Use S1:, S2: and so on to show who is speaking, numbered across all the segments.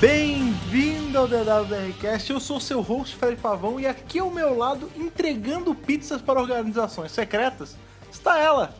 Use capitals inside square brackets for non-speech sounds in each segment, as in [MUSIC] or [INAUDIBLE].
S1: Bem-vindo ao DWRcast, eu sou seu host Fred Pavão e aqui ao meu lado, entregando pizzas para organizações secretas, está ela,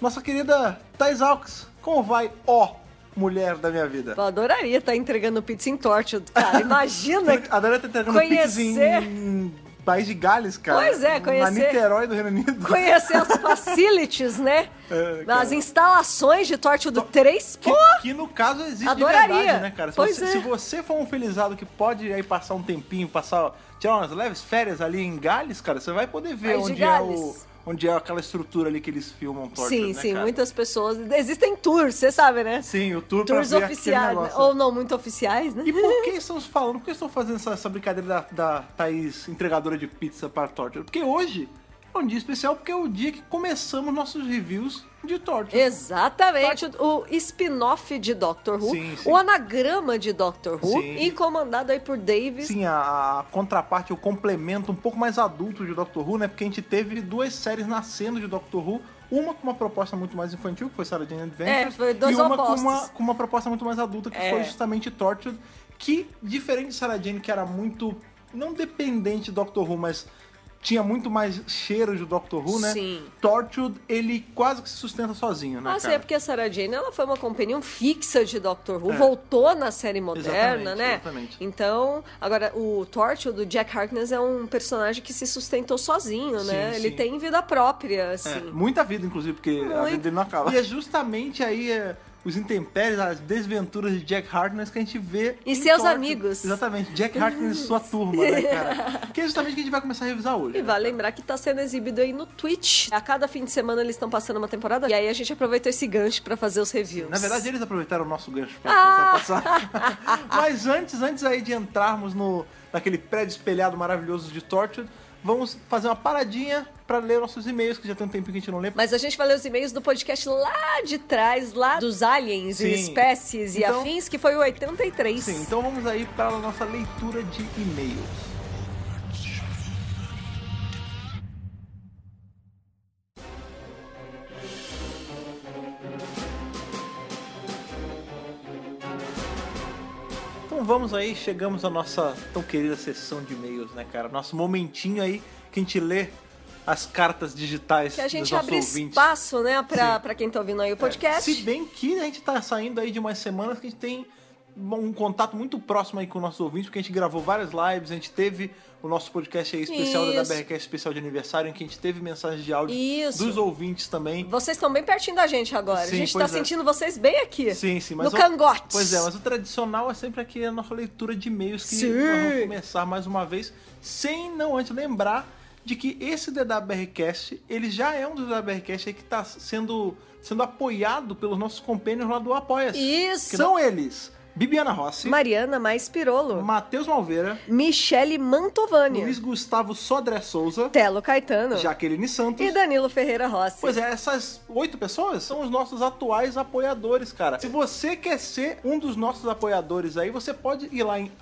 S1: nossa querida Thais Alks. Como vai, ó mulher da minha vida?
S2: Eu adoraria estar entregando pizza em Torchwood, cara. Imagina.
S1: [LAUGHS] A Dara tá entregando pizzas em
S2: Conhecer.
S1: em País de Gales, cara.
S2: Pois é,
S1: Na
S2: conhecer.
S1: Niterói do Reino Unido.
S2: Conhecer as facilities, né?
S1: É, cara.
S2: As instalações de Torchwood 3.
S1: Que,
S2: Pô,
S1: que no caso existe de
S2: Adoraria.
S1: verdade, né, cara? Se,
S2: Pois
S1: você,
S2: é.
S1: se você for um felizado que pode aí passar um tempinho, passar, tirar umas leves férias ali em Gales, cara, você vai poder ver
S2: Mas de
S1: onde é, o,
S2: Gales.
S1: onde é aquela estrutura ali que eles filmam Torture,
S2: sim,
S1: né,
S2: sim.
S1: cara?
S2: Muitas pessoas... Existem tours, você sabe, né?
S1: Sim, o tour
S2: Tours
S1: pra ver aquele
S2: oficiais. né?
S1: negócio.
S2: Ou não muito oficiais, né?
S1: E por que estamos falando? Por que estão fazendo essa, essa brincadeira da, da Thaís, entregadora de pizza para Torture? Porque hoje é um dia especial, porque é o dia que começamos nossos reviews de Torture.
S2: Exatamente, o spin-off de Doctor Who,
S1: Sim, sim.
S2: o anagrama de Doctor Who,
S1: Sim.
S2: e comandado aí por Davis.
S1: Sim, a, a contraparte, o complemento um pouco mais adulto de Doctor Who, né? Porque a gente teve duas séries nascendo de Doctor Who. Uma com uma proposta muito mais infantil, que foi Sarah Jane Adventures.
S2: É, foi dois
S1: e uma com,
S2: opostos.
S1: uma com uma proposta muito mais adulta, que
S2: É.
S1: foi justamente Tortured. Que, diferente de Sarah Jane, que era muito... Não dependente de Doctor Who, mas tinha muito mais cheiro de Doctor Who, né?
S2: Sim.
S1: Tortured, ele quase que se sustenta sozinho, né,
S2: Ah, sim,
S1: cara?
S2: é porque a Sarah Jane ela foi uma companion fixa de Doctor Who,
S1: É.
S2: voltou na série moderna,
S1: Exatamente,
S2: né?
S1: exatamente.
S2: Então, agora, o Torchwood, do Jack Harkness, é um personagem que se sustentou sozinho, né?
S1: Sim,
S2: Ele
S1: sim.
S2: tem vida própria,
S1: É,
S2: assim.
S1: muita vida, inclusive, porque a
S2: Muito.
S1: vida dele não acaba. E é justamente aí é, os intempéries, as desventuras de Jack Harkness que a gente vê.
S2: E
S1: em
S2: seus
S1: Torchwood.
S2: amigos.
S1: Exatamente, Jack Harkness e sua turma,
S2: [LAUGHS]
S1: né, cara? Que é justamente o que a gente vai começar a revisar hoje.
S2: E
S1: né, cara?
S2: vale lembrar que tá sendo exibido aí no Twitch. A cada fim de semana eles estão passando uma temporada. E aí a gente aproveitou esse gancho pra fazer os reviews.
S1: Na verdade, eles aproveitaram o nosso gancho pra
S2: Ah!
S1: começar a passar. [LAUGHS] Mas antes, antes aí de entrarmos no, naquele prédio espelhado maravilhoso de Torture, vamos fazer uma paradinha pra ler nossos e-mails, que já tem um tempinho que a gente não lê.
S2: Mas a gente vai ler os e-mails do podcast lá de trás, lá dos aliens e
S1: Sim.
S2: espécies e
S1: Então-
S2: afins, que foi o 83.
S1: Sim, então vamos aí para a nossa leitura de e-mails. Então vamos aí, chegamos à nossa tão querida sessão de e-mails, né, cara? Nosso momentinho aí que a gente lê as cartas digitais
S2: Que a
S1: dos
S2: gente
S1: nossos
S2: abre
S1: ouvintes.
S2: espaço, né, pra,
S1: Sim. É.
S2: pra quem tá ouvindo aí o podcast.
S1: Se bem que a gente tá saindo aí de umas semanas que a gente tem um contato muito próximo aí com nossos ouvintes, porque a gente gravou várias lives, a gente teve o nosso podcast aí especial da
S2: Isso.
S1: WRCast especial de aniversário, em que a gente teve mensagens de áudio
S2: Isso.
S1: dos ouvintes também.
S2: Vocês estão bem pertinho da gente agora.
S1: Sim,
S2: a gente tá
S1: pois é.
S2: sentindo vocês bem aqui.
S1: Sim, sim,
S2: No
S1: mas. o-
S2: cangote.
S1: Pois é, mas o tradicional é sempre aqui a nossa leitura de e-mails que
S2: Sim.
S1: nós vamos começar mais uma vez, sem não antes lembrar de que esse DWRcast, ele já é um dos DWRcast aí que tá sendo, sendo apoiado pelos nossos companheiros lá do Apoia-se. Que
S2: Isso.
S1: são eles: Bibiana Rossi,
S2: Mariana Mais Pirolo.
S1: Matheus Malveira,
S2: Michele Mantovani.
S1: Luiz Gustavo Sodré Souza,
S2: Telo Caetano.
S1: Jaqueline Santos.
S2: E Danilo Ferreira Rossi.
S1: Pois é, essas oito pessoas são os nossos atuais apoiadores, cara. Se você quer ser um dos nossos apoiadores aí, você pode ir lá em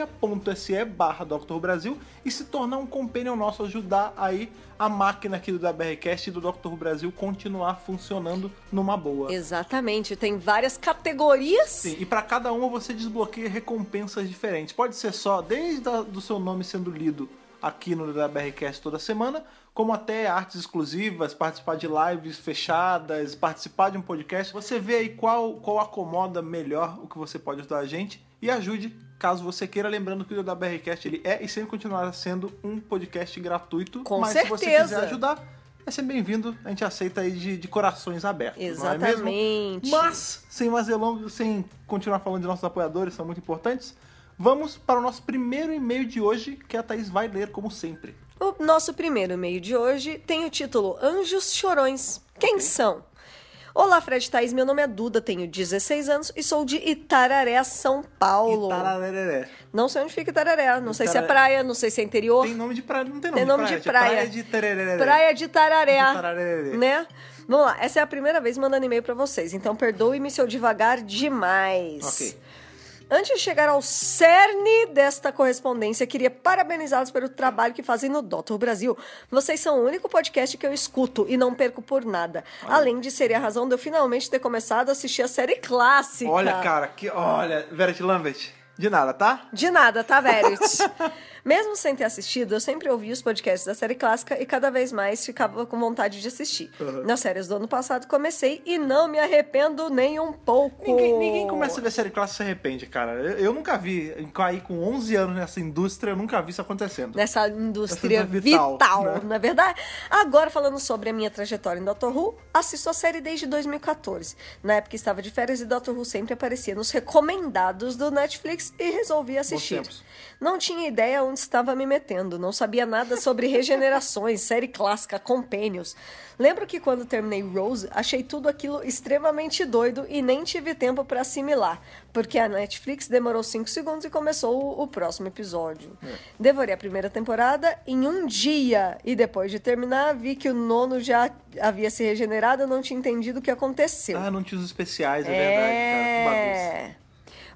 S1: apoia.se barra Dr. Brasil e se tornar um companion nosso, ajudar aí a máquina aqui do DBRcast e do Dr. Brasil continuar funcionando numa boa.
S2: Exatamente. Tem várias categorias.
S1: Sim, e para cada uma você desbloqueia recompensas diferentes. Pode ser só desde a, do seu nome sendo lido aqui no DWRcast toda semana, como até artes exclusivas, participar de lives fechadas, participar de um podcast. Você vê aí qual, qual acomoda melhor o que você pode ajudar a gente e ajude caso você queira. Lembrando que o DWRcast ele é e sempre continuará sendo um podcast gratuito.
S2: Com
S1: mas se você
S2: certeza.
S1: quiser ajudar... É ser bem-vindo, a gente aceita aí de, de corações abertos. Não é mesmo?
S2: Exatamente.
S1: Mas, sem mais delongas, sem continuar falando de nossos apoiadores, são muito importantes, vamos para o nosso primeiro e-mail de hoje, que a Thaís vai ler, como sempre.
S2: O nosso primeiro e-mail de hoje tem o título Anjos Chorões. Quem são? Olá, Fred Thaís. Meu nome é Duda, tenho 16 anos e sou de Itararé, São Paulo.
S1: Itararereré.
S2: Não sei onde fica Itararé. Não sei se é
S1: Itararé.
S2: praia, não sei se é interior.
S1: Tem nome de praia, não tem nome,
S2: Tem nome de praia.
S1: De tererereré.
S2: Praia é de Tararé.
S1: De Itararé.
S2: Né? Vamos lá, essa é a primeira vez mandando e-mail pra vocês, então perdoe-me se eu devagar demais.
S1: Ok.
S2: Antes de chegar ao cerne desta correspondência, queria parabenizá-los pelo trabalho que fazem no Doutor Brasil. Vocês são o único podcast que eu escuto e não perco por nada. Além de serem a razão de eu finalmente ter começado a assistir a série clássica.
S1: Olha, cara, que. Olha, Verity Lambert. De nada, tá?
S2: De nada, tá, Verit? Mesmo sem ter assistido, eu sempre ouvi os podcasts da série clássica e cada vez mais ficava com vontade de assistir.
S1: Uhum.
S2: Nas séries do ano passado comecei e não me arrependo nem um pouco.
S1: Ninguém, ninguém começa a ver série clássica e se arrepende, cara. Eu, eu nunca vi, aí com 11 anos nessa indústria, eu nunca vi isso acontecendo.
S2: Nessa indústria
S1: Essa é
S2: vital,
S1: vital, né?
S2: não é verdade? Agora, falando sobre a minha trajetória em Doctor Who, assisto a série desde 2014. Na época estava de férias e Doctor Who sempre aparecia nos recomendados do Netflix e resolvi assistir.
S1: tempos.
S2: Não tinha ideia onde estava me metendo, não sabia nada sobre regenerações, [LAUGHS] série clássica, compênios. Lembro que quando terminei Rose, achei tudo aquilo extremamente doido e nem tive tempo para assimilar, porque a Netflix demorou 5 segundos e começou o, o próximo episódio. Devorei a primeira temporada em um dia e depois de terminar, vi que o nono já havia se regenerado, eu não tinha entendido o que aconteceu.
S1: Ah, não tinha os especiais, é, verdade, cara. Que bagunça.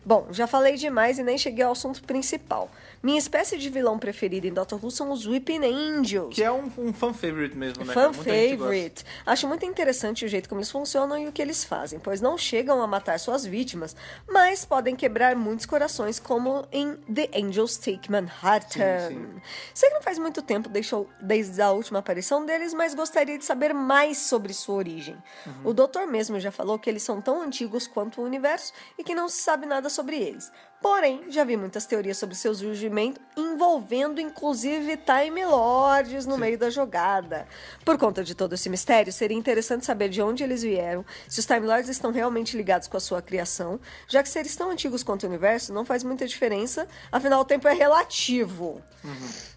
S2: Bom, já falei demais e nem cheguei ao assunto principal. Minha espécie de vilão preferida em Doctor Who são os Weeping Angels.
S1: Que é um, um fan favorite mesmo, né?
S2: Fan
S1: cara? Muita gente gosta.
S2: favorite. Acho muito interessante o jeito como eles funcionam e o que eles fazem, pois não chegam a matar suas vítimas, mas podem quebrar muitos corações, como em The Angels Take Manhattan.
S1: Sim, sim.
S2: Sei que não faz muito tempo deixou, desde a última aparição deles, mas gostaria de saber mais sobre sua origem. O doutor mesmo já falou que eles são tão antigos quanto o universo e que não se sabe nada sobre eles. Porém, já vi muitas teorias sobre seu surgimento, envolvendo inclusive Time Lords no meio da jogada. Por conta de todo esse mistério, seria interessante saber de onde eles vieram, se os Time Lords estão realmente ligados com a sua criação, já que se eles tão antigos quanto o universo, não faz muita diferença, afinal o tempo é relativo.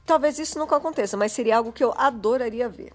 S2: Talvez isso nunca aconteça, mas seria algo que eu adoraria ver.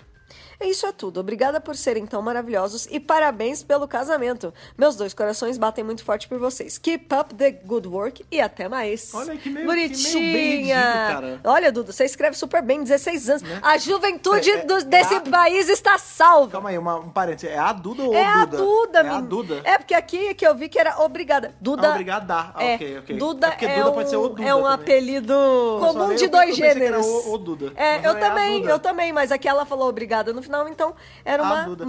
S2: E Isso é tudo. Obrigada por serem tão maravilhosos e parabéns pelo casamento. Meus dois corações batem muito forte por vocês. Keep up the good work e até mais.
S1: Olha, que meio- que meio bem
S2: Bonitinha.
S1: dito, cara.
S2: Olha, Dudu, você escreve super bem, 16 anos. A juventude
S1: É, é,
S2: do- desse
S1: a-
S2: país está salva.
S1: Calma aí, uma, um parênteses. É a Duda ou
S2: É a
S1: o Duda?
S2: Duda,
S1: É a
S2: menino.
S1: Duda.
S2: É porque aqui que eu vi que era obrigada. Duda.
S1: Ah, obrigada. Ah,
S2: é,
S1: ok, ok.
S2: Duda
S1: É
S2: é,
S1: porque Duda
S2: um,
S1: pode ser o Duda
S2: é um
S1: também.
S2: apelido comum
S1: falei,
S2: de
S1: eu- eu
S2: dois
S1: pensei que era
S2: gêneros.
S1: o- o Duda.
S2: É,
S1: Mas
S2: eu
S1: não, é a
S2: também,
S1: Duda.
S2: eu também, mas aqui ela falou obrigada no final, então era
S1: A
S2: uma
S1: Duda.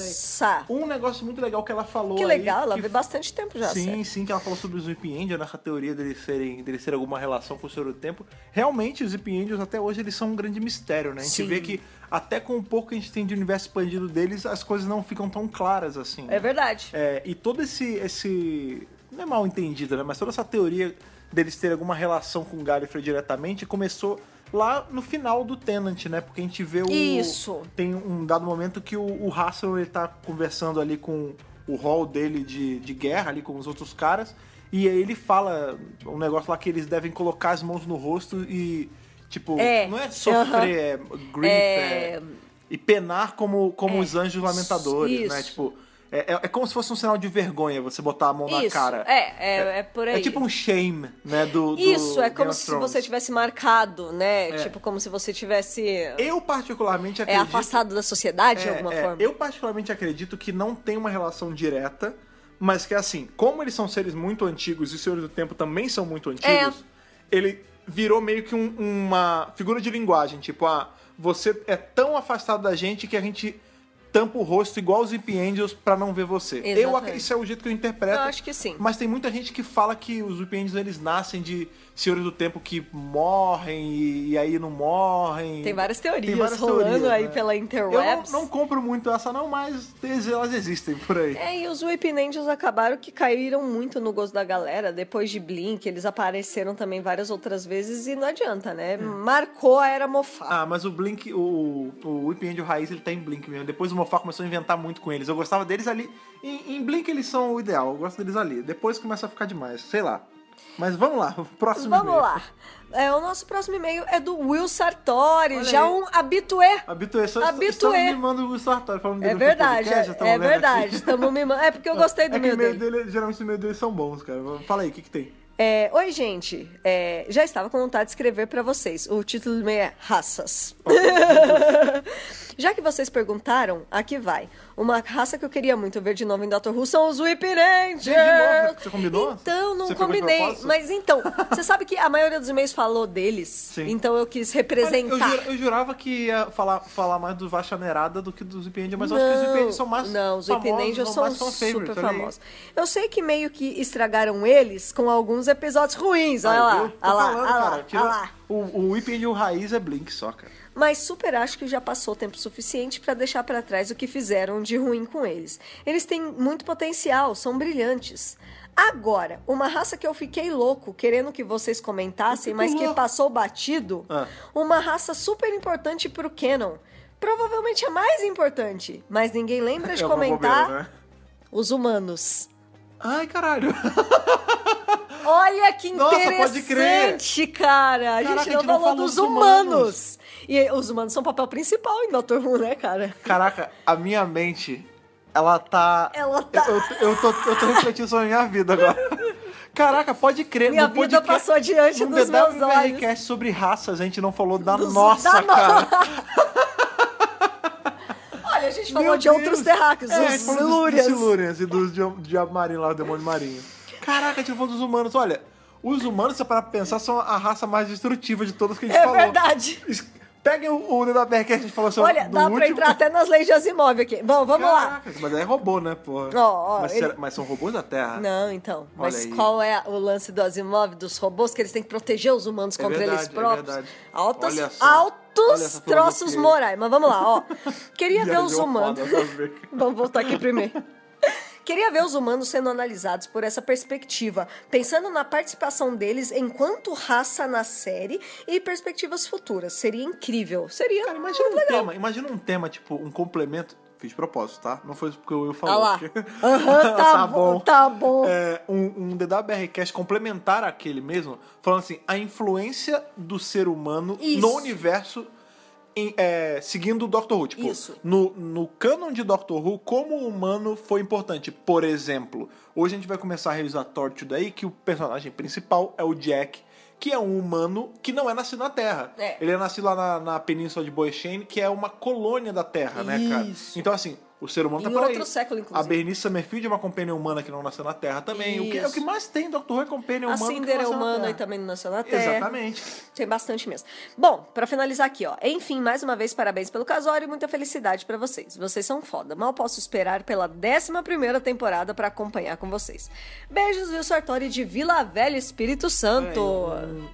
S2: moça.
S1: Um negócio muito legal que ela falou
S2: Ah. Que
S1: aí,
S2: legal, ela
S1: que
S2: vê bastante tempo já.
S1: Sim,
S2: certo?
S1: sim, que ela falou sobre os Zip Angels, nessa teoria deles serem, deles serem alguma relação com o Senhor do Tempo. Realmente, os Zip Angels até hoje eles são um grande mistério, né? A gente
S2: Sim.
S1: vê que até com o pouco que a gente tem de universo expandido deles, as coisas não ficam tão claras assim.
S2: É verdade.
S1: É, e todo esse, esse. Não é mal entendido, né? Mas toda essa teoria deles terem alguma relação com o Gallifrey diretamente começou lá no final do Tenant, né? Porque a gente vê o.
S2: Isso.
S1: Tem um dado momento que o, o Russell ele tá conversando ali com o hall dele de, de guerra, ali com os outros caras. E aí ele fala um negócio lá que eles devem colocar as mãos no rosto e. Tipo,
S2: É,
S1: não é sofrer, é grief,
S2: É.
S1: é... E penar como, como os anjos lamentadores, né?
S2: isso.
S1: Tipo, é, é- é como se fosse um sinal de vergonha você botar a mão na
S2: Isso,
S1: cara.
S2: é, é, é por aí.
S1: É tipo um shame, né? Do, do
S2: Isso, é
S1: Game
S2: como
S1: of
S2: se
S1: Thrones. É.
S2: você tivesse marcado, né? Tipo, como se você tivesse é,
S1: Eu particularmente acredito...
S2: afastado da sociedade de
S1: É,
S2: alguma
S1: é,
S2: forma.
S1: Eu particularmente acredito que não tem uma relação direta, mas que assim, como eles são seres muito antigos e os Senhores do Tempo também são muito
S2: É.
S1: antigos, ele virou meio que um- uma figura de linguagem, tipo, ah, você é tão afastado da gente que a gente tampa o rosto igual os Hip Angels pra não ver você. Eu, ac-
S2: Exatamente.
S1: isso é o jeito que eu interpreto.
S2: Eu acho que sim.
S1: Mas tem muita gente que fala que os Hip Angels eles nascem de Senhores do Tempo que morrem e, e aí não morrem.
S2: Tem várias teorias
S1: Tem várias
S2: rolando
S1: teorias,
S2: aí
S1: né?
S2: pela
S1: Eu
S2: interwebs.
S1: não, não compro muito essa não, mas eles- elas existem por aí.
S2: É, e os Weeping Angels acabaram que caíram muito no gosto da galera. Depois de Blink, eles apareceram também várias outras vezes e não adianta,
S1: É.
S2: né? Marcou a era mofada.
S1: Ah, mas o Blink, o, o Whip Angel Raiz, ele tá em Blink mesmo. Depois o Mofá começou a inventar muito com eles. Eu gostava deles ali. Em, em Blink eles são o ideal, eu gosto deles ali. Depois começa a ficar demais, sei lá. Mas vamos lá, [LAUGHS] o próximo
S2: Vamos
S1: e-mail.
S2: lá. É, o nosso próximo e-mail é do Will Sartori,
S1: Olha
S2: já
S1: aí.
S2: um habitué.
S1: Habitué, só
S2: Habitué.
S1: estamos mimando o Sartori falando dele
S2: É
S1: no
S2: verdade,
S1: podcast, já
S2: é,
S1: tamo
S2: é
S1: lendo
S2: verdade.
S1: aqui.
S2: Estamos mimando. É porque eu gostei
S1: [LAUGHS]
S2: do
S1: É que
S2: meu
S1: o e-mail
S2: dele.
S1: dele, geralmente os e-mails deles são bons, cara. Fala aí, o que que tem?
S2: É, Oi, gente. É, já estava com vontade de escrever para vocês. O título do e-mail é Raças. [LAUGHS] Já que vocês perguntaram, aqui vai. Uma raça que eu queria muito ver de novo em Doctor Who são os Whip Rangers.
S1: De novo? Você combinou?
S2: Então, não
S1: Você pegou de
S2: combinei.
S1: propósito?
S2: Mas então, você sabe que a maioria dos e-mails falou deles?
S1: Sim.
S2: Então eu quis
S1: Olha, Eu,
S2: representar.
S1: jura- eu jurava que ia falar, falar mais do Vachaneirada do que dos Zipinendia, mas eu acho que os
S2: Não,
S1: Zipinendia são mais
S2: Não, os
S1: famosos,
S2: Whip Angels são
S1: mais tá fan favorites,
S2: super
S1: olha aí.
S2: famosos. Eu sei que meio que estragaram eles com alguns episódios ruins. Olha
S1: Ah,
S2: lá,
S1: eu tô
S2: olha lá,
S1: falando,
S2: olha
S1: cara,
S2: lá,
S1: tira-
S2: olha lá.
S1: O, o Whip Angel raiz é Blink só, cara.
S2: Mas super acho que já passou tempo suficiente pra deixar pra trás o que fizeram de ruim com eles. Eles têm muito potencial, são brilhantes. Agora, uma raça que eu fiquei louco querendo que vocês comentassem,
S1: Eu fico
S2: mas que
S1: louco.
S2: passou batido,
S1: Ah.
S2: uma raça super importante pro Canon. Provavelmente a mais importante, mas ninguém lembra de
S1: [LAUGHS] É uma
S2: comentar
S1: bobeira, né?
S2: os humanos.
S1: Ai, caralho.
S2: Olha que
S1: Nossa,
S2: interessante,
S1: pode crer.
S2: cara. A gente,
S1: Caraca, a gente
S2: não
S1: não
S2: falou
S1: falou
S2: dos
S1: dos humanos.
S2: humanos. E os humanos são o papel principal em Doctor Who, né, cara?
S1: Caraca, a minha mente, ela tá.
S2: Ela tá-
S1: Eu, eu tô, eu tô refletindo sobre a minha vida agora.
S2: [LAUGHS]
S1: Caraca, pode crer.
S2: Minha
S1: no
S2: vida
S1: podcast-
S2: passou diante
S1: no
S2: dos meus
S1: DWRcast
S2: olhos.
S1: é sobre raças, a gente não falou da
S2: Dos-
S1: nossa,
S2: da no-
S1: cara.
S2: Olha, a gente
S1: Meu
S2: [LAUGHS] falou de
S1: Deus.
S2: outros terráqueos,
S1: É, a gente
S2: os
S1: falou dos- dos
S2: Silurians.
S1: Silurians e dos dia- Diabo Marinho lá, o Demônio Marinho. Caraca, a gente falou dos humanos. Olha, os humanos, se para pensar, são a raça mais destrutiva de todas que a gente
S2: É
S1: falou.
S2: verdade.
S1: Es- Peguem o, o DWR que a gente falou sobre
S2: Olha,
S1: do
S2: dá pra
S1: último.
S2: entrar até nas leis de Asimov aqui. Bom, vamos lá.
S1: Caraca, mas é robô, né, porra?
S2: Ó, ó,
S1: mas,
S2: ele-
S1: será- mas são robôs da Terra?
S2: Não, então. Mas
S1: aí.
S2: qual é a- o lance do Asimov, dos robôs, que eles têm que proteger os humanos
S1: É
S2: contra
S1: verdade,
S2: eles
S1: é
S2: próprios?
S1: verdade.
S2: altos
S1: Olha só. Olha
S2: altos
S1: essa
S2: troços
S1: filosofia.
S2: morais. Mas vamos
S1: [LAUGHS]
S2: lá, ó. Queria
S1: Viagem
S2: ver os
S1: é uma
S2: humanos.
S1: foda, nada a ver.
S2: Vamos voltar aqui primeiro. [LAUGHS] Queria ver os humanos sendo analisados por essa perspectiva, pensando na participação deles enquanto raça na série e perspectivas futuras. Seria incrível. Seria
S1: Cara, imagina um
S2: legal.
S1: tema, imagina um tema, tipo, um complemento. Fiz de propósito, tá? Não foi porque eu falei.
S2: Ah lá.
S1: [LAUGHS]
S2: Aham, tá bom, tá bom.
S1: É, um, um DWRcast complementar àquele mesmo, falando assim, a influência do ser humano
S2: Isso.
S1: no universo em- é, seguindo o Doctor Who. Tipo,
S2: Isso.
S1: No, no canon de Doctor Who, como o humano foi importante. Por exemplo, hoje a gente vai começar a revisar Torchwood aí, que o personagem principal é o Jack, que é um humano que não é nascido na Terra.
S2: É.
S1: Ele é nascido lá na, na península de Boychene, que é uma colônia da Terra, né, cara?
S2: Isso.
S1: Então, assim, o ser humano
S2: Em
S1: tá por
S2: outro
S1: aí.
S2: século,
S1: A
S2: inclusive.
S1: Bernice Summerfield é uma companhia humana que não nasceu na Terra também. O que, é o que
S2: Isso.
S1: mais tem, Doctor Who, é companhia humana
S2: A
S1: que não
S2: Cinder é
S1: nasceu na
S2: humana
S1: Terra.
S2: e também não nasceu na Terra.
S1: Exatamente.
S2: Tem bastante mesmo. Bom, pra finalizar aqui, ó. Enfim, mais uma vez, parabéns pelo casório e muita felicidade pra vocês. Vocês são foda. Mal posso esperar pela 11 temporada pra acompanhar com vocês. Beijos, viu, Sartori, de Vila Velha, Espírito
S1: É,
S2: Santo.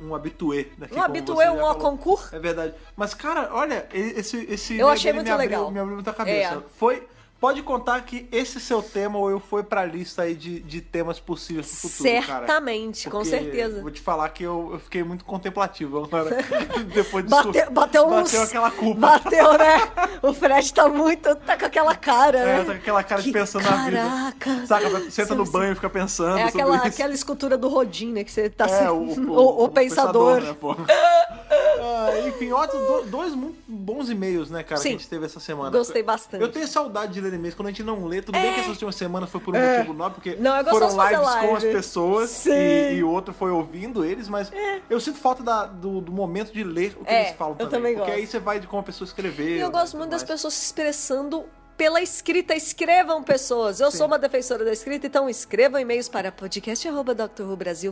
S1: um, um habitué daqui.
S2: Um
S1: como
S2: habitué,
S1: você já
S2: um
S1: falou.
S2: au concours.
S1: É verdade. Mas, cara, olha, e- esse. esse
S2: Eu achei
S1: dele
S2: muito
S1: me abriu-
S2: legal.
S1: Me abriu muita cabeça.
S2: É.
S1: Foi. Pode contar que esse seu tema ou eu fui pra lista aí de, de temas possíveis pro futuro, cara.
S2: Certamente, com
S1: Porque
S2: certeza.
S1: Vou te falar que eu, eu fiquei muito contemplativo agora. [LAUGHS] Depois disso.
S2: Bateu, bateu, uns-
S1: bateu aquela culpa.
S2: Bateu, né? O Fred tá muito. tá com aquela cara, né?
S1: É, tá com aquela cara de
S2: Que
S1: pensando na
S2: caraca.
S1: vida. Saca, senta no
S2: Sim, sim.
S1: banho e fica pensando.
S2: É
S1: sobre
S2: aquela,
S1: isso.
S2: aquela escultura do Rodin, né? Que você tá
S1: É,
S2: se-
S1: o, o,
S2: [LAUGHS] o- o
S1: o
S2: pensador.
S1: né, pô? [LAUGHS] Ah, enfim, outros do- dois muito bons e-mails, né, cara,
S2: Sim.
S1: que a gente teve essa semana.
S2: Gostei bastante.
S1: Eu tenho saudade de ler e-mails quando a gente não lê. Tudo bem que essa última semana foi por um motivo nobre, porque
S2: Não, é
S1: foram
S2: gostoso fazer
S1: lives com as
S2: live.
S1: pessoas
S2: Sim.
S1: e, e o outro foi ouvindo eles, mas eu sinto falta da- do, do momento de ler o que
S2: É,
S1: eles falam
S2: eu
S1: também.
S2: também
S1: porque
S2: gosto.
S1: aí você vai de como a pessoa escreveu.
S2: E eu
S1: né,
S2: gosto
S1: tudo
S2: muito das
S1: mais.
S2: pessoas se expressando pela escrita. Escrevam, pessoas. Eu sou uma defensora da escrita, então escrevam e-mails para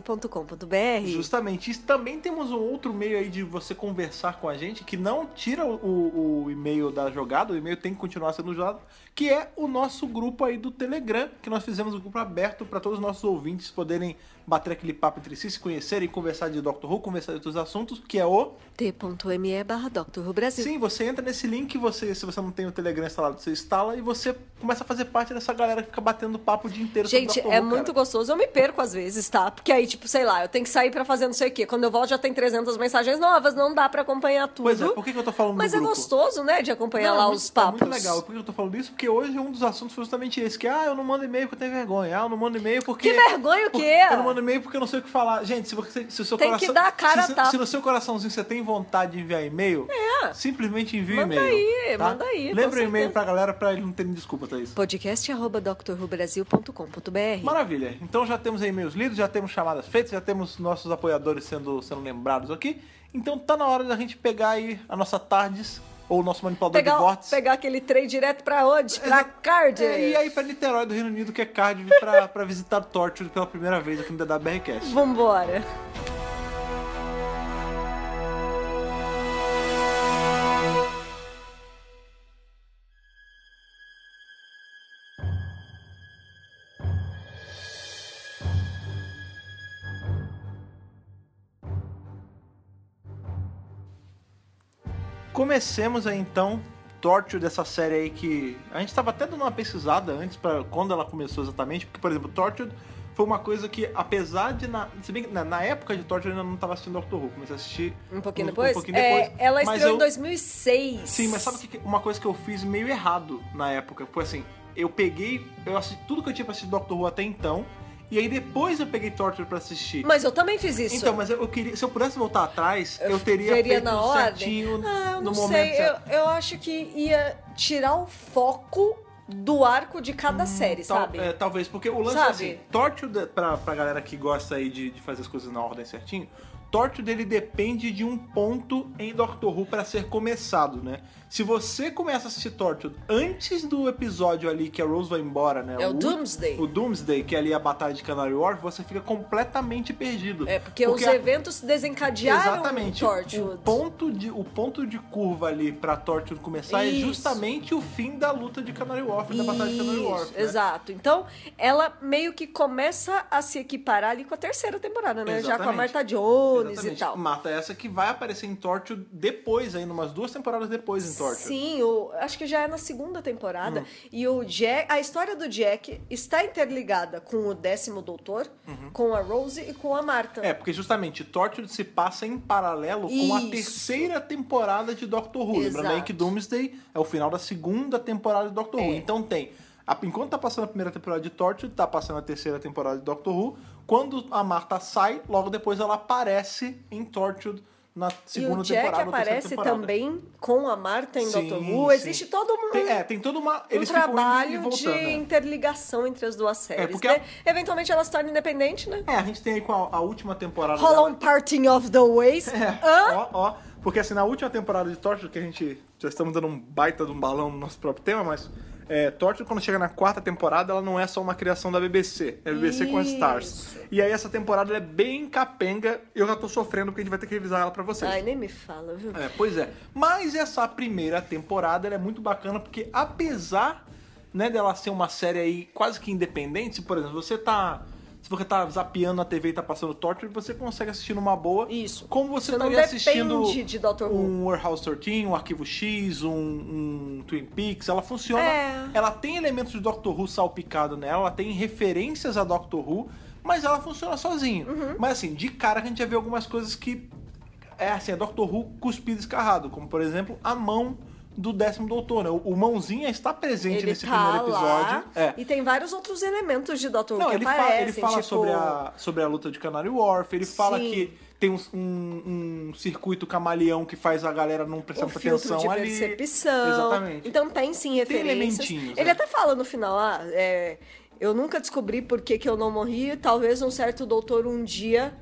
S2: podcast.drrubrasil.com.br.
S1: Justamente. E também temos um outro meio aí de você conversar com a gente, que não tira o, o- o e-mail da jogada, o e-mail tem que continuar sendo jogado, que é o nosso grupo aí do Telegram, que nós fizemos um grupo aberto para todos os nossos ouvintes poderem bater aquele papo entre si, se conhecerem, conversar de Doctor Who, conversar de outros assuntos, que é o...
S2: t.me barra drrubrasil.
S1: Sim, você entra nesse link, você, se você não tem o Telegram instalado, você instala e você começa a fazer parte dessa galera que fica batendo papo o dia inteiro sobre
S2: Gente,
S1: Doctor
S2: é
S1: Who, cara.
S2: muito gostoso. Eu me perco às vezes, tá? Porque aí, tipo, sei lá, eu tenho que sair pra fazer não sei o quê. Quando eu volto já tem 300 mensagens novas, não dá pra acompanhar tudo.
S1: Pois é, por que, que eu tô falando
S2: Mas
S1: do
S2: é
S1: grupo?
S2: gostoso, né, de acompanhar
S1: Não,
S2: lá
S1: é muito-
S2: os papos.
S1: É muito legal. Por que eu tô falando isso? Porque hoje um dos assuntos foi justamente esse. Que, ah, eu não mando e-mail porque eu tenho vergonha. Ah, eu não mando e-mail porque...
S2: Que vergonha o
S1: porque-
S2: quê?
S1: Eu não mando e-mail porque eu não sei o que falar. Gente, se você... Se o seu
S2: Tem
S1: coração,
S2: que dar a cara
S1: se,
S2: a tapa. É.
S1: se no seu coraçãozinho você tem vontade de enviar e-mail, simplesmente envia
S2: Manda
S1: e-mail.
S2: aí,
S1: tá?
S2: manda aí, com
S1: Lembra o e-mail
S2: certeza.
S1: pra galera pra ele não terem desculpa, Thaís.
S2: Podcast arroba drrubrasil.com.br.
S1: Maravilha. Então já temos aí e-mails lidos, já temos chamadas feitas, já temos nossos apoiadores sendo, sendo lembrados aqui. Então tá na hora da gente pegar aí a nossa Tardes ou o nosso manipulador de
S2: Pegar,
S1: vórtice.
S2: pegar aquele trade direto pra onde? Pra
S1: Exa-
S2: Cardiff.
S1: É, e aí pra Niterói do Reino Unido, que é Cardiff, pra, pra visitar Torture pela primeira vez aqui no DWRcast.
S2: Vambora.
S1: Comecemos aí então Torture dessa série aí que a gente estava até dando uma pesquisada antes para quando ela começou exatamente, porque por exemplo, Torture foi uma coisa que apesar de na, se bem que na, na época de Torture eu ainda não estava assistindo Doctor Who, comecei a assistir
S2: Um pouquinho depois?
S1: Um pouquinho
S2: É,
S1: depois
S2: ela
S1: mas
S2: estreou em
S1: eu-
S2: 2006.
S1: Sim, mas sabe o que que- uma coisa que eu fiz meio errado na época? Foi assim, eu peguei, eu assisti tudo que eu tinha pra assistir Doctor Who até então, e aí depois eu peguei Torture pra assistir.
S2: Mas eu também fiz isso.
S1: Então, mas eu, eu queria, se eu pudesse voltar atrás, eu, teria
S2: Veria
S1: feito
S2: na ordem?
S1: certinho
S2: Ah, eu
S1: no
S2: não
S1: momento
S2: sei.
S1: certo.
S2: Eu, eu acho que ia tirar o foco do arco de cada série,
S1: Tal-
S2: sabe?
S1: é, talvez, porque o lance
S2: Sabe?
S1: é assim, Torture, de- pra, pra galera que gosta aí de, de fazer as coisas na ordem certinho, Torture dele depende de um ponto em Doctor Who pra ser começado, né? Se você começa a assistir Torture antes do episódio ali que a Rose vai embora, né?
S2: É o Doomsday.
S1: O Doomsday, que é ali a batalha de Canary Wharf, você fica completamente perdido.
S2: É, porque, os
S1: a-
S2: eventos desencadearam
S1: Exatamente. O
S2: Torchwood.
S1: ponto, de, o ponto de curva ali pra Torchwood começar é
S2: Isso.
S1: justamente o fim da luta de Canary Wharf, da batalha de Canary
S2: Isso,
S1: Wharf. né?
S2: Exato. Então, ela meio que começa a se equiparar ali com a terceira temporada, né? Já com a
S1: Exatamente.
S2: Marta Jones
S1: Exatamente.
S2: e tal.
S1: Mata essa que vai aparecer em Torchwood depois, ainda umas duas temporadas depois em Torchwood.
S2: Sim, o- acho que já é na segunda temporada.
S1: Hum.
S2: E o Jack, a história do Jack está interligada com o décimo doutor, com a Rose e com a Marta.
S1: Uhum. É, porque justamente Torchwood se passa em paralelo com a
S2: Isso.
S1: terceira temporada de Doctor Who. Lembrando aí
S2: Exato.
S1: que Doomsday é o final da segunda temporada de Doctor Who.
S2: É.
S1: Então tem. a- Enquanto tá passando a primeira temporada de Torchwood, tá passando a terceira temporada de Doctor Who. Quando a Marta sai, logo depois ela aparece em Torchwood na
S2: E o
S1: segunda
S2: Jack
S1: temporada ou terceira
S2: aparece
S1: temporada.
S2: também com a Marta em
S1: Sim,
S2: Doctor Who.
S1: sim.
S2: Existe todo um,
S1: Tem, é, tem todo uma.
S2: um
S1: Eles ficam indo e
S2: trabalho de
S1: voltando, né?
S2: interligação entre as duas séries.
S1: porque
S2: né? Eventualmente ela se torna independente, né?
S1: É, a gente tem aí com a, a última temporada.
S2: Rola
S1: dela.
S2: um parting of the ways. Ah.
S1: É,
S2: Hã?
S1: ó, ó. Porque assim, na última temporada de Torture, que a gente já estamos dando um baita de um balão no nosso próprio tema, mas é, Torture, quando chega na quarta temporada, ela não é só uma criação da BBC. É BBC com as Stars.
S2: Isso.
S1: E aí essa temporada ela é bem capenga. Eu já tô sofrendo porque a gente vai ter que revisar ela pra vocês.
S2: Ai, nem me fala, viu?
S1: É, pois é. Mas essa primeira temporada ela é muito bacana porque apesar né, dela ser uma série aí quase que independente, se, por exemplo, você tá. Se você tá zapeando na TV e tá passando Torture, você consegue assistir numa boa.
S2: Isso.
S1: Como você,
S2: Você não
S1: estaria assistindo
S2: depende de Dr. Who.
S1: um Warehouse 13, um Arquivo X, um, um Twin Peaks. Ela funciona.
S2: É.
S1: Ela tem elementos de Doctor Who salpicado nela, ela tem referências a Doctor Who, mas ela funciona sozinho.
S2: Uhum.
S1: Mas assim, de cara que a gente já vê algumas coisas que é assim, é Doctor Who cuspido e escarrado, como por exemplo a mão do décimo doutor, né? O, o mãozinha está presente
S2: Ele
S1: nesse
S2: tá
S1: primeiro
S2: lá.
S1: episódio. É.
S2: E tem vários outros elementos de Doctor Who
S1: Não,
S2: que
S1: ele, fa-
S2: aparecem.
S1: ele fala
S2: tipo...
S1: sobre, a, sobre a luta de Canary Wharf, ele fala
S2: Sim.
S1: que tem um, um- um circuito camaleão que faz a galera não prestar
S2: o um filtro
S1: atenção
S2: de
S1: ali.
S2: percepção.
S1: Exatamente.
S2: Então tem sim referências.
S1: elementinhos,
S2: Ele
S1: é.
S2: até fala no final, ah, é, eu nunca descobri por que, que eu não morri, talvez um certo doutor um dia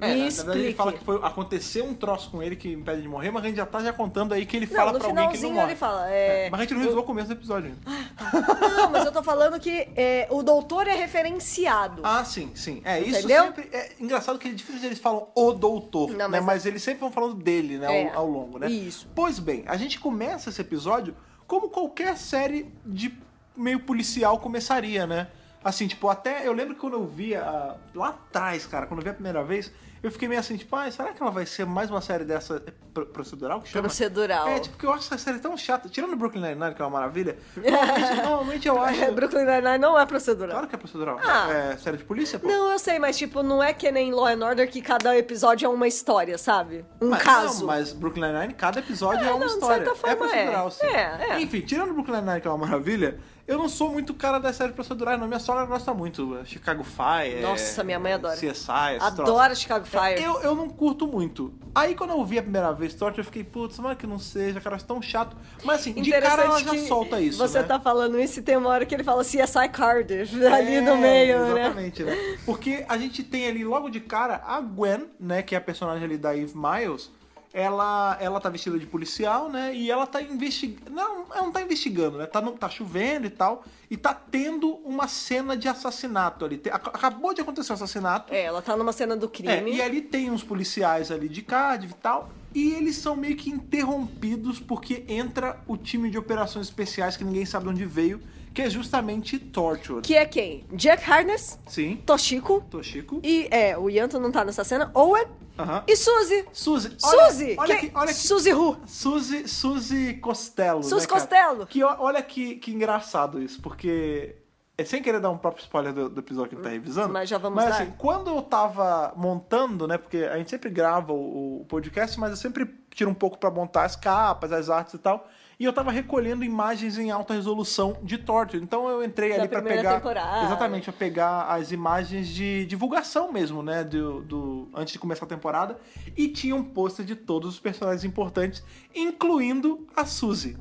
S1: É,
S2: me
S1: na verdade,
S2: explique.
S1: ele fala que foi, aconteceu um troço com ele que impede de morrer, mas a gente já tá já contando aí que ele
S2: Não,
S1: fala
S2: no
S1: pra alguém que ele não
S2: finalzinho
S1: morre.
S2: ele fala, é,
S1: É, mas a gente não resolveu o começo do episódio ainda.
S2: [LAUGHS] Não, mas eu tô falando que é, o doutor é referenciado.
S1: Ah, sim, sim. É, isso
S2: Entendeu?
S1: sempre. É engraçado que difícil eles falam o doutor,
S2: Não,
S1: né?
S2: mas-
S1: Mas eles sempre vão falando dele, né?
S2: É,
S1: ao, ao longo, né?
S2: isso.
S1: Pois bem, a gente começa esse episódio como qualquer série de meio policial começaria, né? Assim, tipo, até eu lembro que quando eu vi a- lá atrás, cara, quando eu vi a primeira vez, eu fiquei meio assim, tipo, ah, será que ela vai ser mais uma série dessa é, pro- procedural que chama?
S2: Procedural.
S1: É, tipo, porque eu acho essa série tão chata. Tirando Brooklyn Nine-Nine, que é uma
S2: [LAUGHS]
S1: maravilha, normalmente, normalmente eu acho...
S2: É, [LAUGHS] Brooklyn Nine-Nine não é procedural.
S1: Claro que é procedural.
S2: Ah.
S1: É série de polícia, pô.
S2: Não, eu sei, mas tipo, não é que nem Law and Order que cada episódio é uma história, sabe? Um
S1: mas,
S2: caso.
S1: Não, mas Brooklyn Nine-Nine, cada episódio
S2: É,
S1: é, uma
S2: não, de
S1: história.
S2: certa forma,
S1: é procedural,
S2: é.
S1: sim.
S2: É, é.
S1: Enfim, tirando Brooklyn Nine-Nine, que é uma maravilha, eu não sou muito cara das séries procedurais, não. Minha sogra gosta muito. é Chicago Fire.
S2: Nossa,
S1: é,
S2: minha mãe adora.
S1: CSI, esse troço.
S2: Adoro Chicago Fire.
S1: Eu, eu não curto muito. Aí quando eu vi a primeira vez Torture, eu fiquei, putz, mano, que não seja, cara, é tão chato. Mas assim, de cara ela
S2: Interessante
S1: já
S2: que
S1: solta isso.
S2: Você
S1: né?
S2: tá falando isso e tem uma hora que ele fala CSI Cardiff ali
S1: É,
S2: no meio, né?
S1: exatamente, né? Porque a gente tem ali logo de cara a Gwen, né, que é a personagem ali da Eve Miles, ela ela tá vestida de policial, né? E ela tá investigando. Não, ela não tá investigando, né? Tá, no- tá chovendo e tal. E tá tendo uma cena de assassinato ali. Te- ac- Acabou de acontecer o assassinato.
S2: É, ela tá numa cena do
S1: É,
S2: crime.
S1: e ali tem uns policiais ali de Cardiff e tal. E eles são meio que interrompidos porque entra o time de operações especiais que ninguém sabe de onde veio, que é justamente Torture.
S2: Que é quem? Jack Harness,
S1: Sim,
S2: Toshiko
S1: Toshiko.
S2: e é, o Yanto não tá nessa cena, Owen
S1: Aham.
S2: e Suzy.
S1: Suzy. Olha,
S2: Suzy!
S1: Olha
S2: quem?
S1: aqui, olha aqui.
S2: Suzy Who?
S1: Suzy, Suzy Costello.
S2: Suzy
S1: né, cara?
S2: Costello.
S1: Que, ó- olha que, que engraçado isso, porque. É sem querer dar um próprio spoiler do, do episódio que a gente tá revisando.
S2: Hum, Mas já vamos
S1: Mas
S2: dar?
S1: assim, quando eu tava montando, né? Porque a gente sempre grava o, o podcast, mas eu sempre tiro um pouco pra montar as capas, as artes e tal. E eu tava recolhendo imagens em alta resolução de Torture. Então eu entrei
S2: Da
S1: ali pra
S2: primeira
S1: pegar.
S2: temporada.
S1: Exatamente, pra pegar as imagens de divulgação mesmo, né? Do, do- antes de começar a temporada. E tinha um pôster de todos os personagens importantes, incluindo a Suzy.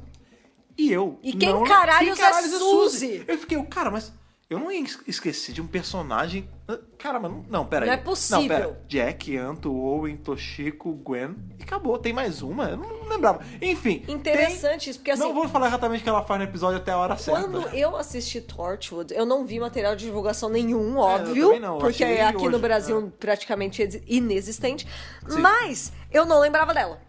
S1: E eu.
S2: E quem
S1: não-
S2: caralhos é
S1: caralhos
S2: Suzy?
S1: Eu fiquei, cara, mas eu não ia es- esquecer de um personagem. Ah, Caramba, não, não peraí.
S2: Não é possível.
S1: pera. Jack, Anto, Owen, Toshiko, Gwen. E acabou, tem mais uma? Eu não lembrava. Enfim.
S2: Interessante isso, porque
S1: Tem...
S2: assim,
S1: Não vou falar exatamente o que ela faz no episódio até a hora certa.
S2: Quando eu assisti Torchwood, eu não vi material de divulgação nenhum,
S1: É, eu
S2: óbvio.
S1: também não, eu
S2: porque é
S1: achei
S2: aqui
S1: hoje, é.
S2: no Brasil praticamente ex- inexistente.
S1: Sim.
S2: Mas eu não lembrava dela.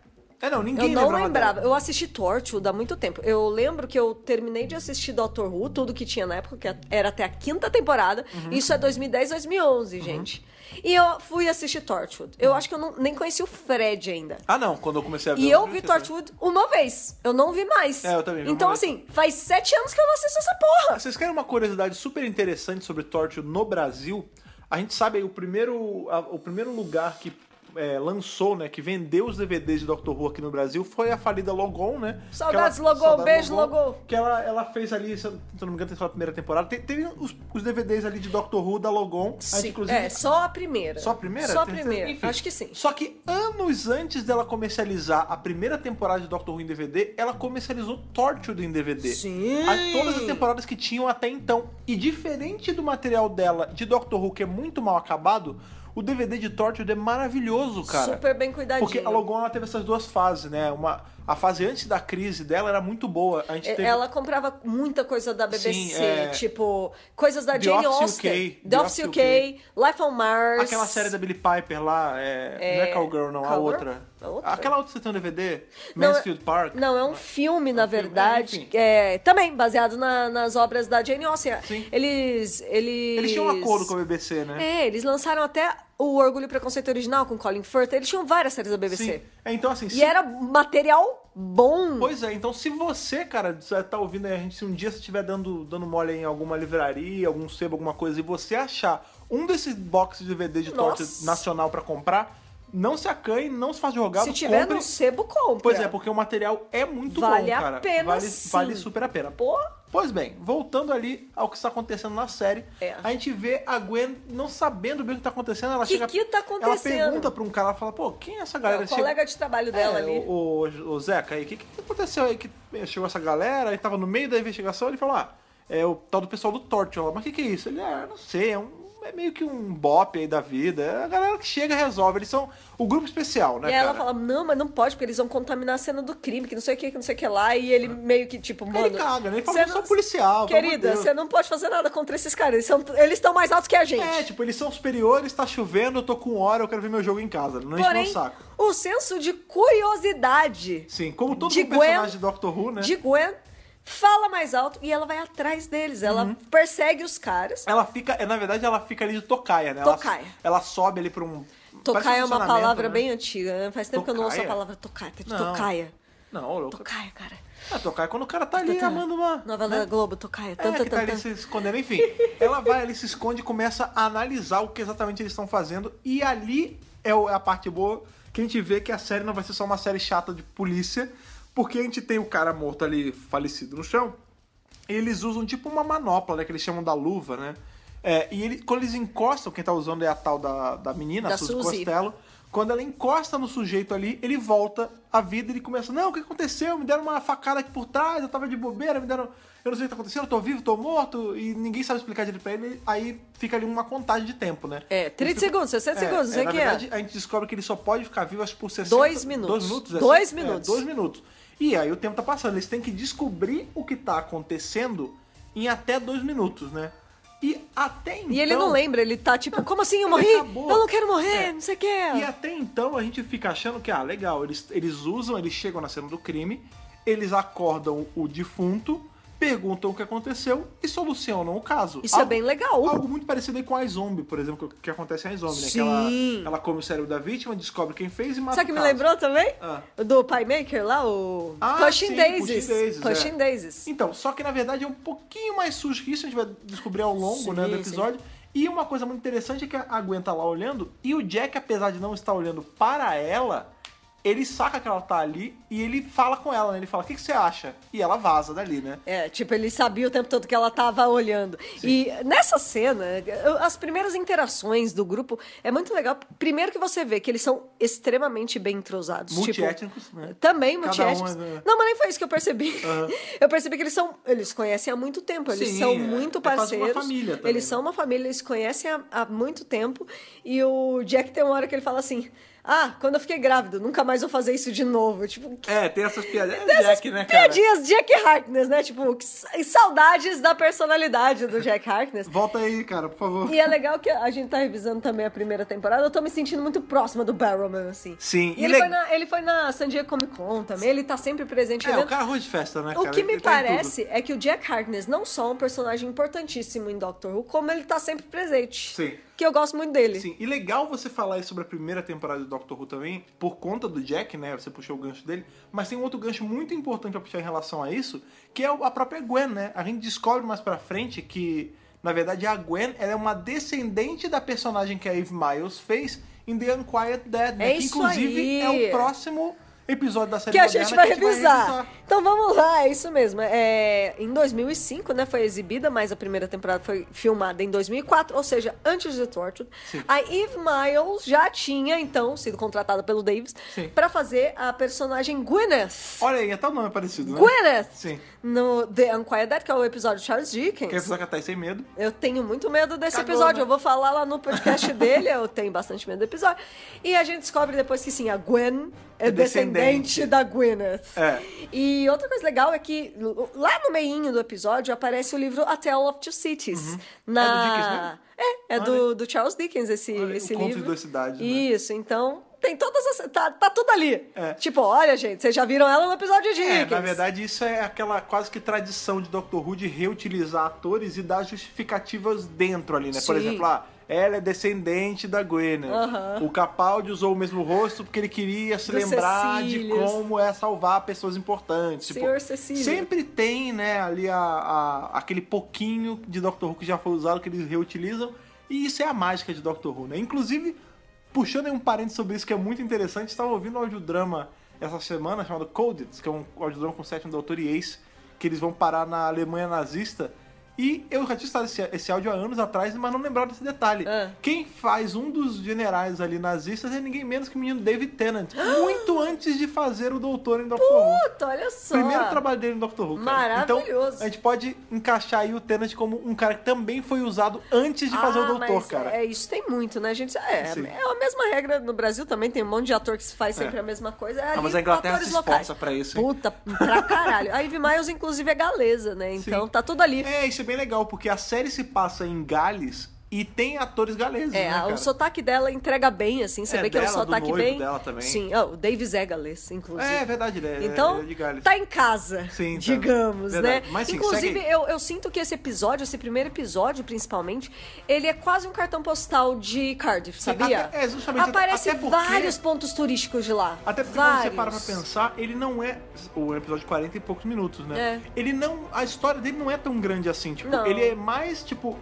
S1: É, não, ninguém
S2: eu não
S1: lembrava.
S2: lembrava.
S1: dela.
S2: Eu assisti Torchwood há muito tempo. Eu lembro que eu terminei de assistir Doctor Who, tudo que tinha na época, que era até a quinta temporada.
S1: Uhum.
S2: Isso é 2010, 2011, gente. E eu fui assistir Torchwood. Eu acho que eu não- nem conheci o Fred ainda.
S1: Ah, não, quando Uhum. eu comecei a ver.
S2: E eu vi
S1: Torture.
S2: Torchwood uma vez. Eu não vi mais.
S1: É, eu também vi uma
S2: Então,
S1: vez.
S2: assim, faz sete anos que eu não assisto essa porra.
S1: "Ah, Vocês querem uma curiosidade super interessante sobre Torture no Brasil? A gente sabe aí o primeiro, a- o primeiro lugar que é, lançou, né, que vendeu os DVDs de Doctor Who aqui no Brasil foi a falida Logon, né?
S2: Saudades,
S1: Que ela-
S2: Logon, beijo, Logon.
S1: Que ela, ela fez ali, se eu se eu não me engano, tem só a primeira temporada. Te- Teve os, os DVDs ali de Doctor Who da Logon. A gente,
S2: Sim,
S1: Ah, inclusive,
S2: é, só a primeira.
S1: Só a primeira?
S2: Só a
S1: Tem-
S2: primeira.
S1: enfim. Tipo,
S2: Acho que sim.
S1: Só que anos antes dela comercializar a primeira temporada de Doctor Who em DVD, ela comercializou Tortured em DVD.
S2: Sim.
S1: A- todas as temporadas que tinham até então. E diferente do material dela de Doctor Who, que é muito mal acabado, o DVD de Tortured é maravilhoso, cara.
S2: Super bem cuidadinho.
S1: Porque a Logon ela teve essas duas fases, né? Uma, a fase antes da crise dela era muito boa. A gente
S2: É,
S1: teve...
S2: Ela comprava muita coisa da BBC,
S1: Sim, é.
S2: tipo, coisas da
S1: The
S2: Jane
S1: Office
S2: Austen.
S1: UK,
S2: The
S1: The
S2: Office
S1: Office
S2: UK, Life on Mars.
S1: Aquela série da Billy Piper lá, é... não é Cowgirl, não, a
S2: Cowgirl?
S1: outra.
S2: A outra?
S1: Aquela outra que você tem um DVD?
S2: Não, é-
S1: Mansfield Park?
S2: Não, é um filme, na
S1: filme, é,
S2: verdade.
S1: enfim.
S2: É, também baseado na- nas obras da Jane Austen.
S1: Sim.
S2: Eles, eles.
S1: Eles tinham um acordo com a BBC, né?
S2: É, eles lançaram até o Orgulho e Preconceito original com Colin Firth. Eles tinham várias séries da BBC.
S1: Sim. É, Então, assim,
S2: E
S1: se...
S2: era material bom.
S1: pois é, então se você, cara, você tá ouvindo aí a gente, se um dia você estiver dando, dando mole em alguma livraria, algum sebo, alguma coisa, e você achar um desses boxes de DVD de
S2: Nossa.
S1: torta nacional pra comprar, não se acanhe, não se faça de rogado,
S2: Se tiver
S1: compre.
S2: no sebo, compra.
S1: Pois é, porque o material é muito
S2: Vale
S1: bom,
S2: a
S1: cara.
S2: pena,
S1: vale,
S2: sim.
S1: vale super a pena.
S2: Pô,
S1: Pois bem, voltando ali ao que está acontecendo na série,
S2: É.
S1: a gente vê a Gwen não sabendo bem o que está acontecendo. Ela
S2: Que
S1: chega,
S2: que tá acontecendo?
S1: Ela pergunta pra um cara, ela fala, pô, quem é essa
S2: é
S1: galera?
S2: o
S1: Chega-
S2: colega de trabalho dela
S1: É,
S2: ali.
S1: O, o- o Zeca aí, o que, que aconteceu aí? Que chegou essa galera e tava no meio da investigação, ele falou, ah, é o tal do pessoal do Torture. Ela, Mas o que, que é isso? Ele, ah, não sei, é um. É meio que um bop aí da vida. É a galera que chega e resolve. Eles são o grupo especial, né?
S2: e ela
S1: cara?
S2: fala, não, mas não pode, porque eles vão contaminar a cena do crime, que não sei o que, que não sei o que lá. E ele meio que, tipo, mano...
S1: É. ele caga, né? Ele fala,
S2: "Cê
S1: eu sou policial, pelo amor de
S2: Querida,
S1: Deus."
S2: você não pode fazer nada contra esses caras. Eles são- Eles estão mais altos que a gente.
S1: É, tipo, eles são superiores, tá chovendo, eu tô com hora, eu quero ver meu jogo em casa. Não enche meu
S2: Porém,
S1: saco.
S2: o senso de curiosidade
S1: Sim, como todo
S2: de
S1: um
S2: Gwen-
S1: personagem de Doctor Who, né?
S2: de Gwen fala mais alto e ela vai atrás deles. Ela
S1: Uhum.
S2: persegue os caras.
S1: Ela fica, é, na verdade, ela fica ali de tocaia, né? Ela-
S2: Tocaia.
S1: Ela, sobe ali pra um.
S2: Tocaia é
S1: parece um
S2: uma
S1: estacionamento,
S2: palavra
S1: né?
S2: bem antiga. né? Faz tempo que eu não ouço a
S1: Tocaia?
S2: palavra tocaia. Tá de
S1: Não.
S2: tocaia.
S1: Não, ô, louco.
S2: Tocaia, cara.
S1: É, tocaia é quando o cara tá ali
S2: Tantã.
S1: amando uma.
S2: Novela
S1: né?
S2: da Globo, tocaia.
S1: É,
S2: Tantã,
S1: que tá ali
S2: tantã.
S1: se escondendo, enfim. Ela vai ali, se esconde e começa a analisar o que exatamente eles estão fazendo. E ali é o- é a parte boa que a gente vê que a série não vai ser só uma série chata de polícia, porque a gente tem o cara morto ali, falecido no chão. E eles usam tipo uma manopla, né? Que eles chamam da luva, né? É, e ele- quando eles encostam, quem tá usando é a tal da, da menina,
S2: Da
S1: Suzy
S2: Suzy.
S1: Costello. Quando ela encosta no sujeito ali, ele volta à vida e ele começa: Não, o que aconteceu? Me deram uma facada aqui por trás, eu tava de bobeira, me deram. Eu não sei o que tá acontecendo, eu tô vivo, tô morto, e ninguém sabe explicar direito pra ele. Aí fica ali uma contagem de tempo, né?
S2: É, 30 segundos, 60 segundos, não sei o
S1: na
S2: que
S1: verdade,
S2: é.
S1: a gente descobre que ele só pode ficar vivo acho, por 60
S2: Dois minutos.
S1: Dois minutos? é?
S2: Dois
S1: É,
S2: minutos.
S1: dois minutos. E aí o tempo tá passando. Eles têm que descobrir o que tá acontecendo em até dois minutos, né? E até então.
S2: E ele não lembra, ele tá tipo, como assim eu morri?
S1: acabou.
S2: Eu não quero morrer,
S1: É.
S2: não sei o que é.
S1: E até então a gente fica achando que, ah, legal, eles, eles usam, eles chegam na cena do crime, eles acordam o defunto, perguntam o que aconteceu e solucionam o caso.
S2: Isso é bem legal.
S1: Algo muito parecido aí com a zombie, por exemplo, que, que acontece em zombie, né? Que
S2: Sim.
S1: ela, ela come o cérebro da vítima, descobre quem fez e mata
S2: Sabe o
S1: o
S2: que me
S1: caso.
S2: lembrou também?
S1: Ah.
S2: Do Pie Maker lá, o
S1: Ah,
S2: Pushing
S1: sim,
S2: Daisies.
S1: Pushing Daisies,
S2: Pushing
S1: é.
S2: Daisies.
S1: Então, só que na verdade é um pouquinho mais sujo que isso, a gente vai descobrir ao longo
S2: Sim,
S1: né, do
S2: sim.
S1: episódio. E uma coisa muito interessante é que a Gwen tá lá olhando, e o Jack, apesar de não estar olhando para ela, ele saca que ela tá ali e ele fala com ela, né? Ele fala, o que, que você acha? E ela vaza dali, né?
S2: É, tipo, ele sabia o tempo todo que ela tava olhando. E nessa cena, eu- as primeiras interações do grupo é muito legal. Primeiro que você vê que eles são extremamente bem entrosados.
S1: Multiétnicos,
S2: tipo,
S1: né?
S2: Também
S1: Cada
S2: multiétnicos.
S1: um é-
S2: Não, mas nem foi isso que eu percebi. [LAUGHS] Eu percebi que eles são. Eles conhecem há muito tempo. Eles
S1: Sim,
S2: são
S1: é-
S2: muito
S1: é quase uma
S2: parceiros.
S1: família também,
S2: eles
S1: né?
S2: são uma família, eles se conhecem há, há muito tempo. E o Jack tem uma hora que ele fala assim. Ah, quando eu fiquei grávido, nunca mais vou fazer isso de novo. Tipo,
S1: É, tem essas piadinhas.
S2: essas
S1: né,
S2: Piadinhas Jack Harkness, né? Tipo, que sa- saudades da personalidade do Jack Harkness.
S1: Volta aí, cara, por favor.
S2: E é legal que a gente tá revisando também a primeira temporada. Eu tô me sentindo muito próxima do Barrowman, assim.
S1: Sim,
S2: E
S1: e
S2: ele,
S1: le-
S2: foi na, ele foi na San Diego Comic Con também, ele tá sempre presente
S1: É,
S2: lá
S1: o
S2: dentro.
S1: cara é ruim de festa, né,
S2: O
S1: cara?
S2: que me
S1: Ele tá em tudo.
S2: parece é que o Jack Harkness não só é um personagem importantíssimo em Doctor Who, como ele tá sempre presente.
S1: Sim.
S2: Que eu gosto muito dele.
S1: Sim, e legal você falar aí sobre a primeira temporada do Doctor Who também, por conta do Jack, né? Você puxou o gancho dele, mas tem um outro gancho muito importante pra puxar em relação a isso, que é a própria Gwen, né? A gente descobre mais pra frente que, na verdade, a Gwen ela é uma descendente da personagem que a Eve Miles fez em The Unquiet Dead, né?
S2: É
S1: que
S2: isso
S1: inclusive
S2: aí.
S1: é o próximo episódio da série
S2: que a
S1: moderna
S2: gente vai
S1: Tá que tipo, a gente tá-
S2: revisar.
S1: vai revisar.
S2: Então vamos lá, é isso mesmo. É, em 2005, né, foi exibida, mas a primeira temporada foi filmada em 2004, ou seja, antes de Tortured.
S1: Sim.
S2: A Eve Miles já tinha então sido contratada pelo Davis
S1: Sim.
S2: pra fazer a personagem Gwyneth.
S1: Olha aí, até o nome é parecido, né?
S2: Gwyneth.
S1: Sim. é
S2: No The Unquiet Dead, que é o episódio de Charles Dickens.
S1: Quer precisar catar tá sem medo?
S2: Eu tenho muito medo desse
S1: Cagou,
S2: episódio.
S1: né?
S2: Eu vou falar lá no
S1: [LAUGHS]
S2: podcast dele. Eu tenho bastante medo do episódio. E a gente descobre depois que sim, a Gwen é
S1: É
S2: descendente,
S1: descendente.
S2: da Gwyneth.
S1: É.
S2: E outra coisa legal é que l- lá no meinho do episódio aparece o livro A Tale of Two Cities.
S1: É do Dickens
S2: Na...
S1: mesmo?
S2: É, é
S1: Olha
S2: do, do Charles Dickens esse,
S1: Olha aí,
S2: esse
S1: o Conto de
S2: livro.
S1: Duas Cidades, né?
S2: Isso, então tem todas as. Tá, tá tudo ali.
S1: É.
S2: Tipo, olha, gente, vocês já viram ela no episódio de
S1: É,
S2: Dickens.
S1: na verdade, isso é aquela quase que tradição de Doctor Who de reutilizar atores e dar justificativas dentro ali, né? Por
S2: Sim.
S1: exemplo, ah, ela é descendente da Gwen.
S2: Aham.
S1: O Capaldi usou o mesmo rosto porque ele queria se
S2: Do
S1: lembrar de
S2: Cecílios.
S1: como é salvar pessoas importantes. Tipo,
S2: Senhor Cecílio.
S1: Sempre tem, né, ali a, a- aquele pouquinho de Doctor Who que já foi usado, que eles reutilizam. E isso é a mágica de Doctor Who, né? Inclusive, puxando aí um parênteses sobre isso que é muito interessante, estava ouvindo um audiodrama essa semana chamado Coded, que é um audiodrama com o sétimo doutor e Ace, que eles vão parar na Alemanha nazista. E eu já tinha estado esse, esse áudio há anos atrás, mas não lembrava desse detalhe.
S2: Ah.
S1: Quem faz um dos generais ali nazistas é ninguém menos que o menino David Tennant, muito antes de fazer o doutor em Doctor Who.
S2: Puta, olha só.
S1: Primeiro trabalho dele no Doctor Who. cara.
S2: Maravilhoso.
S1: Então, a gente pode encaixar aí o Tennant como um cara que também foi usado antes de fazer
S2: Ah,
S1: o Doutor,
S2: mas
S1: cara.
S2: É, isso tem muito, né, gente? É,
S1: Sim.
S2: é a mesma regra no Brasil também, tem um monte de ator que se faz sempre
S1: É.
S2: a mesma coisa. É
S1: Ah,
S2: ali
S1: mas a Inglaterra
S2: atores
S1: se esforça
S2: locais.
S1: pra isso, hein?
S2: Puta, pra caralho. A Eve Miles, inclusive, é galesa, né? Então
S1: Sim.
S2: tá tudo ali.
S1: É, isso é bem legal, porque a série se passa em Gales e tem atores galeses,
S2: É,
S1: né,
S2: o
S1: cara?
S2: sotaque dela entrega bem, assim. Você
S1: É,
S2: vê que é um
S1: dela, do
S2: sotaque
S1: noivo
S2: bem.
S1: dela também.
S2: Sim, ó, o Davis é galês, inclusive.
S1: É, é verdade, ele é,
S2: Então,
S1: ele é de Gales.
S2: tá em casa,
S1: Sim, tá.
S2: digamos, né?
S1: Verdade. Mas sim,
S2: Inclusive,
S1: segue
S2: eu, eu sinto que esse episódio, esse primeiro episódio, principalmente, ele é quase um cartão postal de Cardiff,
S1: Sim,
S2: sabia?
S1: até- é, justamente,
S2: Aparecem
S1: até porque-
S2: vários pontos turísticos de lá.
S1: Até porque
S2: vários.
S1: quando você para pra pensar, ele não é. O episódio de 40 e poucos minutos, né?
S2: É.
S1: Ele não. A história dele não é tão grande assim. Tipo,
S2: Não.
S1: ele é mais, tipo.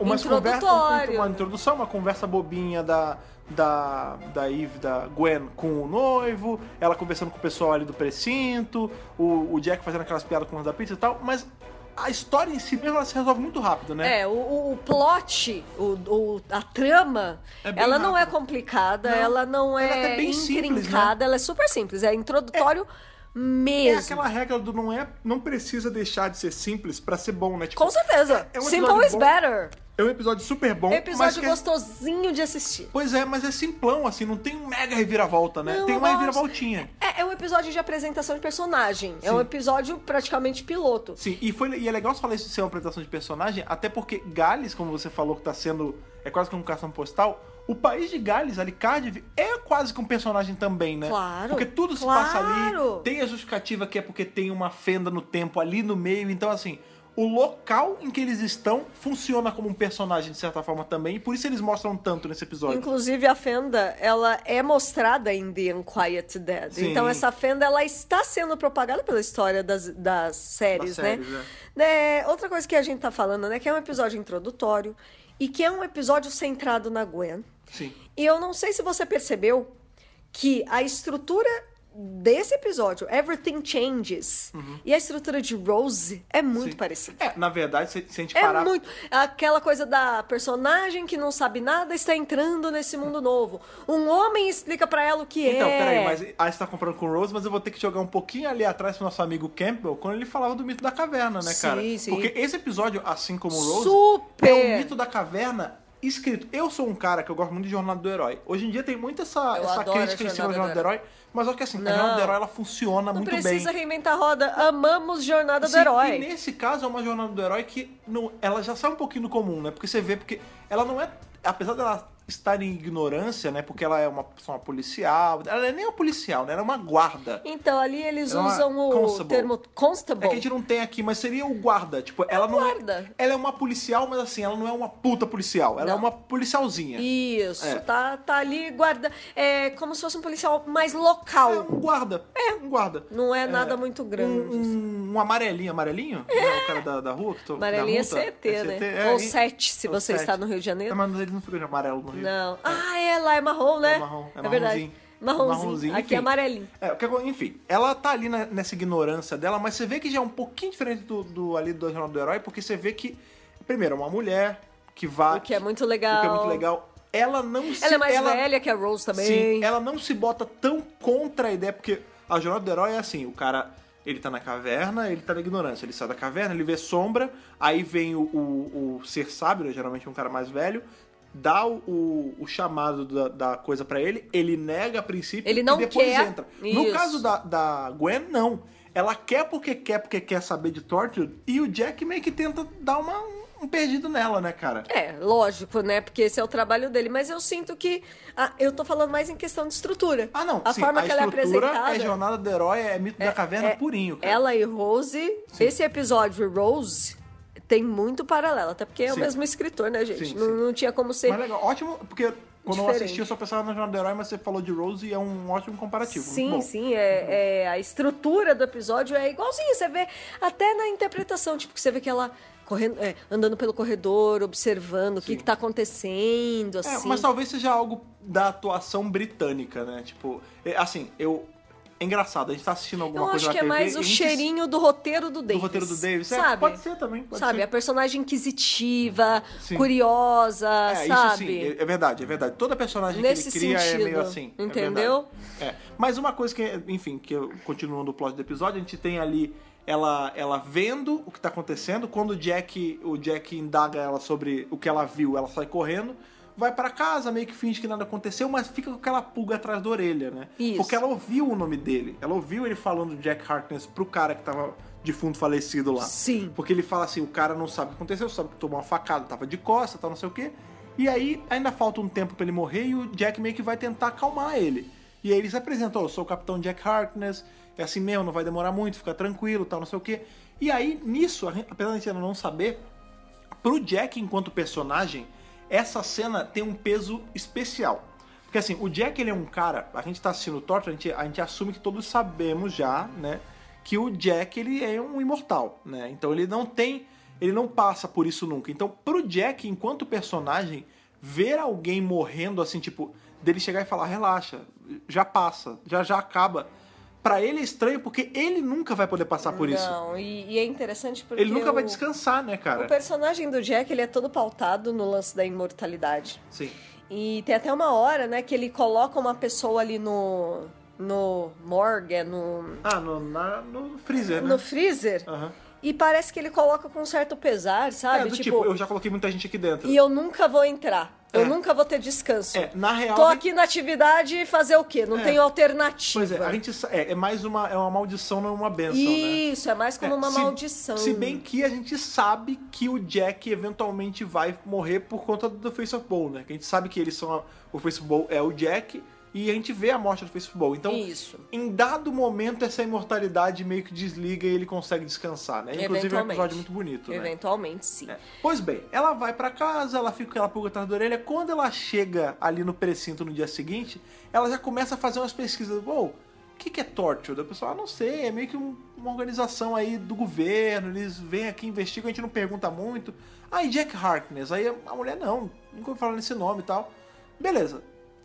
S1: Umas
S2: Introdutório.
S1: conversas. Uma introdução, uma conversa bobinha da. Da, da Eve, da Gwen com o noivo, ela conversando com o pessoal ali do precinto, o, o Jack fazendo aquelas piadas com o da pizza e tal, mas a história em si mesmo ela se resolve muito rápido, né?
S2: É, o, o- o plot, o, o- a trama,
S1: É bem
S2: ela não é
S1: rápido.
S2: complicada,
S1: Não.
S2: ela não
S1: Ela é
S2: é
S1: até bem simples,
S2: intrincada, ela é super simples, é introdutório
S1: É
S2: mesmo.
S1: aquela regra do não é, não precisa deixar de ser simples pra ser bom, né? Tipo,
S2: Com certeza.
S1: É um
S2: Simple
S1: episódio
S2: is
S1: bom.
S2: better.
S1: é um episódio super bom, mas
S2: Episódio
S1: que é-
S2: gostosinho de assistir.
S1: Pois é, mas é simplão assim, não tem um mega reviravolta, né?
S2: Não,
S1: tem
S2: eu
S1: uma
S2: gosto.
S1: reviravoltinha.
S2: É, é um episódio de apresentação de personagem. É
S1: Sim.
S2: um episódio praticamente piloto.
S1: Sim, e, foi, e é legal você falar isso de ser uma apresentação de personagem, até porque Gales, como você falou, que tá sendo. É quase que um cartão postal. O país de Gales, ali, Cardiff, é quase que um personagem também, né?
S2: Claro,
S1: Porque tudo se passa
S2: claro.
S1: ali. Tem a justificativa que é porque tem uma fenda no tempo ali no meio. Então, assim, o local em que eles estão funciona como um personagem, de certa forma, também. E por isso eles mostram tanto nesse episódio.
S2: Inclusive, a fenda, ela é mostrada em The Unquiet Dead.
S1: Sim.
S2: Então, essa fenda, ela está sendo propagada pela história das, das séries,
S1: Das séries, é.
S2: né? Né, Outra coisa que a gente tá falando, né? Que é um episódio introdutório e que é um episódio centrado na Gwen.
S1: Sim.
S2: E eu não sei se você percebeu que a estrutura desse episódio, Everything Changes, e a estrutura de Rose é muito
S1: Uhum. Sim.
S2: parecida.
S1: É, na verdade, se, se a gente
S2: É
S1: parar.
S2: muito. Aquela coisa da personagem que não sabe nada está entrando nesse mundo novo. Um homem explica pra ela o que
S1: Então,
S2: é.
S1: peraí, mas aí você tá comparando com o Rose, mas eu vou ter que jogar um pouquinho ali atrás pro nosso amigo Campbell, quando ele falava do mito da caverna, né,
S2: Sim,
S1: cara?
S2: sim.
S1: Porque esse episódio, assim como o Rose,
S2: Super!
S1: é o mito da caverna escrito. Eu sou um cara que eu gosto muito de Jornada do Herói. Hoje em dia tem muito essa,
S2: Eu
S1: essa
S2: adoro
S1: crítica em cima da Jornada do Herói, mas olha que assim,
S2: Não.
S1: a Jornada do Herói ela funciona
S2: Não
S1: muito
S2: precisa
S1: bem.
S2: reinventar a roda. Amamos Jornada
S1: Sim,
S2: do Herói.
S1: E nesse caso é uma jornada do herói que não, ela já sai um pouquinho do comum, né? Porque você vê, porque ela não é. Apesar dela estar em ignorância, né? Porque ela é uma, uma policial. Ela não é nem uma policial, né? Ela é uma guarda.
S2: Então, ali eles
S1: Ela é
S2: usam o
S1: constable.
S2: termo constable.
S1: É que a gente não tem aqui, mas seria o guarda. Tipo, ela não
S2: guarda.
S1: é. Ela é uma policial, mas assim, ela não é uma puta policial. Ela é
S2: Não.
S1: uma policialzinha.
S2: Isso,
S1: É.
S2: tá, tá ali guarda. É como se fosse um policial mais local.
S1: É um guarda. É, um guarda.
S2: Não é nada muito grande. assim.
S1: Um, um amarelinho, amarelinho? É o cara da, da rua que tô. da
S2: Amarelinho é
S1: multa?
S2: CT, né?
S1: é,
S2: Ou
S1: e-
S2: 7, se
S1: ou
S2: você
S1: sete.
S2: está no Rio de Janeiro.
S1: Mas ele não fica de amarelo no Rio.
S2: Não. Ah, é lá, é marrom, né?
S1: É marrom, é
S2: verdade.
S1: marronzinho.
S2: Marronzinho.
S1: Marronzinho,
S2: Aqui
S1: enfim.
S2: é amarelinho.
S1: É, o que acon- enfim, ela tá ali na- nessa ignorância dela, mas você vê que já é um pouquinho diferente do, do ali do Jornal do Herói, porque você vê que, primeiro, é uma mulher que vai.
S2: O que é muito
S1: o
S2: legal.
S1: que é muito legal. Ela não se.
S2: Ela é mais velha que a Rose também.
S1: Sim, ela não se bota tão contra a ideia, porque a jornada do herói é assim, o cara, ele tá na caverna, ele tá na ignorância, ele sai da caverna, ele vê sombra, aí vem o, o, o ser sábio, né, geralmente é um cara mais velho, dá o, o, o chamado da, da coisa pra ele, ele nega a princípio
S2: Ele não
S1: e depois
S2: quer.
S1: entra. No
S2: Isso.
S1: caso da, da Gwen, não. Ela quer porque quer, porque quer saber de Torture, e o Jack meio que tenta dar uma, um perdido nela, né, cara?
S2: É, lógico, né? Porque esse é o trabalho dele. Mas eu sinto que. ah, eu tô falando mais em questão de estrutura.
S1: Ah, não.
S2: A
S1: sim,
S2: forma
S1: a
S2: que ela é
S1: estrutura
S2: apresentada.
S1: É jornada do herói, é mito da caverna
S2: é-
S1: purinho, cara.
S2: Ela e Rose. Esse episódio, Rose, tem muito paralelo. Até porque é o
S1: Sim.
S2: mesmo escritor, né, gente?
S1: Sim,
S2: não,
S1: sim.
S2: não tinha como ser.
S1: Mas legal, ótimo, porque quando eu
S2: Diferente.
S1: assisti eu só pensava na jornada do herói, mas você falou de Rose e é um ótimo comparativo.
S2: Sim,
S1: Muito bom.
S2: sim, é, é- a estrutura do episódio é igualzinha, você vê até na interpretação, tipo, que você vê que ela correndo, é, andando pelo corredor, observando o que,
S1: Sim.
S2: que tá acontecendo,
S1: É,
S2: assim.
S1: mas talvez seja algo da atuação britânica, né? Tipo, é, assim, eu. É engraçado, a gente tá assistindo alguma
S2: Eu
S1: coisa
S2: acho
S1: na
S2: que é
S1: TV,
S2: mais
S1: e
S2: o
S1: a gente-
S2: cheirinho do roteiro do
S1: do
S2: Davis.
S1: roteiro do Davis. É,
S2: sabe?
S1: pode ser também, pode
S2: sabe,
S1: ser.
S2: a personagem inquisitiva,
S1: Sim.
S2: curiosa,
S1: É, isso
S2: sabe?
S1: sim, é- é verdade, é verdade. Toda personagem
S2: Nesse
S1: que ele cria é meio
S2: sentido,
S1: assim. é
S2: entendeu?
S1: verdade. É. Mas uma coisa que, enfim, que eu- continuando o plot do episódio, a gente tem ali ela, ela vendo o que tá acontecendo. Quando o Jack, o Jack indaga ela sobre o que ela viu, ela sai correndo. Vai pra casa, meio que finge que nada aconteceu, mas fica com aquela pulga atrás da orelha, né?
S2: Isso.
S1: Porque ela ouviu o nome dele. Ela ouviu ele falando Jack Harkness pro cara que tava de fundo falecido lá.
S2: Sim.
S1: Porque ele fala assim, o cara não sabe o que aconteceu, sabe que tomou uma facada, tava de costa, tal, não sei o quê. E aí ainda falta um tempo pra ele morrer e o Jack meio que vai tentar acalmar ele. E aí ele se apresenta, ó, eu sou o Capitão Jack Harkness, é assim mesmo, não vai demorar muito, fica tranquilo, tal, não sei o quê. E aí, nisso, a gente- apesar de a gente ainda não saber, pro Jack enquanto personagem, essa cena tem um peso especial. Porque assim, o Jack ele é um cara, a gente tá assistindo o Torture, a gente, a gente assume que todos sabemos já, né, que o Jack ele é um imortal, né? Então ele não tem, ele não passa por isso nunca. Então pro Jack enquanto personagem, ver alguém morrendo assim, tipo, dele chegar e falar, relaxa, já passa, já já acaba, Pra ele é estranho porque ele nunca vai poder passar por isso.
S2: Não, e, e é interessante porque.
S1: Ele nunca vai
S2: o-
S1: descansar, né,
S2: O
S1: cara?
S2: personagem do Jack, ele é todo pautado no lance da imortalidade.
S1: Sim.
S2: E tem até uma hora, né, que ele coloca uma pessoa ali no. no morgue, é no.
S1: Ah, no, na- no freezer, né?
S2: no freezer.
S1: Aham.
S2: E parece que ele coloca com um certo pesar,
S1: É,
S2: sabe?
S1: do tipo, eu já coloquei muita gente aqui dentro.
S2: E eu nunca vou entrar. Eu
S1: É.
S2: nunca vou ter descanso.
S1: É, na real.
S2: Tô
S1: a gente-
S2: aqui na atividade e fazer o quê? Não
S1: É.
S2: tenho alternativa.
S1: Pois é, a gente sa- é, é mais uma, é uma maldição, não é uma benção, né?
S2: tipo, Isso, é mais como
S1: É,
S2: uma
S1: se-
S2: maldição.
S1: Se bem que a gente sabe que o Jack eventualmente vai morrer por conta do Face of Bowl, né? Que a gente sabe que eles são. a- o Face of Bowl é o Jack e a gente vê a morte do Face of Bowl. Então,
S2: Isso.
S1: em dado momento, essa imortalidade meio que desliga e ele consegue descansar, né? Inclusive é um
S2: Eventualmente.
S1: episódio muito bonito, né?
S2: Eventualmente, sim.
S1: É. Pois bem, ela vai pra casa, ela fica com aquela pulga atrás da orelha. Quando ela chega ali no precinto no dia seguinte, ela já começa a fazer umas pesquisas. Uou, o que, que é torture? O pessoal, ah, não sei, é meio que um- uma organização aí do governo, eles vêm aqui, investigam, a gente não pergunta muito. Aí Jack Harkness, aí a mulher, não, nunca ouvi falar nesse nome e tal. Beleza,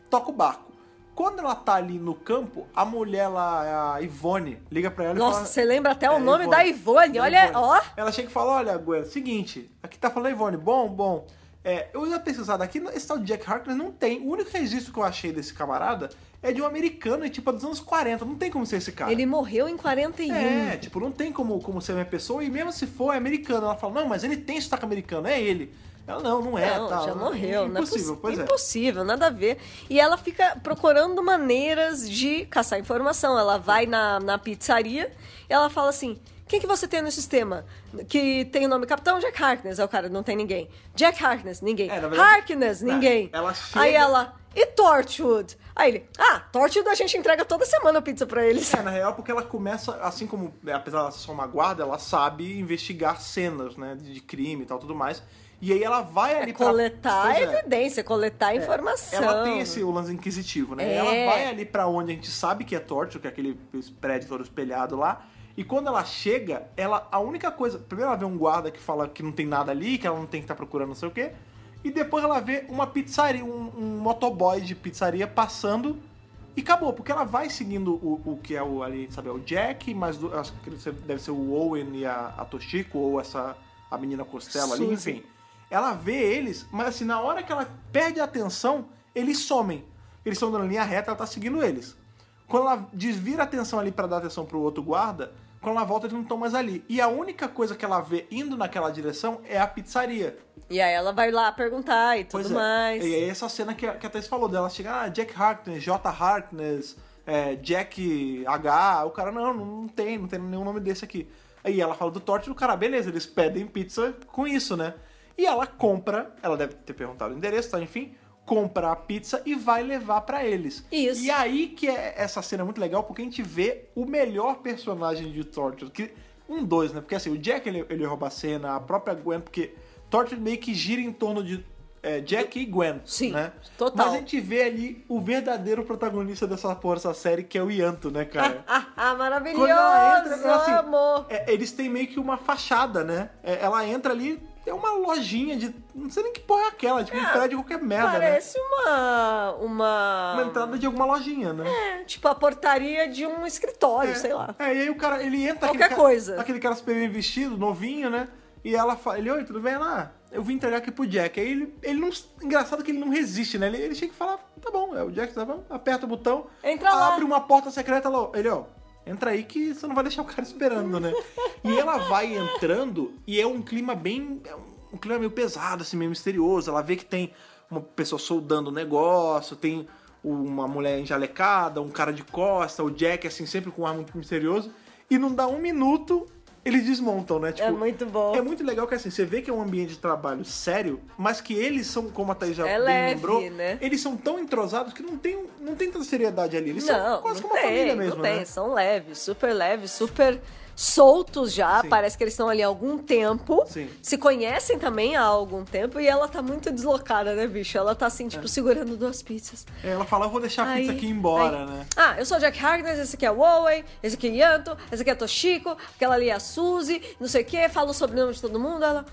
S1: toca o barco. Quando ela tá ali no campo, a mulher lá, a Ivone, liga pra ela e
S2: Nossa,
S1: fala...
S2: você lembra até
S1: É,
S2: o nome da Ivone.
S1: Da
S2: Olha,
S1: Ivone.
S2: ó.
S1: Ela chega e fala: Olha, Gwen, seguinte, aqui tá falando a Ivone, bom, bom. É, eu ia pesquisar aqui, esse tal de Jack Harkness não tem. O único registro que eu achei desse camarada é de um americano, e, tipo, dos anos 40. Não tem como ser esse cara.
S2: Ele morreu em 41.
S1: É, tipo, não tem como, como ser a minha pessoa, e mesmo se for, é americano. Ela fala, não, mas ele tem sotaque americano, é ele. Ela, não, não é,
S2: não,
S1: tá.
S2: já morreu, não é
S1: Impossível,
S2: possi-
S1: pois é.
S2: Impossível, nada a ver. E ela fica procurando maneiras de caçar informação. Ela vai na, na pizzaria e ela fala assim: quem que você tem no sistema? Que tem o nome Capitão Jack Harkness. É o cara, não tem ninguém. Jack Harkness, ninguém.
S1: É, na verdade-
S2: Harkness,
S1: É,
S2: ninguém.
S1: ela chega-
S2: Aí ela, e Torchwood? Aí ele, ah, Torchwood a gente entrega toda semana pizza pra eles. [LAUGHS]
S1: É, na real, porque ela começa, assim como, é, apesar dela ser só uma guarda, ela sabe investigar cenas, né, de de crime e tal, tudo mais. E aí ela vai ali pra...
S2: coletar
S1: Pois é.
S2: evidência, coletar informação.
S1: Ela tem esse lance inquisitivo, né?
S2: É.
S1: Ela vai ali pra onde a gente sabe que é torture, que é aquele prédio todo espelhado lá. E quando ela chega, ela a única coisa, primeiro ela vê um guarda que fala que não tem nada ali, que ela não tem que estar procurando não sei o quê. E depois ela vê uma pizzaria, um, um motoboy de pizzaria passando e acabou, porque ela vai seguindo o, o que é o ali, sabe, é o Jack, mas do- acho que deve ser o Owen e a, a Toshiko ou essa a menina Costello ali,
S2: Suzy.
S1: enfim. Ela vê eles, mas assim, na hora que ela perde a atenção, eles somem. Eles estão dando linha reta, ela tá seguindo eles. Quando ela desvira a atenção ali pra dar atenção pro outro guarda, quando ela volta eles não estão mais ali. E a única coisa que ela vê indo naquela direção é a pizzaria.
S2: E aí ela vai lá perguntar e tudo
S1: Pois é.
S2: mais.
S1: E aí essa cena que a, que a Thaís falou dela chega, ah, Jack Harkness, J. Harkness, é, Jack H. O cara, não, não tem, não tem nenhum nome desse aqui. Aí ela fala do Torture, o cara, beleza, eles pedem pizza com isso, né? E ela compra, ela deve ter perguntado o endereço, tá? Enfim, compra a pizza e vai levar pra eles.
S2: Isso.
S1: E aí que é essa cena é muito legal, porque a gente vê o melhor personagem de Torture. Que, um, dois, né? Porque assim, o Jack ele, ele rouba a cena, a própria Gwen, porque Torture meio que gira em torno de é, Jack e Gwen.
S2: Sim,
S1: né?
S2: total.
S1: Mas a gente vê ali o verdadeiro protagonista dessa porra, dessa série, que é o Ianto, né,
S2: [LAUGHS]
S1: cara?
S2: Ah, ah, maravilhoso!
S1: Quando ela entra, ela, assim,
S2: amor!
S1: é, eles têm meio que uma fachada, né? É, ela entra ali, é uma lojinha de. Não sei nem que porra é aquela, tipo, um prédio qualquer merda, né?
S2: Parece uma. Uma.
S1: Uma entrada de alguma lojinha, né?
S2: É, tipo a portaria de um escritório,
S1: É.
S2: sei lá.
S1: É, e aí o cara, ele entra...
S2: Qualquer
S1: aquele cara-
S2: coisa.
S1: Aquele cara super bem vestido, novinho, né? E ela fala, ele, oi, tudo bem? Ela, ah, eu vim entregar aqui pro Jack. Aí ele, ele não... Engraçado que ele não resiste, né? Ele, ele chega e fala, tá bom, é o Jack, tá bom, aperta o botão.
S2: Entra lá.
S1: Abre uma porta secreta, ela, ele, ó, entra aí que você não vai deixar o cara esperando, né? e ela vai entrando e é um clima bem... é um- um clima meio pesado, assim, meio misterioso. Ela vê que tem uma pessoa soldando o negócio, tem uma mulher enjalecada, um cara de costa, o Jack, assim, sempre com um ar muito misterioso. E não dá um minuto, eles desmontam, né? Tipo,
S2: é muito bom.
S1: é muito legal que, assim, você vê que é um ambiente de trabalho sério, mas que eles são, como a Thaís já
S2: É
S1: bem
S2: leve,
S1: lembrou,
S2: né?
S1: eles são tão entrosados que não tem, não tem tanta seriedade ali. Eles
S2: não,
S1: são é quase
S2: não
S1: como uma
S2: tem,
S1: família mesmo,
S2: não tem.
S1: né?
S2: São leves, super leves, super soltos já.
S1: Sim.
S2: Parece que eles estão ali há algum tempo.
S1: Sim.
S2: Se conhecem também há algum tempo. E ela tá muito deslocada, né, bicho? Ela tá assim, tipo,
S1: É.
S2: segurando duas pizzas.
S1: Ela fala, eu vou deixar a pizza
S2: Aí,
S1: aqui e ir embora,
S2: aí.
S1: né?
S2: Ah, eu sou Jack Harkness, esse aqui é o Owen, esse aqui é Yanto, esse aqui é Toshiko, aquela ali é a Suzy, não sei o quê, falo o sobrenome de todo mundo, ela...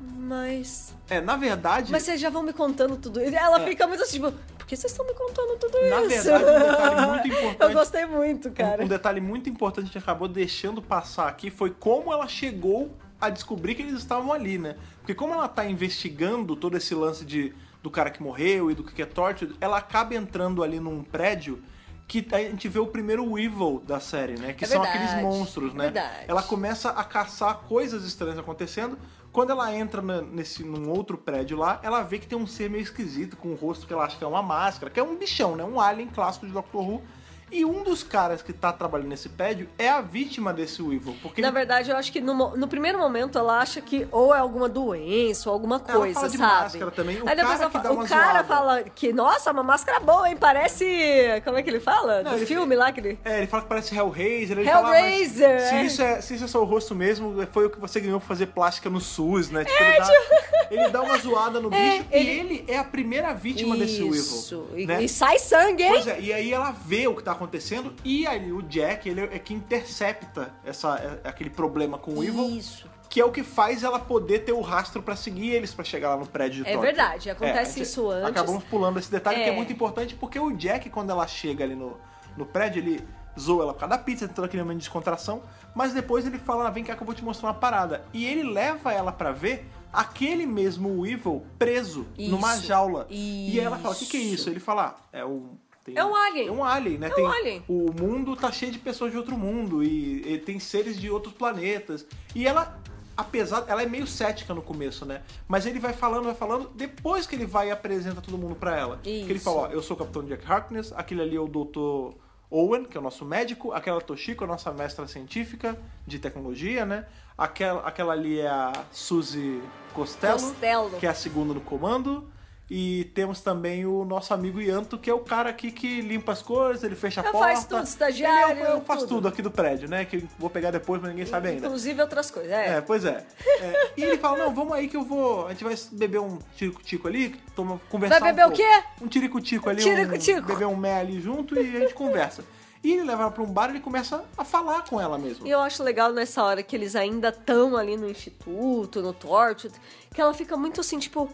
S2: Mas...
S1: É, na verdade...
S2: Mas vocês já vão me contando tudo. E ela fica muito assim, tipo... Por que vocês estão me contando tudo
S1: É. Na
S2: isso?
S1: verdade, um detalhe muito importante-
S2: [LAUGHS] Eu gostei muito, cara.
S1: Um, um detalhe muito importante que a gente acabou deixando passar aqui foi como ela chegou a descobrir que eles estavam ali, né? Porque como ela tá investigando todo esse lance de, do cara que morreu e do que é torture, ela acaba entrando ali num prédio que a gente vê o primeiro Weevil da série, né? Que
S2: É
S1: são
S2: verdade,
S1: aqueles monstros,
S2: é
S1: né?
S2: verdade.
S1: Ela começa a caçar coisas estranhas acontecendo. Quando ela entra na- nesse, num outro prédio lá, ela vê que tem um ser meio esquisito, com um rosto que ela acha que é uma máscara, que é um bichão, né? Um alien clássico de Doctor Who. E um dos caras que tá trabalhando nesse prédio é a vítima desse Weevil. Porque
S2: Na
S1: ele-
S2: verdade, eu acho que no, mo- no primeiro momento ela acha que ou é alguma doença ou alguma
S1: Ela
S2: coisa,
S1: fala de
S2: sabe?
S1: máscara também, o
S2: Aí depois
S1: cara
S2: ela
S1: que
S2: fa-
S1: dá uma
S2: o cara
S1: zoada.
S2: fala que, nossa, uma máscara boa, hein? Parece. Como é que ele fala?
S1: Não,
S2: Do
S1: ele-
S2: filme lá que ele.
S1: É, ele fala que parece Hellraiser. Ele fala, ah, mas
S2: Hellraiser,
S1: se,
S2: é.
S1: isso é, se isso é só o rosto mesmo, foi o que você ganhou pra fazer plástica no SUS, né? Tipo, ele, dá, ele dá uma zoada
S2: [LAUGHS]
S1: no bicho
S2: É, ele-
S1: e ele é a primeira vítima desse Weevil.
S2: Isso. E,
S1: né?
S2: e sai sangue, hein?
S1: Pois é, e aí ela vê o que tá acontecendo e aí o Jack, ele é que intercepta essa, é- aquele problema com o Evil,
S2: Isso.
S1: que é o que faz ela poder ter o rastro pra seguir eles pra chegar lá no prédio de
S2: É
S1: Tóquio.
S2: verdade,
S1: É, a
S2: acontece
S1: gente
S2: isso antes.
S1: Acabamos pulando esse detalhe que é
S2: É.
S1: muito importante porque o Jack, quando ela chega ali no, no prédio, ele zoa ela por causa da pizza, todo aquele momento de descontração, mas depois ele fala, ah, vem cá que eu vou te mostrar uma parada. E ele leva ela pra ver aquele mesmo Evil preso numa
S2: Isso,
S1: jaula. E aí ela fala, o que, que é
S2: isso.
S1: isso? Ele fala, ah, é um... tem-
S2: É um alien.
S1: É um alien, né?
S2: É um
S1: Tem-
S2: alien.
S1: O mundo tá cheio de pessoas de outro mundo e, e tem seres de outros planetas. E ela, apesar, ela é meio cética no começo, né? Mas ele vai falando, vai falando, depois que ele vai e apresenta todo mundo pra ela. Que ele
S2: Isso.
S1: fala, ó, eu sou o Capitão Jack Harkness, aquele ali é o Dr. Owen, que é o nosso médico, aquela é a Toshiko, a nossa mestra científica de tecnologia, né? Aquela, aquela ali é a Suzy Costello,
S2: Costello.
S1: que é a segunda no comando. E temos também o nosso amigo Ianto, que é o cara aqui que limpa as coisas, ele fecha a
S2: Eu
S1: porta.
S2: faço tudo, estagiário,
S1: Ele é o- eu faço
S2: tudo.
S1: tudo aqui do prédio, né? Que eu vou pegar depois, mas ninguém sabe ainda.
S2: Inclusive outras coisas. É.
S1: É, pois é. É, E ele fala, não, vamos aí que eu vou... A gente vai beber um tico-tico ali, toma, conversar
S2: Vai beber
S1: um
S2: o
S1: pouco.
S2: quê?
S1: Um tirico-tico ali.
S2: Tirico-tico.
S1: Um, beber um mé ali junto e a gente conversa. E ele leva ela pra um bar e ele começa a falar com ela mesmo.
S2: E eu acho legal nessa hora que eles ainda estão ali no instituto, no Tortured, que ela fica muito assim, tipo,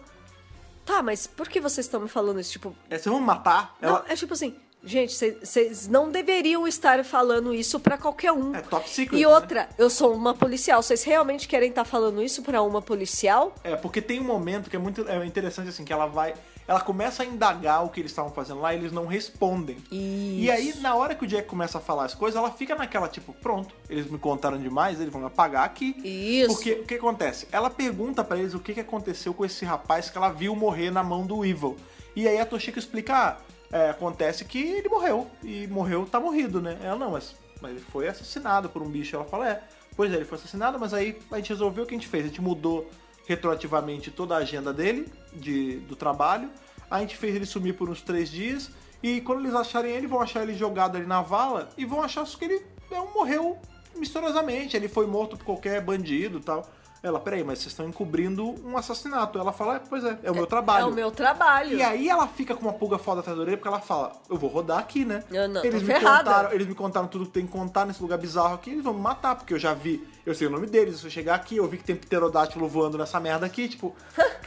S2: tá, mas por que vocês estão me falando isso? Tipo,
S1: É, vocês vão me matar?
S2: não,
S1: Ela...
S2: é tipo assim, gente, vocês não deveriam estar falando isso pra qualquer um.
S1: É top secret,
S2: E outra, eu sou uma policial, vocês realmente querem estar falando isso pra uma policial?
S1: É, porque tem um momento que é muito é interessante, assim, que ela vai. Ela começa a indagar o que eles estavam fazendo lá e eles não respondem. E aí, na hora que o Jack começa a falar as coisas, ela fica naquela, tipo, pronto, eles me contaram demais, eles vão me apagar aqui.
S2: Isso.
S1: Porque o que acontece? Ela pergunta pra eles o que que aconteceu com esse rapaz que ela viu morrer na mão do Evil. E aí a Toshiko explica, ah, é, acontece que ele morreu. E morreu, tá morrido, né? Ela, não, mas, mas ele foi assassinado por um bicho. Ela fala, é, pois é, ele foi assassinado, mas aí a gente resolveu o que a gente fez. A gente mudou retroativamente toda a agenda dele, de, do trabalho. A gente fez ele sumir por uns três dias. E quando eles acharem ele, vão achar ele jogado ali na vala e vão achar que ele é um- morreu misteriosamente. Ele foi morto por qualquer bandido e tal. Ela, peraí, mas vocês estão encobrindo um assassinato. Ela fala, é, pois é, é o meu trabalho.
S2: É o meu trabalho.
S1: E aí ela fica com uma pulga foda atrás da orelha porque ela fala, eu vou rodar aqui, né?
S2: Eu não, tô
S1: eles, me
S2: ferrada.
S1: contaram, eles me contaram tudo que tem que contar nesse lugar bizarro aqui, eles vão me matar, porque eu já vi, eu sei o nome deles, se eu chegar aqui, eu vi que tem pterodátilo voando nessa merda aqui,
S2: [LAUGHS]
S1: tipo,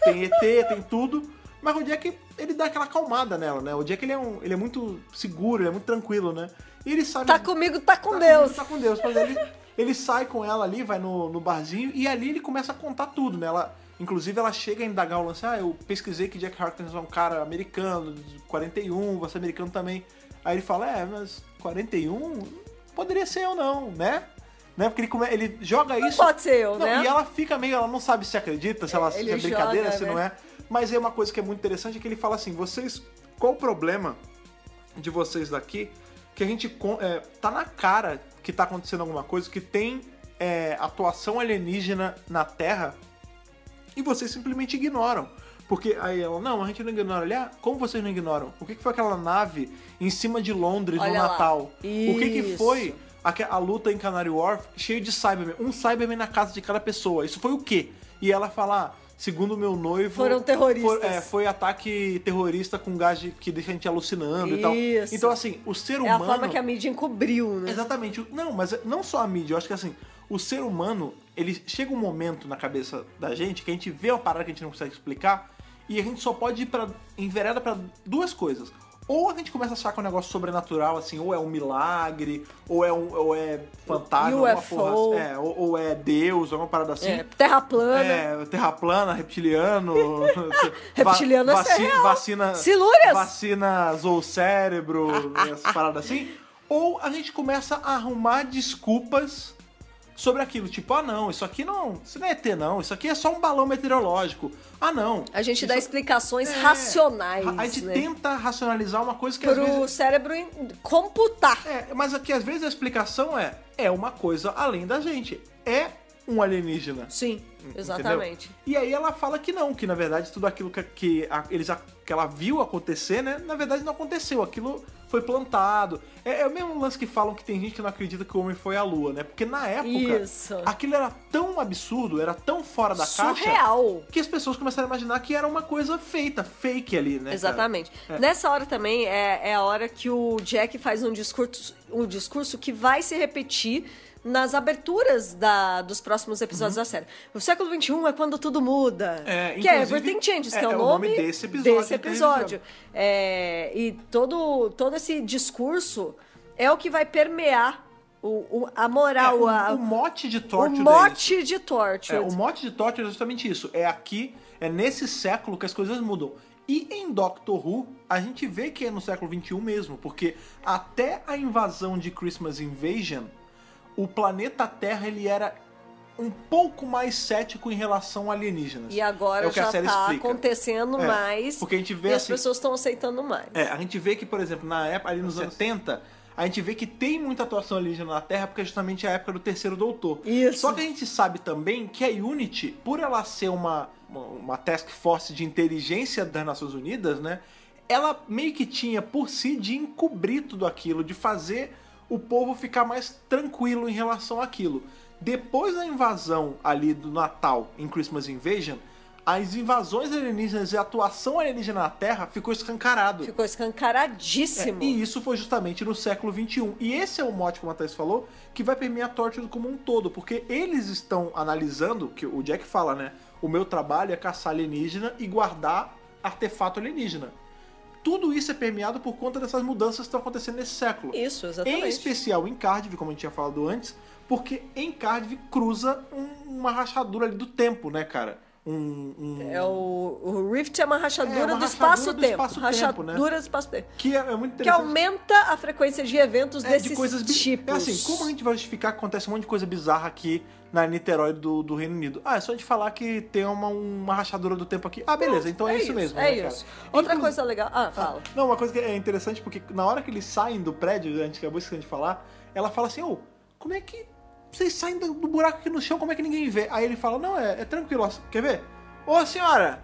S1: tem ET, tem tudo. Mas o Jack, ele dá aquela acalmada nela, né? O Jack, ele é, um, ele é muito seguro, ele é muito tranquilo, né? E ele sabe...
S2: Tá comigo, tá com
S1: Tá
S2: Deus.
S1: Tá com Deus. Mas ele, ele sai com ela ali, vai no, no barzinho, e ali ele começa a contar tudo, né? Ela, inclusive, ela chega a indagar o lance. Ah, eu pesquisei que Jack Harkness é um cara americano, de 41, você é americano também. Aí ele fala, é, mas 41? Poderia ser eu não, né? Né? Porque ele, come- ele joga isso...
S2: pode ser eu,
S1: Não,
S2: né?
S1: E é ela fica meio... Ela não sabe se acredita, se, ela, se
S2: ele
S1: é brincadeira,
S2: joga,
S1: se
S2: né?
S1: não é. Mas é uma coisa que é muito interessante, é que ele fala assim, vocês... Qual o problema de vocês daqui que a gente con- é, tá na cara que tá acontecendo alguma coisa, que tem é, atuação alienígena na Terra e vocês simplesmente ignoram. Porque aí ela, não, a gente não ignora. Olha, ah, como vocês não ignoram? O que, que foi aquela nave em cima de Londres
S2: Olha
S1: no
S2: lá.
S1: Natal? O que, que
S2: Isso.
S1: foi aque- a, luta em Canary Wharf cheio de Cybermen? Um Cyberman na casa de cada pessoa. Isso foi o quê? E ela fala, ah, segundo meu noivo...
S2: Foram terroristas.
S1: for- é, foi ataque terrorista com gás de- que deixa a gente alucinando e tal.
S2: Isso.
S1: Então, assim, o ser
S2: É
S1: humano.
S2: a forma que a mídia encobriu, né?
S1: Exatamente. Não, mas não só a mídia, eu acho que assim, o ser humano, ele chega um momento na cabeça da gente que a gente vê uma parada que a gente não consegue explicar E a gente só pode ir pra, envereda para duas coisas. Ou a gente começa a achar que é um negócio sobrenatural, assim, ou é um milagre, ou é, um, ou é fantasma, alguma
S2: UFO.
S1: porra assim, é, ou, ou é Deus, alguma parada assim.
S2: É, terra plana.
S1: É, terra plana, reptiliano.
S2: [LAUGHS] Reptiliano é
S1: vaci-
S2: surreal.
S1: Vacina.
S2: Silúrias.
S1: Vacina zoou o cérebro,
S2: [LAUGHS]
S1: essas paradas assim. Ou a gente começa a arrumar desculpas sobre aquilo. Tipo, ah não, isso aqui não. Isso não é ET, não. Isso aqui é só um balão meteorológico. Ah não.
S2: A gente
S1: isso
S2: dá explicações
S1: é,
S2: racionais,
S1: A gente
S2: né?
S1: tenta racionalizar uma coisa que às
S2: Pro
S1: vezes.
S2: cérebro em- computar.
S1: É, mas aqui às vezes a explicação é é uma coisa além da gente. É um alienígena.
S2: Sim,
S1: Entendeu?
S2: exatamente.
S1: E aí ela fala que não, que na verdade tudo aquilo que, que a- eles, a- que ela viu acontecer, né? Na verdade não aconteceu, aquilo foi plantado. É, é o mesmo lance que falam que tem gente que não acredita que o homem foi à lua, né? Porque na época
S2: Isso.
S1: aquilo era tão absurdo, era tão fora da caixa,
S2: Surreal.
S1: que as pessoas começaram a imaginar que era uma coisa feita, fake ali, né? cara?
S2: Exatamente.
S1: É.
S2: Nessa hora também é, é a hora que o Jack faz um discurso, um discurso que vai se repetir nas aberturas da, dos próximos episódios da série. O século XXI é quando tudo muda.
S1: Uhum. É,
S2: que é
S1: inclusive,
S2: Everything Changes,
S1: é-
S2: que é,
S1: é
S2: o nome desse episódio.
S1: que tá a gente
S2: É, e todo, todo esse discurso é o que vai permear o, o- a
S1: É,
S2: moral,
S1: o,
S2: a-
S1: o
S2: o,
S1: mote de Torture
S2: mote de Torture.
S1: É, o mote de Torture é justamente isso. É aqui, é nesse século que as coisas mudam. E em Doctor Who, a gente vê que é no século XXI mesmo, porque até a invasão de Christmas Invasion, o planeta Terra ele era um pouco mais cético em relação a alienígenas.
S2: E agora
S1: é o que
S2: já
S1: a série
S2: tá
S1: explica.
S2: acontecendo
S1: É,
S2: mais.
S1: porque a gente vê
S2: e as
S1: assim-
S2: pessoas estão aceitando mais.
S1: É, a gente vê que, por exemplo, na época, ali nos anos 70, a gente vê que tem muita atuação alienígena na Terra, porque é justamente a época do terceiro doutor.
S2: Isso.
S1: Só que a gente sabe também que a Unity, por ela ser uma, uma, uma task force de inteligência das Nações Unidas, né? Ela meio que tinha por si de encobrir tudo aquilo, de fazer o povo ficar mais tranquilo em relação àquilo. Depois da invasão ali do Natal em Christmas Invasion, as invasões alienígenas e a atuação alienígena na Terra ficou escancarado.
S2: Ficou escancaradíssimo.
S1: É, e isso foi justamente no século XXI. E esse é o mote, como a Thaís falou, que vai permear a Torture como um todo, porque eles estão analisando, que o Jack fala, né? O meu trabalho é caçar alienígena e guardar artefato alienígena. Tudo isso é permeado por conta dessas mudanças que estão acontecendo nesse século.
S2: Isso,
S1: Em
S2: exatamente.
S1: especial em Cardiff, como a gente tinha falado antes, porque em Cardiff cruza um- uma rachadura ali do tempo, né, cara? Um- um,
S2: É o, o Rift é uma
S1: É,
S2: rachadura
S1: uma
S2: do
S1: rachadura do
S2: espaço-tempo.
S1: espaço-tempo,
S2: rachadura do espaço-tempo.
S1: que é, é muito interessante.
S2: Que um aumenta a frequência de eventos
S1: É,
S2: desses
S1: de coisas bi-
S2: tipos.
S1: É assim, como a gente vai justificar que acontece um monte de coisa bizarra aqui na Niterói do, do Reino Unido? Ah, é só a gente falar que tem uma, uma rachadura do tempo aqui. Ah, beleza, então é, isso, mesmo.
S2: É
S1: né, cara?
S2: isso. Outra
S1: Inclu-
S2: coisa legal. Ah,
S1: Ah,
S2: fala.
S1: Não, uma coisa que é interessante, porque na hora que eles saem do prédio, a gente acabou esquecendo de falar, ela fala assim, ô, como é que vocês saem do do buraco aqui no chão, como é que ninguém vê? Aí ele fala, não, é, é tranquilo, ó, quer ver? Ô, senhora,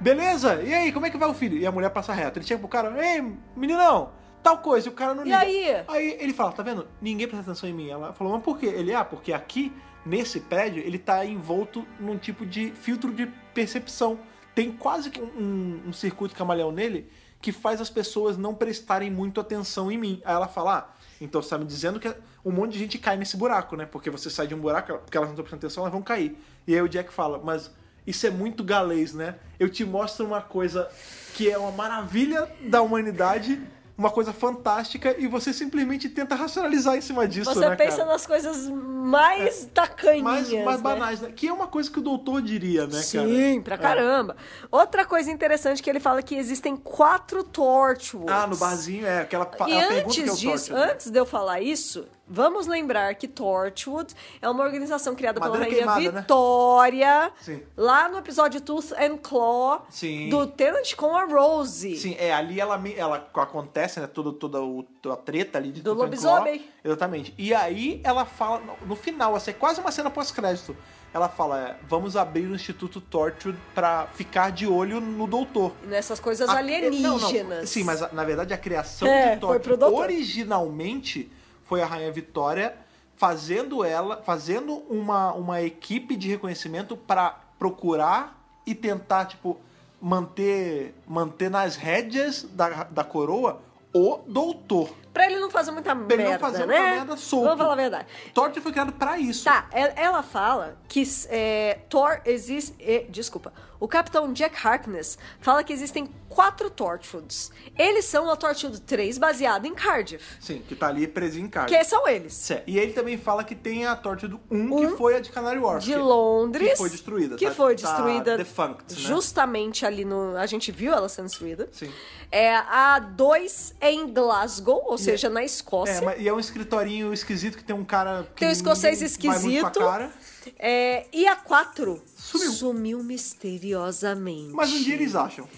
S1: beleza? E aí, como é que vai o filho? E a mulher passa reto. Ele chega pro cara, ei, meninão, tal coisa, e o cara não
S2: E
S1: liga.
S2: aí?
S1: Aí ele fala, tá vendo? Ninguém presta atenção em mim. Ela falou, mas por quê? Ele, ah, porque aqui, nesse prédio, ele tá envolto num tipo de filtro de percepção. Tem quase que um, um- um circuito camaleão nele que faz as pessoas não prestarem muito atenção em mim. Aí ela fala, ah, então você tá me dizendo que um monte de gente cai nesse buraco, né? Porque você sai de um buraco, porque elas não estão prestando atenção, elas vão cair. E aí o Jack fala, mas isso é muito galês, né? Eu te mostro uma coisa que é uma maravilha da humanidade, uma coisa fantástica, e você simplesmente tenta racionalizar em cima disso,
S2: Você
S1: né,
S2: pensa
S1: cara? É.
S2: nas coisas mais tacanhas.
S1: Mais, mais
S2: né?
S1: banais, né? Que é uma coisa que o doutor diria, né, cara?
S2: Sim, pra caramba. Outra coisa interessante que ele fala que existem quatro Torchwoods.
S1: Ah, no barzinho, é. Aquela pa-
S2: E
S1: ela pergunta que é
S2: antes
S1: o
S2: disso,
S1: Torchwood, né?
S2: antes de eu falar isso, vamos lembrar que Torchwood é uma organização criada
S1: Madeira
S2: pela rainha
S1: queimada, né?
S2: Vitória,
S1: Sim.
S2: lá no episódio Tooth and Claw
S1: Sim.
S2: do Tenant com a Rose.
S1: Sim, é, ali ela, me- ela acontece, né, toda, toda o- a treta ali de
S2: Do
S1: Tutankhamun.
S2: lobisomem.
S1: Exatamente. E aí ela fala, no- no final, assim, é quase uma cena pós-crédito, ela fala, é, vamos abrir o Instituto Torture pra ficar de olho no doutor.
S2: Nessas coisas
S1: A-
S2: alienígenas.
S1: não, não. Sim, mas a- na verdade a criação
S2: É,
S1: de
S2: foi
S1: Torture
S2: pro doutor.
S1: originalmente foi a Rainha Vitória fazendo ela, fazendo uma, uma equipe de reconhecimento pra procurar e tentar, tipo, manter, manter nas rédeas da, da coroa o doutor.
S2: Pra ele não fazer
S1: Pra
S2: muita merda,
S1: ele não fazer
S2: né?
S1: muita merda solto.
S2: Vamos falar a verdade.
S1: Todd foi criado pra isso.
S2: Tá, e- ela fala que é, Thor existe. é, desculpa. O capitão Jack Harkness fala que existem quatro Torchwoods. Eles são a Torchwood 3 baseada em Cardiff.
S1: Sim, que tá ali preso em casa.
S2: Que são eles.
S1: Certo. E ele também fala que tem a torta do 1,
S2: Um
S1: que foi a de Canary Wharf.
S2: De
S1: que-
S2: Londres.
S1: Que foi destruída.
S2: Que
S1: tá-
S2: foi
S1: tá
S2: destruída.
S1: defunct, né?
S2: Justamente ali no. A gente viu ela sendo destruída.
S1: Sim.
S2: É, a 2 é em Glasgow, ou seja, na Escócia.
S1: É, mas, e é um escritorinho esquisito que tem um cara que
S2: Tem um escocês
S1: ninguém vai muito com a
S2: esquisito.
S1: cara.
S2: É, e a 4
S1: Sumiu.
S2: misteriosamente.
S1: Mas um dia eles acham.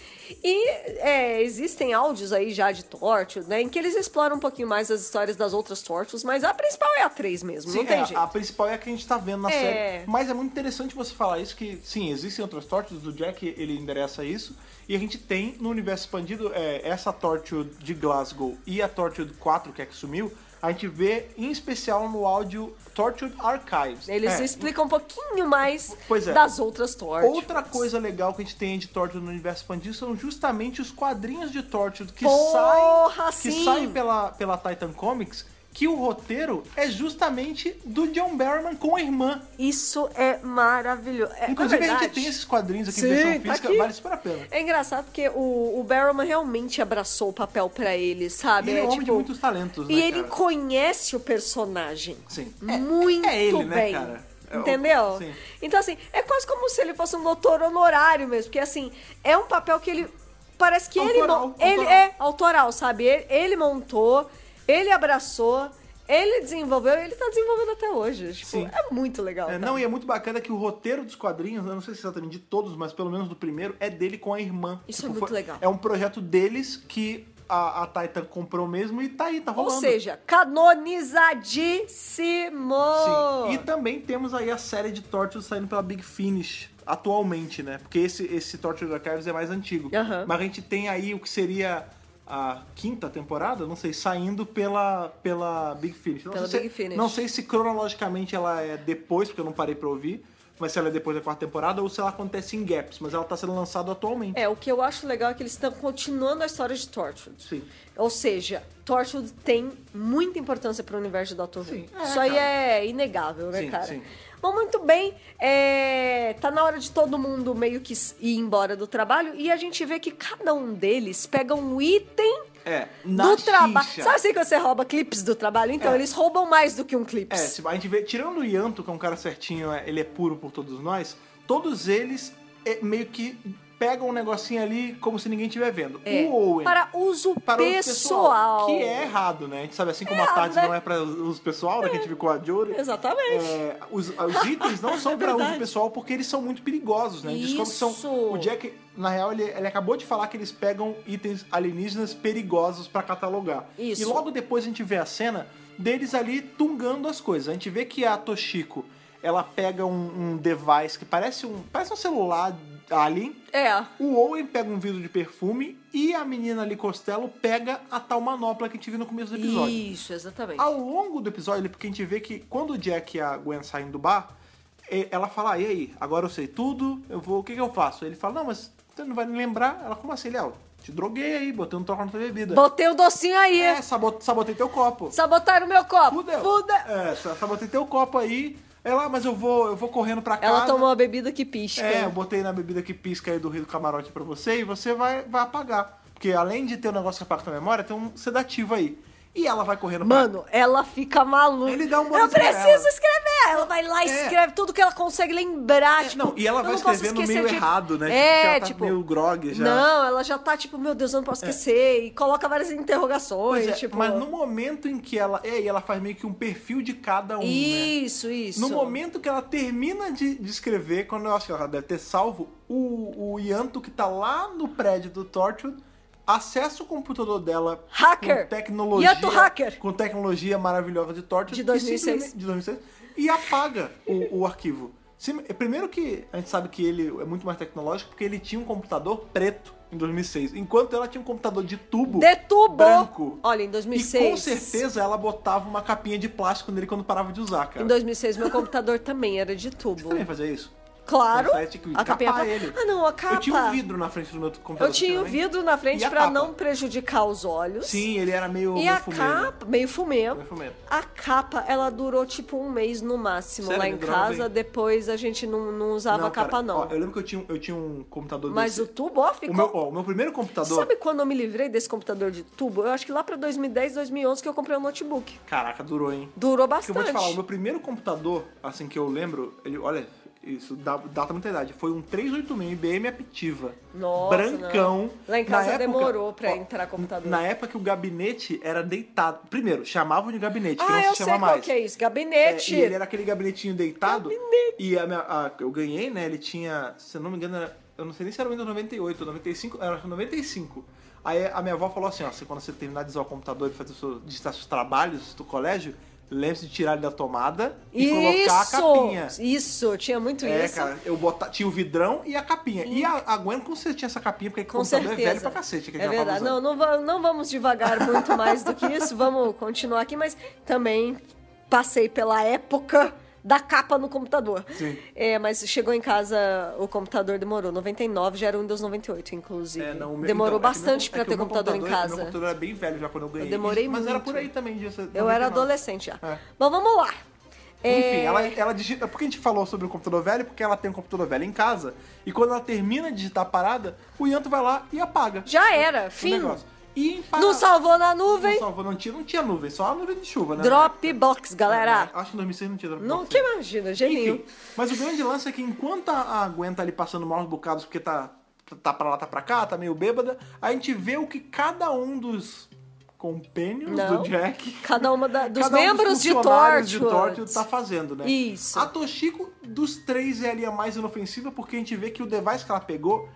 S2: E é, existem áudios aí já de Torchwood, né? Em que eles exploram um pouquinho mais as histórias das outras Torchwoods, mas a principal é a 3 mesmo,
S1: Sim,
S2: não tem
S1: é,
S2: jeito.
S1: a principal é a que a gente tá vendo na
S2: É.
S1: série. Mas é muito interessante você falar isso, que sim, existem outras tortas, o Jack ele endereça isso. E a gente tem no universo expandido é, essa Torture de Glasgow e a Torture 4, que é que sumiu. A gente vê em especial no áudio Tortured Archives.
S2: Eles
S1: É,
S2: explicam um pouquinho mais
S1: Pois é.
S2: das outras Torchwoods.
S1: Outra coisa legal que a gente tem de Torture no universo expandido são justamente os quadrinhos de Torture que
S2: Porra,
S1: saem,
S2: sim!
S1: que saem pela, pela Titan Comics, que o roteiro é justamente do John Barrowman com a irmã.
S2: Isso é maravilhoso. É, na
S1: Inclusive, a
S2: verdade,
S1: gente tem esses quadrinhos aqui
S2: Sim,
S1: em versão
S2: tá
S1: física,
S2: aqui.
S1: vale super a pena.
S2: É engraçado porque o, o Barrowman realmente abraçou o papel pra ele, sabe?
S1: E ele é um
S2: É,
S1: homem de
S2: tipo,
S1: muitos talentos, né,
S2: E ele
S1: cara?
S2: conhece o personagem.
S1: Sim. É-
S2: Muito
S1: é ele, né,
S2: bem.
S1: cara? É o-
S2: Entendeu?
S1: sim.
S2: Então, assim, é quase como se ele fosse um doutor honorário mesmo. Porque, assim, é um papel que ele. Parece que ele.
S1: Autoral,
S2: mon- Ele
S1: autoral.
S2: é autoral, sabe? Ele, ele montou, ele abraçou, ele desenvolveu ele tá desenvolvendo até hoje. Tipo,
S1: Sim.
S2: é muito legal.
S1: É,
S2: cara.
S1: não, e é muito bacana que o roteiro dos quadrinhos, eu não sei se é exatamente de todos, mas pelo menos do primeiro, é dele com a irmã.
S2: Isso é muito legal.
S1: É um projeto deles que a, a Titan comprou mesmo e tá aí, tá
S2: Ou
S1: rolando.
S2: seja, canonizadíssimo! Oh.
S1: Sim. E também temos aí a série de Torture saindo pela Big Finish atualmente, né? Porque esse, esse Torture Archives é mais antigo.
S2: Aham.
S1: Mas a gente tem aí o que seria a quinta temporada, não sei, saindo pela, pela Big Finish. Não
S2: Pela
S1: sei
S2: Big
S1: se, é-
S2: Finish.
S1: Não sei se cronologicamente ela é depois, porque eu não parei pra ouvir. Mas se ela é depois da quarta temporada ou se ela acontece em gaps, mas ela tá sendo lançada atualmente.
S2: É, o que eu acho legal é que eles estão continuando a história de Torchwood.
S1: Sim.
S2: Ou seja, Torchwood tem muita importância para o universo do Doctor Who.
S1: Sim, é,
S2: Isso aí
S1: cara.
S2: é inegável, né,
S1: Sim,
S2: cara?
S1: sim.
S2: Bom, muito bem. É, tá na hora de todo mundo meio que ir embora do trabalho e a gente vê que cada um deles pega um item
S1: É,
S2: do trabalho.
S1: xixa.
S2: Sabe assim que você rouba clipes do trabalho? Então, eles roubam mais do que um
S1: É,
S2: clipes.
S1: tipo, a gente vê, tirando o Yanto, que é um cara certinho, é, ele é puro por todos nós, todos eles é, meio que pegam um negocinho ali como se ninguém estiver vendo. O Owen.
S2: É. Para uso
S1: para uso
S2: pessoal.
S1: Que é errado, né? A gente sabe assim como
S2: Errado,
S1: a Tardes
S2: né?
S1: não é para uso pessoal, né? Que a gente viu com a Jory.
S2: Exatamente.
S1: É, os,
S2: [LAUGHS]
S1: os itens não são
S2: É
S1: para uso
S2: verdade.
S1: pessoal porque eles são muito perigosos, né? A gente descobre que são.
S2: Isso.
S1: O Jack, na real, ele, ele acabou de falar que eles pegam itens alienígenas perigosos para catalogar.
S2: Isso.
S1: E logo depois a gente vê a cena deles ali tungando as coisas. A gente vê que a Toshiko ela pega um, um device que parece um, parece um celular alien.
S2: É.
S1: O Owen pega um vidro de perfume e a menina ali Costello pega a tal manopla que a gente viu no começo do episódio.
S2: Isso, exatamente.
S1: Ao longo do episódio, porque a gente vê que quando o Jack e a Gwen saem do bar, e- ela fala, "Ah, e aí, agora eu sei tudo, eu vou, o que, que eu faço? Ele fala, não, mas você não vai me lembrar. Ela, como assim? Ele, ah, eu te droguei aí, botei um troco na tua bebida.
S2: Botei o docinho aí.
S1: é, sabot- sabotei teu copo.
S2: Sabotaram meu copo.
S1: Fudeu.
S2: Fuda.
S1: É, sa- sabotei teu copo aí. Ela, "Ah, mas eu vou, eu vou correndo pra casa.
S2: Ela tomou a bebida que pisca.
S1: É, eu botei na bebida que pisca aí do Rio do Camarote pra você e você vai, vai apagar. Porque além de ter um negócio que apaga a memória, tem um sedativo aí. E ela vai correndo pra
S2: Mano, ela fica maluca.
S1: Ele dá um
S2: Eu
S1: boletim pra
S2: preciso
S1: ela.
S2: escrever. Ela vai lá e
S1: É.
S2: escreve tudo que ela consegue lembrar.
S1: É,
S2: tipo,
S1: não, e ela
S2: eu
S1: vai
S2: não posso
S1: escrevendo
S2: esquecer
S1: meio
S2: de-
S1: errado, né? Tipo, que
S2: É,
S1: ela tá
S2: tipo.
S1: meio grog já. É.
S2: Não, ela já tá tipo, meu Deus, eu não posso esquecer. E coloca várias interrogações.
S1: Pois é,
S2: tipo,
S1: Mas no momento em que ela. É, e ela faz meio que um perfil de cada um, né?
S2: Isso, isso.
S1: No momento que ela termina de, de escrever, quando eu acho que ela deve ter salvo, o, o Yanto que tá lá no prédio do Torchwood acessa o computador dela
S2: Hacker.
S1: com tecnologia.
S2: Yanto hacker.
S1: Com tecnologia maravilhosa de Torchwood.
S2: De
S1: e
S2: 2006.
S1: simplesmente- de 2006. E apaga o, o arquivo. Sim, é Primeiro que a gente sabe que ele é muito mais tecnológico, porque ele tinha um computador preto em 2006, enquanto ela tinha um computador de tubo
S2: Detubou.
S1: branco.
S2: Olha,
S1: E
S2: em 2006.
S1: com certeza ela botava uma capinha de plástico nele quando parava de usar, cara.
S2: Em 2006, meu computador [LAUGHS] também era de
S1: Você
S2: tubo.
S1: também fazia isso?
S2: Claro.
S1: Então, você tinha que
S2: a capinha
S1: capar
S2: pra-
S1: ele.
S2: Ah, não, a capa.
S1: Eu tinha um vidro na frente do meu computador.
S2: Eu tinha o
S1: também.
S2: vidro na
S1: E
S2: frente
S1: a
S2: pra
S1: capa?
S2: não prejudicar os olhos.
S1: Sim, ele era meio.
S2: E
S1: meio
S2: a
S1: fumeiro.
S2: capa, meio fumê.
S1: né? Meio fumeiro.
S2: A capa, ela durou tipo um mês no máximo
S1: Sério,
S2: lá
S1: me
S2: em
S1: durava
S2: casa.
S1: bem.
S2: Depois a gente não, não usava a
S1: cara,
S2: capa, não.
S1: ó, eu lembro que eu tinha, um- eu tinha um computador
S2: Mas o
S1: desse.
S2: tubo, ó,
S1: o
S2: ficou.
S1: meu, ó, o meu primeiro computador.
S2: Sabe quando eu me livrei desse computador de tubo? Eu acho que lá pra 2010, 2011 que eu comprei um notebook.
S1: Caraca, durou, hein?
S2: Durou
S1: Porque eu vou
S2: bastante.
S1: te falar, o meu primeiro computador, assim que eu lembro, ele, olha, isso dá- data muita idade, foi um 386 IBM Aptiva.
S2: Nossa,
S1: brancão.
S2: não. Lá em
S1: Na
S2: casa
S1: época-
S2: demorou pra
S1: ó,
S2: entrar computador.
S1: Na época que o gabinete era deitado. Primeiro, chamavam de gabinete, que não
S2: ah, eu
S1: se
S2: sei
S1: chama
S2: qual
S1: mais.
S2: que é isso.
S1: É,
S2: Gabinete.
S1: e ele era aquele gabinetinho deitado. E a minha- a- eu ganhei, né? Ele tinha, se eu não me engano, era- eu não sei nem se era o Windows 98 ou 95, era 95. Aí a minha avó falou assim, ó, você- quando você terminar de usar o computador e fazer os seus, digitar seus trabalhos do colégio, lembre-se de tirar ele da tomada e colocar a capinha.
S2: Isso, isso, tinha muito
S1: É,
S2: isso.
S1: cara, eu bota, tinha o vidrão e a capinha. E a, a Gwen com certeza tinha essa capinha, porque o
S2: Com
S1: computador
S2: certeza.
S1: é velho pra cacete. Que a
S2: é
S1: gente já tava
S2: verdade.
S1: usando.
S2: Não, não, va- não vamos devagar muito mais do que isso. Vamos continuar aqui, mas também passei pela época da capa no computador.
S1: Sim.
S2: É, mas chegou em casa, o computador demorou. 99 já era um o Windows 98, inclusive.
S1: É, não, o meu-
S2: demorou
S1: então, é que meu-
S2: bastante
S1: é
S2: pra
S1: que
S2: ter
S1: o meu
S2: computador, em
S1: O
S2: casa.
S1: meu computador era bem velho já quando eu ganhei.
S2: demorei
S1: Mas era
S2: muito.
S1: por aí também, disso.
S2: Eu
S1: 99.
S2: era adolescente já.
S1: É.
S2: Bom, vamos lá.
S1: Enfim,
S2: É,
S1: ela, ela digita. Por que a gente falou sobre o computador velho? Porque ela tem um computador velho em casa. E quando ela termina de digitar a parada, o Yanto vai lá e apaga.
S2: Já era,
S1: o
S2: fim.
S1: Um negócio. E em para-
S2: Não salvou na
S1: Não
S2: nuvem.
S1: salvou, não tinha, não tinha nuvem, só a nuvem de chuva, né?
S2: Dropbox, galera.
S1: Acho que em 2006 não tinha Dropbox.
S2: Não, que imagina, geninho.
S1: Enfim, mas o grande lance é que enquanto a a Gwen tá ali passando maus bocados porque tá, tá pra lá, tá pra cá, tá meio bêbada, a gente vê o que cada um dos companions
S2: Não.
S1: do Jack...
S2: Cada uma da- dos
S1: cada um
S2: membros de
S1: funcionários
S2: Torchwood.
S1: de Torchwood tá fazendo, né?
S2: Isso.
S1: A Toshiko dos três é ali a mais inofensiva porque a gente vê que o device que ela pegou,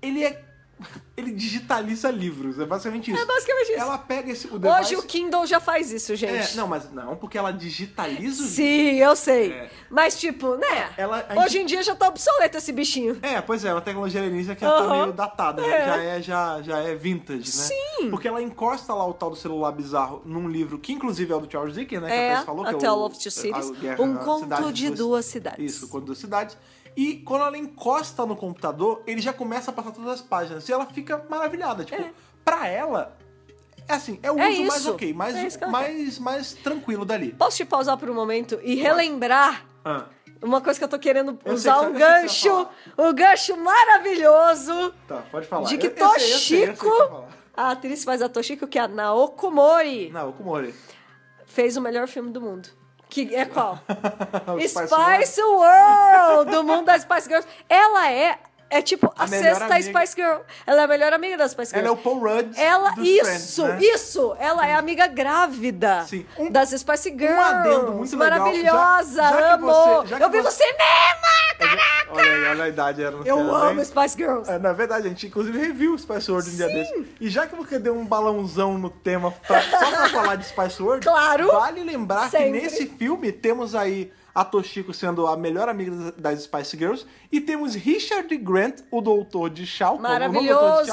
S1: ele é... [LAUGHS] Ele digitaliza livros, é basicamente isso.
S2: É basicamente isso.
S1: Ela pega esse, o device...
S2: Hoje o Kindle já faz isso, gente.
S1: É, não, mas não, porque ela digitaliza os
S2: Sim, eu sei.
S1: É.
S2: Mas, tipo, né?
S1: Ela- a
S2: Hoje em dia já tá obsoleto esse bichinho.
S1: É, pois é, uma tecnologia alienígena que já tá
S2: Aham.
S1: meio datada, já-
S2: É.
S1: já, é, já, já é vintage, né?
S2: Sim.
S1: Porque ela encosta lá o tal do celular bizarro num livro, que inclusive é o do Charles Dickens, né? Que
S2: É,
S1: a Thaís falou,
S2: A
S1: que é
S2: Tale
S1: o,
S2: of Two Cities,
S1: a Guerra
S2: um
S1: na
S2: conto
S1: Cidade
S2: de
S1: dos-
S2: duas cidades.
S1: Isso, o conto de duas cidades. E quando ela encosta no computador, ele já começa a passar todas as páginas. E ela fica maravilhada. Tipo, pra ela, é assim, é o
S2: É
S1: uso mais
S2: isso.
S1: ok, mais,
S2: É isso que ela
S1: mais, mais tranquilo dali.
S2: Posso te pausar por um momento e relembrar
S1: Ah,
S2: uma coisa que eu tô querendo
S1: Eu
S2: usar
S1: sei que- eu
S2: um
S1: sei que você
S2: gancho,
S1: vai
S2: um gancho maravilhoso
S1: tá, pode falar.
S2: de que
S1: Eu- eu sei, eu sei, eu sei o é que eu ia
S2: Toshiko,
S1: falar.
S2: a atriz faz a Toshiko, que é a Naoko Mori,
S1: Não, o Kumori. [LAUGHS]
S2: fez o melhor filme do mundo. Que
S1: [LAUGHS]
S2: é qual?
S1: Os pais são-
S2: Spice World, do mundo das Spice Girls. Ela é, é tipo a,
S1: A melhor
S2: sexta
S1: amiga.
S2: Spice Girl. Ela é a melhor amiga das Spice Girls.
S1: Ela é o Paul Rudd.
S2: Ela-
S1: dos Friends,
S2: isso,
S1: né?
S2: isso. Ela é amiga grávida
S1: Sim. Um-
S2: das Spice Girls.
S1: um adendo muito legal.
S2: Maravilhosa,
S1: Já- já que
S2: amo.
S1: você- já que
S2: Eu vi no
S1: você-
S2: cinema, cara.
S1: Olha aí, olha a idade. Era,
S2: Eu
S1: era
S2: amo
S1: bem-
S2: Spice Girls.
S1: É, Na verdade, a gente inclusive reviu o Spice World um dia desse. E já que você deu um balãozão no tema pra- só pra falar de Spice World,
S2: Claro.
S1: vale lembrar
S2: Sempre.
S1: que nesse filme temos aí a Toshiko sendo a melhor amiga das das Spice Girls e temos Richard Grant, o doutor de Chalco,
S2: Maravilhoso.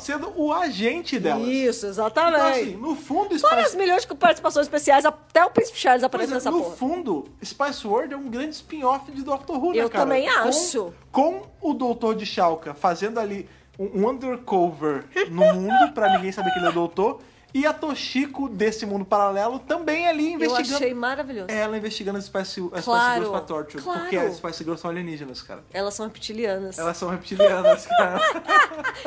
S1: sendo o agente dela.
S2: Isso,
S1: Então,
S2: exatamente.
S1: assim, no fundo,
S2: Fora as milhões de participações especiais, até o Príncipe Charles
S1: Pois
S2: aparece
S1: é,
S2: nessa
S1: no
S2: porra.
S1: fundo, Spice World é um grande spin-off de Doctor Who, né,
S2: Eu
S1: cara?
S2: também
S1: Com-
S2: acho.
S1: Com, o Doutor de Chalca fazendo ali um um undercover no mundo, pra ninguém saber que ele é doutor, e a Toshiko desse mundo paralelo também ali
S2: Eu
S1: investigando. É.
S2: achei maravilhoso.
S1: Ela investigando as Spice, as Spice
S2: Claro,
S1: Girls pra Torture,
S2: claro.
S1: porque as Spice Girls são alienígenas, cara.
S2: Elas são reptilianas.
S1: Elas são reptilianas, [LAUGHS] cara.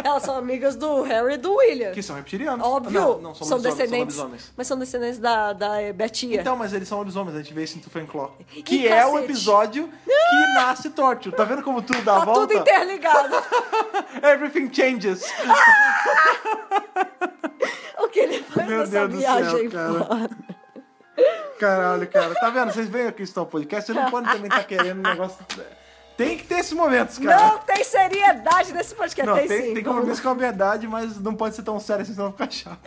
S2: Elas são amigas do Harry e do William.
S1: que são reptilianos.
S2: Óbvio,
S1: Não, não, são,
S2: são
S1: lobisomens,
S2: descendentes.
S1: São lobisomens.
S2: mas são descendentes da, da eh, Betia.
S1: Então, mas eles são lobisomens, a gente vê isso em Tufen Claw.
S2: Ih,
S1: Que é o
S2: cacete.
S1: episódio que nasce Torture. Tá vendo como tudo dá a
S2: tá
S1: volta?
S2: tudo interligado. [LAUGHS]
S1: Everything changes.
S2: o que ele faz
S1: Meu
S2: nessa
S1: Deus do
S2: viagem
S1: céu, cara.
S2: fora.
S1: Caralho, cara. Tá vendo? Vocês veem aqui estão o podcast, vocês não podem também estar querendo um negócio. Tem que ter esses momentos, cara.
S2: Não tem seriedade nesse podcast.
S1: Não,
S2: tem,
S1: tem,
S2: sim.
S1: tem
S2: vamos
S1: compromisso com a verdade, mas não pode ser tão sério assim, senão fica chato.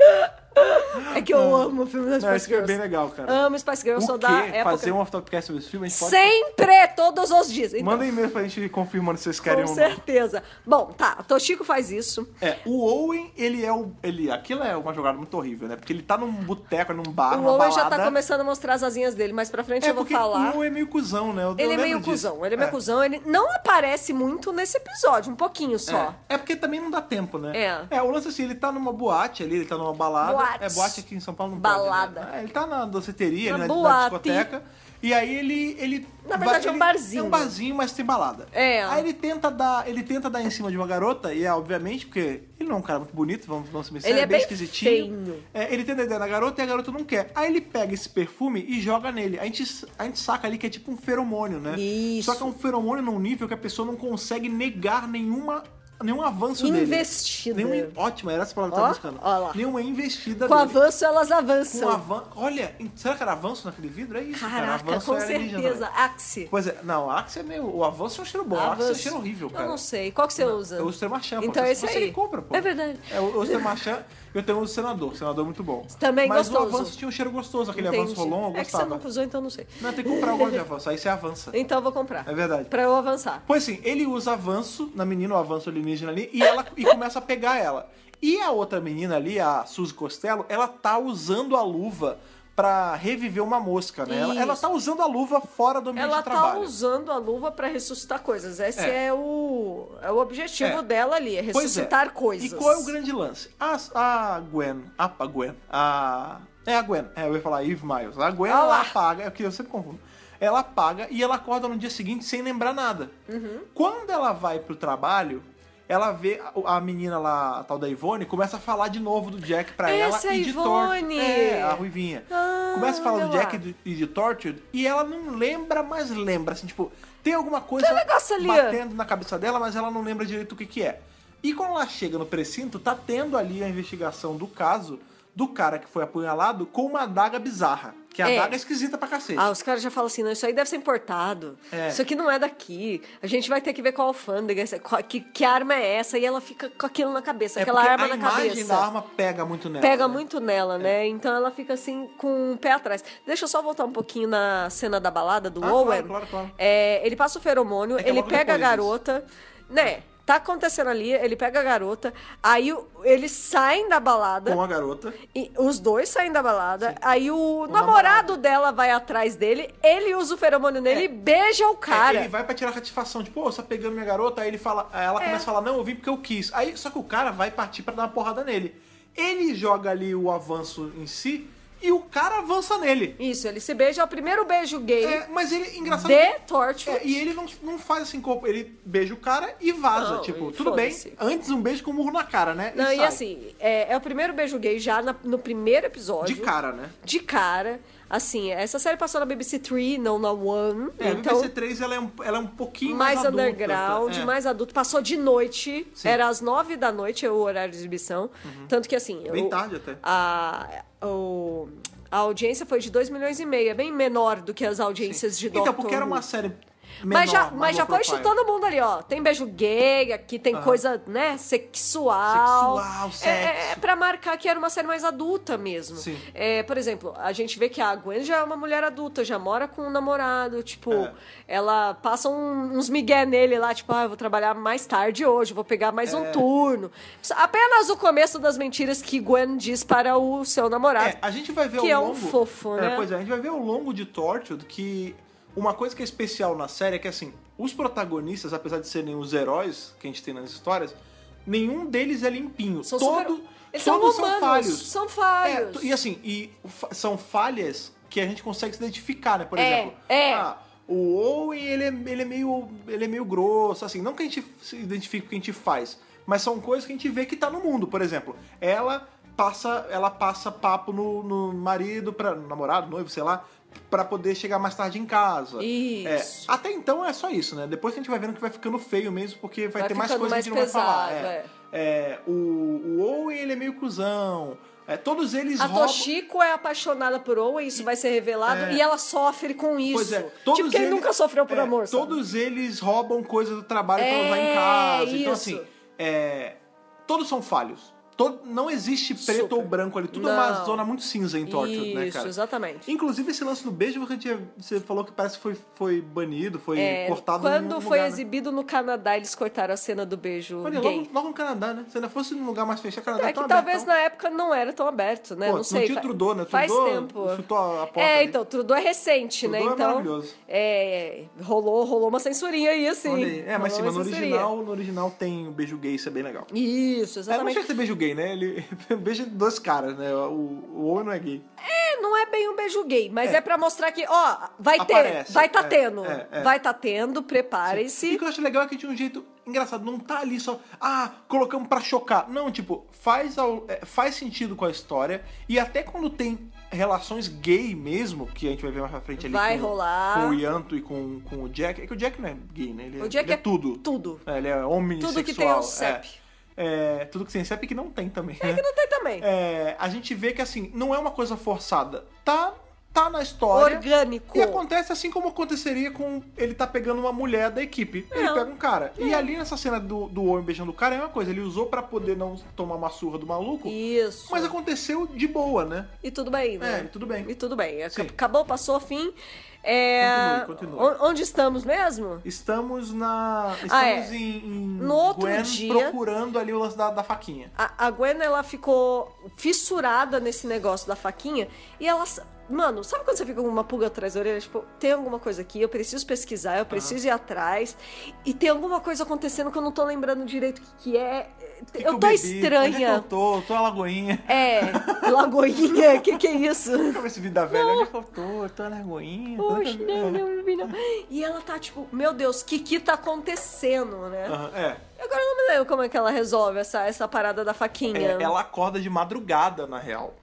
S2: É que eu amo filmes das
S1: Não,
S2: Spice
S1: isso que é
S2: Girls.
S1: bem legal, cara.
S2: Amo Spice Girls, Ah, eu sou
S1: o quê?
S2: da época.
S1: Fazer um off-topcast sobre esse filme? A gente pode...
S2: Sempre, todos os dias. Então,
S1: Manda um e-mail pra gente confirmando se vocês querem
S2: com
S1: ou não.
S2: certeza. Bom, tá, Toshiko faz isso.
S1: É, o Owen, ele é o. Ele, aquilo é uma jogada muito horrível, né? Porque ele tá num boteco, num bar,
S2: o
S1: numa
S2: Owen
S1: balada.
S2: já tá começando a mostrar as asinhas dele, mas pra frente
S1: É
S2: eu vou
S1: porque
S2: falar.
S1: o Owen é meio cuzão, né? Eu- eu
S2: Ele é
S1: lembro
S2: meio
S1: disso.
S2: cuzão, ele é meio cuzão, ele não aparece muito nesse episódio, um pouquinho só.
S1: É. É porque também não dá tempo, né?
S2: É.
S1: o lance é assim, ele tá numa boate ali, ele tá numa balada.
S2: Boate.
S1: É boate aqui em São Paulo, não
S2: Balada.
S1: Pode, né? É, Ele tá na doceteria,
S2: Na
S1: ali na, na
S2: boate.
S1: discoteca. E aí ele. ele
S2: Na verdade, é um
S1: ele-
S2: barzinho.
S1: É um barzinho, mas tem balada.
S2: É.
S1: Aí ele tenta dar, ele tenta dar em cima de uma garota, e é, obviamente, porque ele não é um cara muito bonito, vamos, vamos ser sinceros,
S2: Ele é
S1: bem
S2: bem
S1: esquisitinho.
S2: feio.
S1: É, ele tenta dar na garota e a garota não quer. Aí ele pega esse perfume e joga nele. A gente, a gente saca ali que é tipo um feromônio, né?
S2: Isso.
S1: Só que é um feromônio num nível que a pessoa não consegue negar nenhuma, nenhum avanço
S2: Investida.
S1: dele. Nenhum, ótima, era essa palavra que
S2: Ó,
S1: eu tava buscando.
S2: ó lá.
S1: Nenhuma investida
S2: Com
S1: dele.
S2: avanço, elas
S1: Com
S2: avançam.
S1: avan... Olha, será que era avanço naquele vidro? É isso, cara.
S2: Caraca,
S1: Avanço
S2: com
S1: era alienígena
S2: certeza.
S1: também.
S2: Axie.
S1: Pois é, não, a Axe é meio... O avanço é um cheiro bom, a Axe é um
S2: Avanço.
S1: cheiro horrível, cara.
S2: Eu não sei. Qual que você usa?
S1: Eu uso Tremarchan, pô.
S2: Então
S1: Você-
S2: esse
S1: você
S2: aí.
S1: que compra, pô.
S2: É verdade.
S1: É, eu uso Tremarchan e eu tenho o senador. O senador é muito bom.
S2: Também
S1: Mas
S2: gostoso.
S1: o avanço tinha um cheiro gostoso, aquele
S2: Entendi.
S1: avanço rolon, eu
S2: É que você
S1: gostava.
S2: nunca usou, então não sei.
S1: Não, tem que comprar o gosto de avanço, aí você avança.
S2: Então eu vou comprar.
S1: É verdade.
S2: Pra eu avançar.
S1: Pois assim, ele usa avanço na menina, o avanço alienígena ali, e ela e começa a pegar ela. E a outra menina ali, a Suzy Costello, ela tá usando a luva pra reviver uma mosca, né? Ela, ela
S2: Isso.
S1: tá usando a luva fora do ambiente
S2: Ela
S1: de
S2: tá
S1: trabalho.
S2: usando a luva pra ressuscitar coisas. Esse
S1: É.
S2: é, o, é o objetivo
S1: É.
S2: dela ali, é
S1: Pois é.
S2: ressuscitar coisas.
S1: E qual é o grande lance? A, a Gwen, a, a Gwen, a... É a Gwen, é, eu ia falar Eve Miles. A Gwen,
S2: Ah lá.
S1: ela apaga, é que eu sempre confundo. Ela apaga e ela acorda no dia seguinte sem lembrar nada.
S2: Uhum.
S1: Quando ela vai pro trabalho, ela vê a, a menina lá, a tal da Ivone, começa a falar de novo do Jack pra
S2: Essa
S1: ela
S2: é
S1: e
S2: a
S1: de Tortured.
S2: Ivone!
S1: É, a Ruivinha.
S2: Ah,
S1: começa a falar do
S2: olha
S1: Jack e
S2: lá.
S1: do- e de Tortured e ela não lembra, mas lembra. Assim, tipo, tem alguma coisa
S2: um negócio ali, ó.
S1: batendo batendo na cabeça dela, mas ela não lembra direito o que, que é. E quando ela chega no precinto, tá tendo ali a investigação do caso do cara que foi apunhalado com uma adaga bizarra. Que a
S2: É.
S1: adaga é esquisita pra cacete.
S2: Ah, os caras já falam assim, não, isso aí deve ser importado.
S1: É.
S2: Isso aqui não é daqui. A gente vai ter que ver qual alfândega, essa- qual- que, que arma é essa? E ela fica com aquilo na cabeça,
S1: é
S2: aquela
S1: porque
S2: arma
S1: a
S2: na
S1: imagem
S2: cabeça.
S1: da arma pega muito nela.
S2: Pega
S1: né?
S2: muito nela, né? Então ela fica assim com o pé atrás. Deixa eu só voltar um pouquinho na cena da balada do
S1: Ah, claro,
S2: Owen.
S1: claro, claro.
S2: É, ele passa o feromônio,
S1: É que é
S2: ele
S1: logo
S2: pega a
S1: depois
S2: garota, né? Tá acontecendo ali, ele pega a garota, aí o- eles saem da balada.
S1: Com a garota.
S2: E os dois saem da balada, aí o, namorado,
S1: namorado.
S2: dela vai atrás dele, ele usa o feromônio nele
S1: É.
S2: e beija o cara.
S1: É, ele vai pra tirar a satisfação, tipo, ô, você tá pegando minha garota, aí ele fala, aí
S2: É.
S1: ela começa a falar, não, eu vim porque eu quis. Aí, só que o cara vai partir pra dar uma porrada nele. Ele joga ali o avanço em si e o cara avança nele.
S2: Isso, ele se beija, é o primeiro beijo gay
S1: É, mas ele, engraçado,
S2: de Torchwood.
S1: É, e ele não, não faz assim, como- ele beija o cara e vaza.
S2: Não,
S1: tipo,
S2: e
S1: tudo bem.
S2: foda-se.
S1: Antes um beijo com um murro na cara, né?
S2: Não, e
S1: sai.
S2: assim, é, é o primeiro beijo gay já na- no primeiro episódio.
S1: De cara, né?
S2: De cara. Assim, essa série passou na BBC 3, não na One.
S1: É,
S2: então,
S1: a BBC 3 ela é um, ela é um pouquinho mais,
S2: mais
S1: adulta,
S2: underground,
S1: tá? É.
S2: mais adulto. Passou de noite,
S1: Sim. Uhum.
S2: era às nove da noite o horário de exibição. Tanto que assim.
S1: Bem
S2: o-
S1: tarde até.
S2: A, o- a audiência foi de 2 milhões e meio, é bem menor do que as audiências de Doctor
S1: Então, porque era
S2: Who.
S1: uma série menor,
S2: Mas já,
S1: mais
S2: mas já
S1: low
S2: foi
S1: profile.
S2: chutando o mundo ali, ó. Tem beijo gay aqui, tem coisa, né, sexual.
S1: Sexual,
S2: É,
S1: sexo.
S2: É, é pra marcar que era uma série mais adulta mesmo.
S1: Sim.
S2: É, por exemplo, a gente vê que a Gwen já é uma mulher adulta, já mora com um namorado, tipo,
S1: É.
S2: ela passa um- uns migué nele lá, tipo, ah, eu vou trabalhar mais tarde hoje, vou pegar mais
S1: É.
S2: um turno. Apenas o começo das mentiras que Gwen diz para o seu namorado.
S1: É, a gente vai ver
S2: que
S1: ao
S2: é um
S1: longo.
S2: fofo,
S1: É,
S2: né?
S1: pois é, a gente vai ver ao longo de Tortured que uma coisa que é especial na série é que assim, os protagonistas, apesar de serem os heróis que a gente tem nas histórias, nenhum deles é limpinho.
S2: São super-
S1: Todo,
S2: Eles
S1: todos
S2: são humanos,
S1: são falhos.
S2: são falhos.
S1: É, e assim, e fa- são falhas que a gente consegue se identificar, né? Por
S2: É,
S1: exemplo,
S2: é.
S1: ah, o Owen, ele é, ele, é meio, ele é meio grosso, assim, não que a gente se identifique com o que a gente faz, mas são coisas que a gente vê que tá no mundo, por exemplo. Ela passa, ela passa papo no, no marido, pra, no namorado, noivo, sei lá, pra poder chegar mais tarde em casa.
S2: Isso.
S1: É, até então é só isso, né? Depois que a gente vai vendo que vai ficando feio mesmo, porque vai,
S2: Vai
S1: ter mais
S2: ficando
S1: coisa
S2: mais
S1: que a gente não vai falar.
S2: pesado,
S1: é. É, o, o Owen, ele é meio cuzão. É, todos eles
S2: A
S1: roubam...
S2: Toshiko é apaixonada por Owen, isso vai ser revelado,
S1: É.
S2: e ela sofre com isso.
S1: Pois é,
S2: tipo, quem
S1: eles-
S2: nunca sofreu por
S1: é,
S2: amor, sabe?
S1: Todos eles roubam coisas do trabalho pra
S2: É,
S1: usar em casa. Então,
S2: isso.
S1: assim, é, todos são falhos. Todo, não existe preto
S2: Super.
S1: ou branco ali. Tudo é uma
S2: Não.
S1: zona muito cinza em Torture,
S2: Isso,
S1: né, cara?
S2: exatamente.
S1: Inclusive, esse lance do beijo, você, tinha- você falou que parece que foi, foi banido, foi
S2: É,
S1: cortado em
S2: quando
S1: algum
S2: foi
S1: lugar, né?
S2: exibido no Canadá, eles cortaram a cena do beijo
S1: Olha,
S2: gay.
S1: logo, logo no Canadá, né? Se ainda fosse num lugar mais fechado, Canadá
S2: é
S1: tão
S2: que talvez
S1: abertão.
S2: na época não era tão aberto, né?
S1: Pô,
S2: não sei.
S1: tinha o
S2: fa-
S1: Trudeau, né?
S2: Faz
S1: Trudeau
S2: tempo.
S1: chutou a a porta
S2: É,
S1: ali.
S2: então, Trudeau é recente, né?
S1: Trudeau é
S2: Então,
S1: maravilhoso.
S2: é, rolou, rolou uma censurinha aí, assim.
S1: Olha aí. É, mas sim, mas
S2: Rolou
S1: no
S2: uma censurinha.
S1: original, no original tem o beijo gay, isso é bem legal.
S2: Isso,
S1: É, não
S2: exatamente.
S1: chega a ser beijo gay, né? Ele [LAUGHS] beija dois caras, né? O, o homem não é gay.
S2: É, não é bem um beijo gay, mas é, pra mostrar que, ó, vai
S1: Aparece,
S2: ter, vai tá
S1: é,
S2: tendo.
S1: é, é.
S2: Vai tá tendo,
S1: E o
S2: preparem-se.
S1: que eu acho legal é que tinha um jeito engraçado, não tá ali só, ah, colocamos pra chocar. Não, tipo, faz, ao- é, faz sentido com a história e até quando tem relações gay mesmo, que a gente vai ver mais pra frente ali
S2: Vai
S1: com,
S2: rolar.
S1: com o Yanto e com, com o Jack, é que o Jack não é gay, né? Ele é,
S2: O Jack
S1: ele é, tudo.
S2: Tudo.
S1: É, ele é homem
S2: Tudo que tem
S1: o
S2: o CEP.
S1: É, tudo que tem CEP e que não tem também, né?
S2: Que não tem também.
S1: É, a gente vê que assim, não é uma coisa forçada. Tá, tá na história.
S2: Orgânico.
S1: E acontece assim como aconteceria com ele tá pegando uma mulher da equipe. Ele
S2: Não. É.
S1: pega um cara. E ali nessa cena do, do homem beijando o cara é uma coisa. Ele usou pra poder não tomar uma surra do maluco.
S2: Isso.
S1: Mas aconteceu de boa, né?
S2: E tudo bem, né?
S1: É, tudo bem.
S2: E tudo bem. Ac-
S1: Sim.
S2: Acabou, passou, fim. É...
S1: Continue, continue.
S2: on- Onde estamos mesmo?
S1: Estamos na. Estamos
S2: Ah, é.
S1: em, em
S2: No outro
S1: Gwen
S2: dia-
S1: procurando ali o lance da, da faquinha.
S2: A, a Gwen, ela ficou fissurada nesse negócio da faquinha e ela. s- Mano, sabe quando você fica com uma pulga atrás da orelha? Tipo, tem alguma coisa aqui, eu preciso pesquisar, eu preciso
S1: Ah.
S2: ir atrás. E tem alguma coisa acontecendo que eu não tô lembrando direito o que, que é.
S1: Que que
S2: eu tô
S1: bebi? Onde é que eu
S2: estranha.
S1: tô? Tô na
S2: [LAUGHS]
S1: lagoinha.
S2: É, lagoinha, o que, que é isso?
S1: Nunca vi esse vídeo da velha. Onde é que eu tô? Tô na lagoinha.
S2: Poxa,
S1: Nunca vi-
S2: não, não, não, não. E ela tá tipo, meu Deus, o que que tá acontecendo, né?
S1: Aham, é.
S2: Agora eu não me lembro como é que ela resolve essa, essa parada da faquinha.
S1: É, ela acorda de madrugada, na real.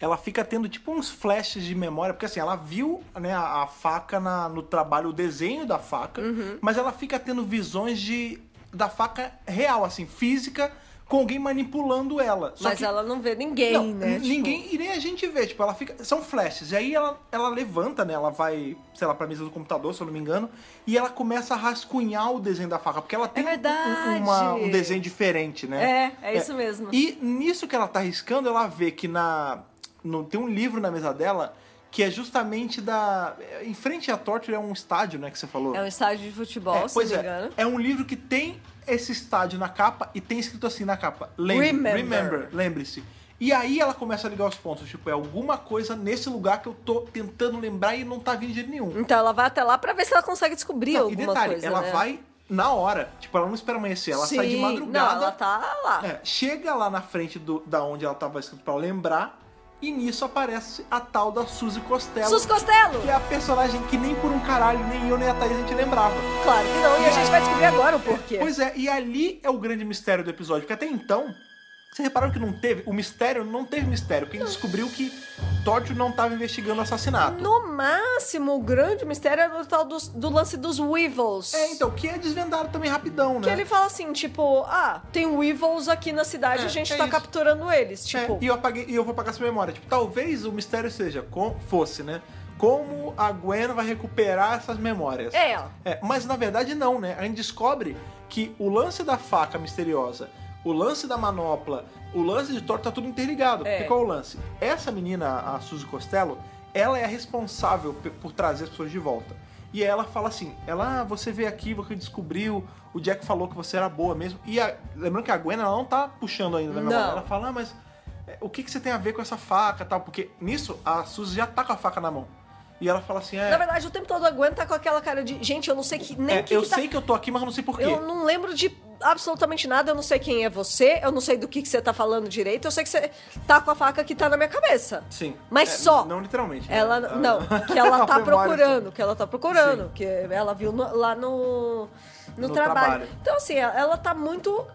S1: Ela fica tendo tipo uns flashes de memória, porque assim, ela viu né, a, a faca na- no trabalho, o desenho da faca, mas ela fica tendo visões de, da faca real, assim, física, com alguém manipulando ela. Só
S2: Mas
S1: que-
S2: ela não vê ninguém,
S1: não,
S2: né? Tipo,
S1: Ninguém, e nem a gente vê, tipo, ela fica. São flashes. E aí ela, ela levanta, né? Ela vai, sei lá, pra mesa do computador, se eu não me engano, e ela começa a rascunhar o desenho da faca, porque ela tem um-
S2: É verdade.
S1: um- uma- um desenho diferente, né?
S2: É, é isso mesmo.
S1: E nisso que ela tá riscando, ela vê que na. No, tem um livro na mesa dela que é justamente da. Em frente à Torture é um estádio, né? Que você falou.
S2: É um estádio de futebol,
S1: É,
S2: se não
S1: pois
S2: me
S1: é,
S2: engano.
S1: é um livro que tem esse estádio na capa e tem escrito assim na capa. Lembre,
S2: Remember.
S1: remember, lembre-se. E aí ela começa a ligar os pontos, tipo, é alguma coisa nesse lugar que eu tô tentando lembrar e não tá vindo de jeito nenhum.
S2: Então ela vai até lá pra ver se ela consegue descobrir
S1: Não, e
S2: alguma
S1: detalhe,
S2: coisa.
S1: ela
S2: né?
S1: vai na hora. Tipo, ela não espera amanhecer, ela
S2: Sim,
S1: sai de madrugada.
S2: Não, ela tá lá.
S1: É, chega lá na frente do, da onde ela tava escrito pra lembrar, e nisso aparece a tal da Suzy Costello,
S2: Sus Costello!
S1: que é a personagem que nem por um caralho, nem eu nem a Thaís a gente lembrava.
S2: Claro que não, e a gente vai descobrir agora o porquê.
S1: Pois é, e ali é o grande mistério do episódio, porque até então, vocês repararam que não teve, o mistério não teve mistério, porque a gente descobriu que Torture não estava investigando o assassinato.
S2: No máximo, o grande mistério é o tal dos- do, lance dos Weevils.
S1: É, então, que é desvendado também rapidão, né?
S2: Que ele fala assim, tipo, ah, tem Weevils aqui na cidade,
S1: É,
S2: a gente
S1: é
S2: tá
S1: isso.
S2: capturando eles.
S1: É,
S2: Tipo,
S1: e, eu apaguei- e eu vou apagar essa memória. Tipo, talvez o mistério seja, com, fosse, né? Como a Gwen vai recuperar essas memórias.
S2: é, ó.
S1: É, mas na verdade não, né? A gente descobre que o lance da faca misteriosa, o lance da manopla, o lance de torta, tá tudo interligado.
S2: É.
S1: Porque qual é o lance? Essa menina, a Suzy Costello, ela é a responsável pe- por trazer as pessoas de volta. E ela fala assim, ela, ah, você veio aqui, você descobriu, o Jack falou que você era boa mesmo. E a- lembrando que a Gwen, ela não tá puxando ainda da
S2: Não.
S1: memória. Ela fala, ah, mas é, o que, que você tem a ver com essa faca e tal? Porque nisso, a Suzy já tá com a faca na mão. E ela fala assim, é...
S2: Na verdade, o tempo todo aguenta com aquela cara de. Gente, eu não sei que, nem
S1: é,
S2: que,
S1: eu
S2: que tá-
S1: sei que eu tô aqui, mas eu não sei por quê.
S2: Eu não lembro de absolutamente nada, eu não sei quem é você, eu não sei do que, que você tá falando direito, eu sei que você tá com a faca que tá na minha cabeça.
S1: Sim.
S2: Mas
S1: É,
S2: só.
S1: Não literalmente. né?
S2: Ela.
S1: Ah, [LAUGHS]
S2: Não, que ela tá
S1: a memória
S2: procurando,
S1: só.
S2: que ela tá procurando, que ela viu no- lá no. No,
S1: No
S2: trabalho.
S1: trabalho.
S2: Então, assim, ela- ela tá muito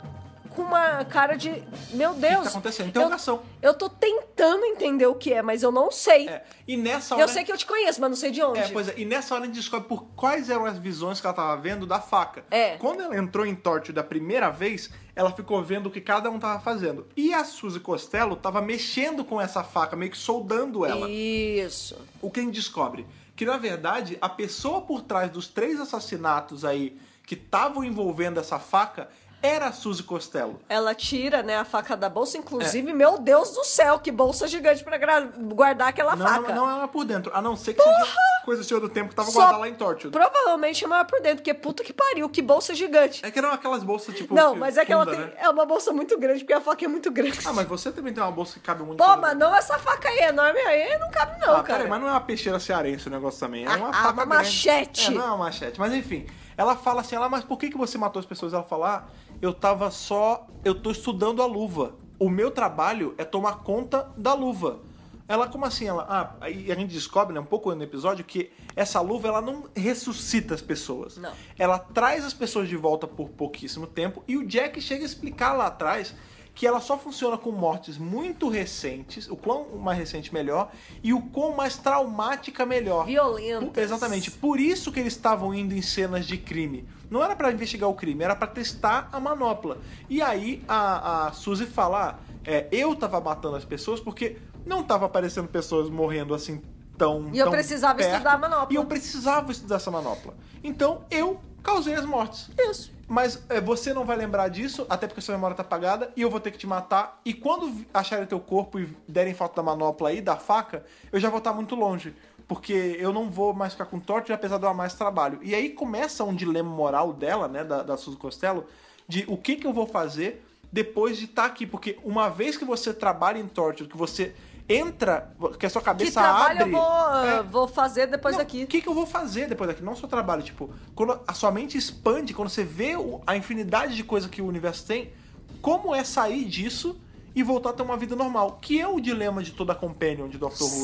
S2: com uma cara de. Meu Deus!
S1: tá acontecendo? Interrogação.
S2: Eu, eu tô tentando entender o que é, mas eu não sei.
S1: É, E nessa hora.
S2: eu sei que tá eu te conheço, mas não sei de onde.
S1: É, pois é. E nessa hora a gente descobre por quais eram as visões que ela tava vendo da faca.
S2: É.
S1: Quando ela entrou em Torture da primeira vez, ela ficou vendo o que cada um tava fazendo. E a Suzy Costello tava mexendo com essa faca, meio que soldando ela.
S2: Isso.
S1: O que a gente descobre? Que na verdade a pessoa por trás dos três assassinatos aí que estavam envolvendo essa faca era a Suzy Costello.
S2: Ela tira, né, a faca da bolsa,
S1: É.
S2: inclusive, meu Deus do céu, que bolsa gigante pra gra- guardar aquela
S1: Não,
S2: faca.
S1: não era por dentro, a não ser que seja coisa do Senhor do Tempo que tava
S2: Só-
S1: guardada lá em Torture.
S2: Provavelmente é maior por dentro, porque puta que pariu, que bolsa gigante.
S1: É que eram aquelas bolsas, tipo.
S2: não,
S1: que-
S2: mas é que ela
S1: funda,
S2: tem.
S1: né?
S2: É uma bolsa muito grande, porque a faca é muito grande.
S1: Ah, mas você também tem uma bolsa que cabe muito.
S2: Pô,
S1: coisa
S2: mas
S1: dentro.
S2: não essa faca aí é enorme aí, não cabe não,
S1: Ah,
S2: cara.
S1: peraí, mas não é uma peixeira cearense o negócio também. É uma
S2: Ah,
S1: faca
S2: uma
S1: grande.
S2: machete.
S1: É, não é uma machete. Mas enfim, ela fala assim, ela, mas por que, que você matou as pessoas? Ela fala, ah, eu tava só. Eu tô estudando a luva. O meu trabalho é tomar conta da luva. Ela, como assim? Ela, ah, aí a gente descobre, né, um pouco no episódio, que essa luva, ela não ressuscita as pessoas.
S2: Não.
S1: Ela traz as pessoas de volta por pouquíssimo tempo e o Jack chega a explicar lá atrás que ela só funciona com mortes muito recentes, o quão mais recente melhor, e o quão mais traumática melhor.
S2: Violentas.
S1: Por- Exatamente. Por isso que eles estavam indo em cenas de crime. Não era pra investigar o crime, era pra testar a manopla. E aí a, a Suzy fala: ah, é, eu tava matando as pessoas porque não tava aparecendo pessoas morrendo assim tão.
S2: E eu
S1: tão
S2: precisava
S1: perto,
S2: estudar a manopla.
S1: E eu precisava estudar essa manopla. Então eu causei as mortes.
S2: Isso.
S1: Mas é, você não vai lembrar disso, até porque sua memória tá apagada, e eu vou ter que te matar. E quando vi- acharem teu corpo e derem falta da manopla aí, da faca, eu já vou estar muito longe. Porque eu não vou mais ficar com torte, apesar de eu dar mais trabalho. E aí começa um dilema moral dela, né, da, da Suzy Costello, de o que, que eu vou fazer depois de estar aqui. Porque uma vez que você trabalha em torture, que você entra, que a sua
S2: Que
S1: cabeça
S2: trabalho
S1: abre...
S2: eu vou,
S1: É,
S2: ah, vou fazer depois
S1: não,
S2: daqui.
S1: O que, que eu vou fazer depois daqui? Não só trabalho, tipo, quando a sua mente expande, quando você vê o- a infinidade de coisa que o universo tem, como é sair disso e voltar a ter uma vida normal? Que é o dilema de toda a companion de Doctor Who, né,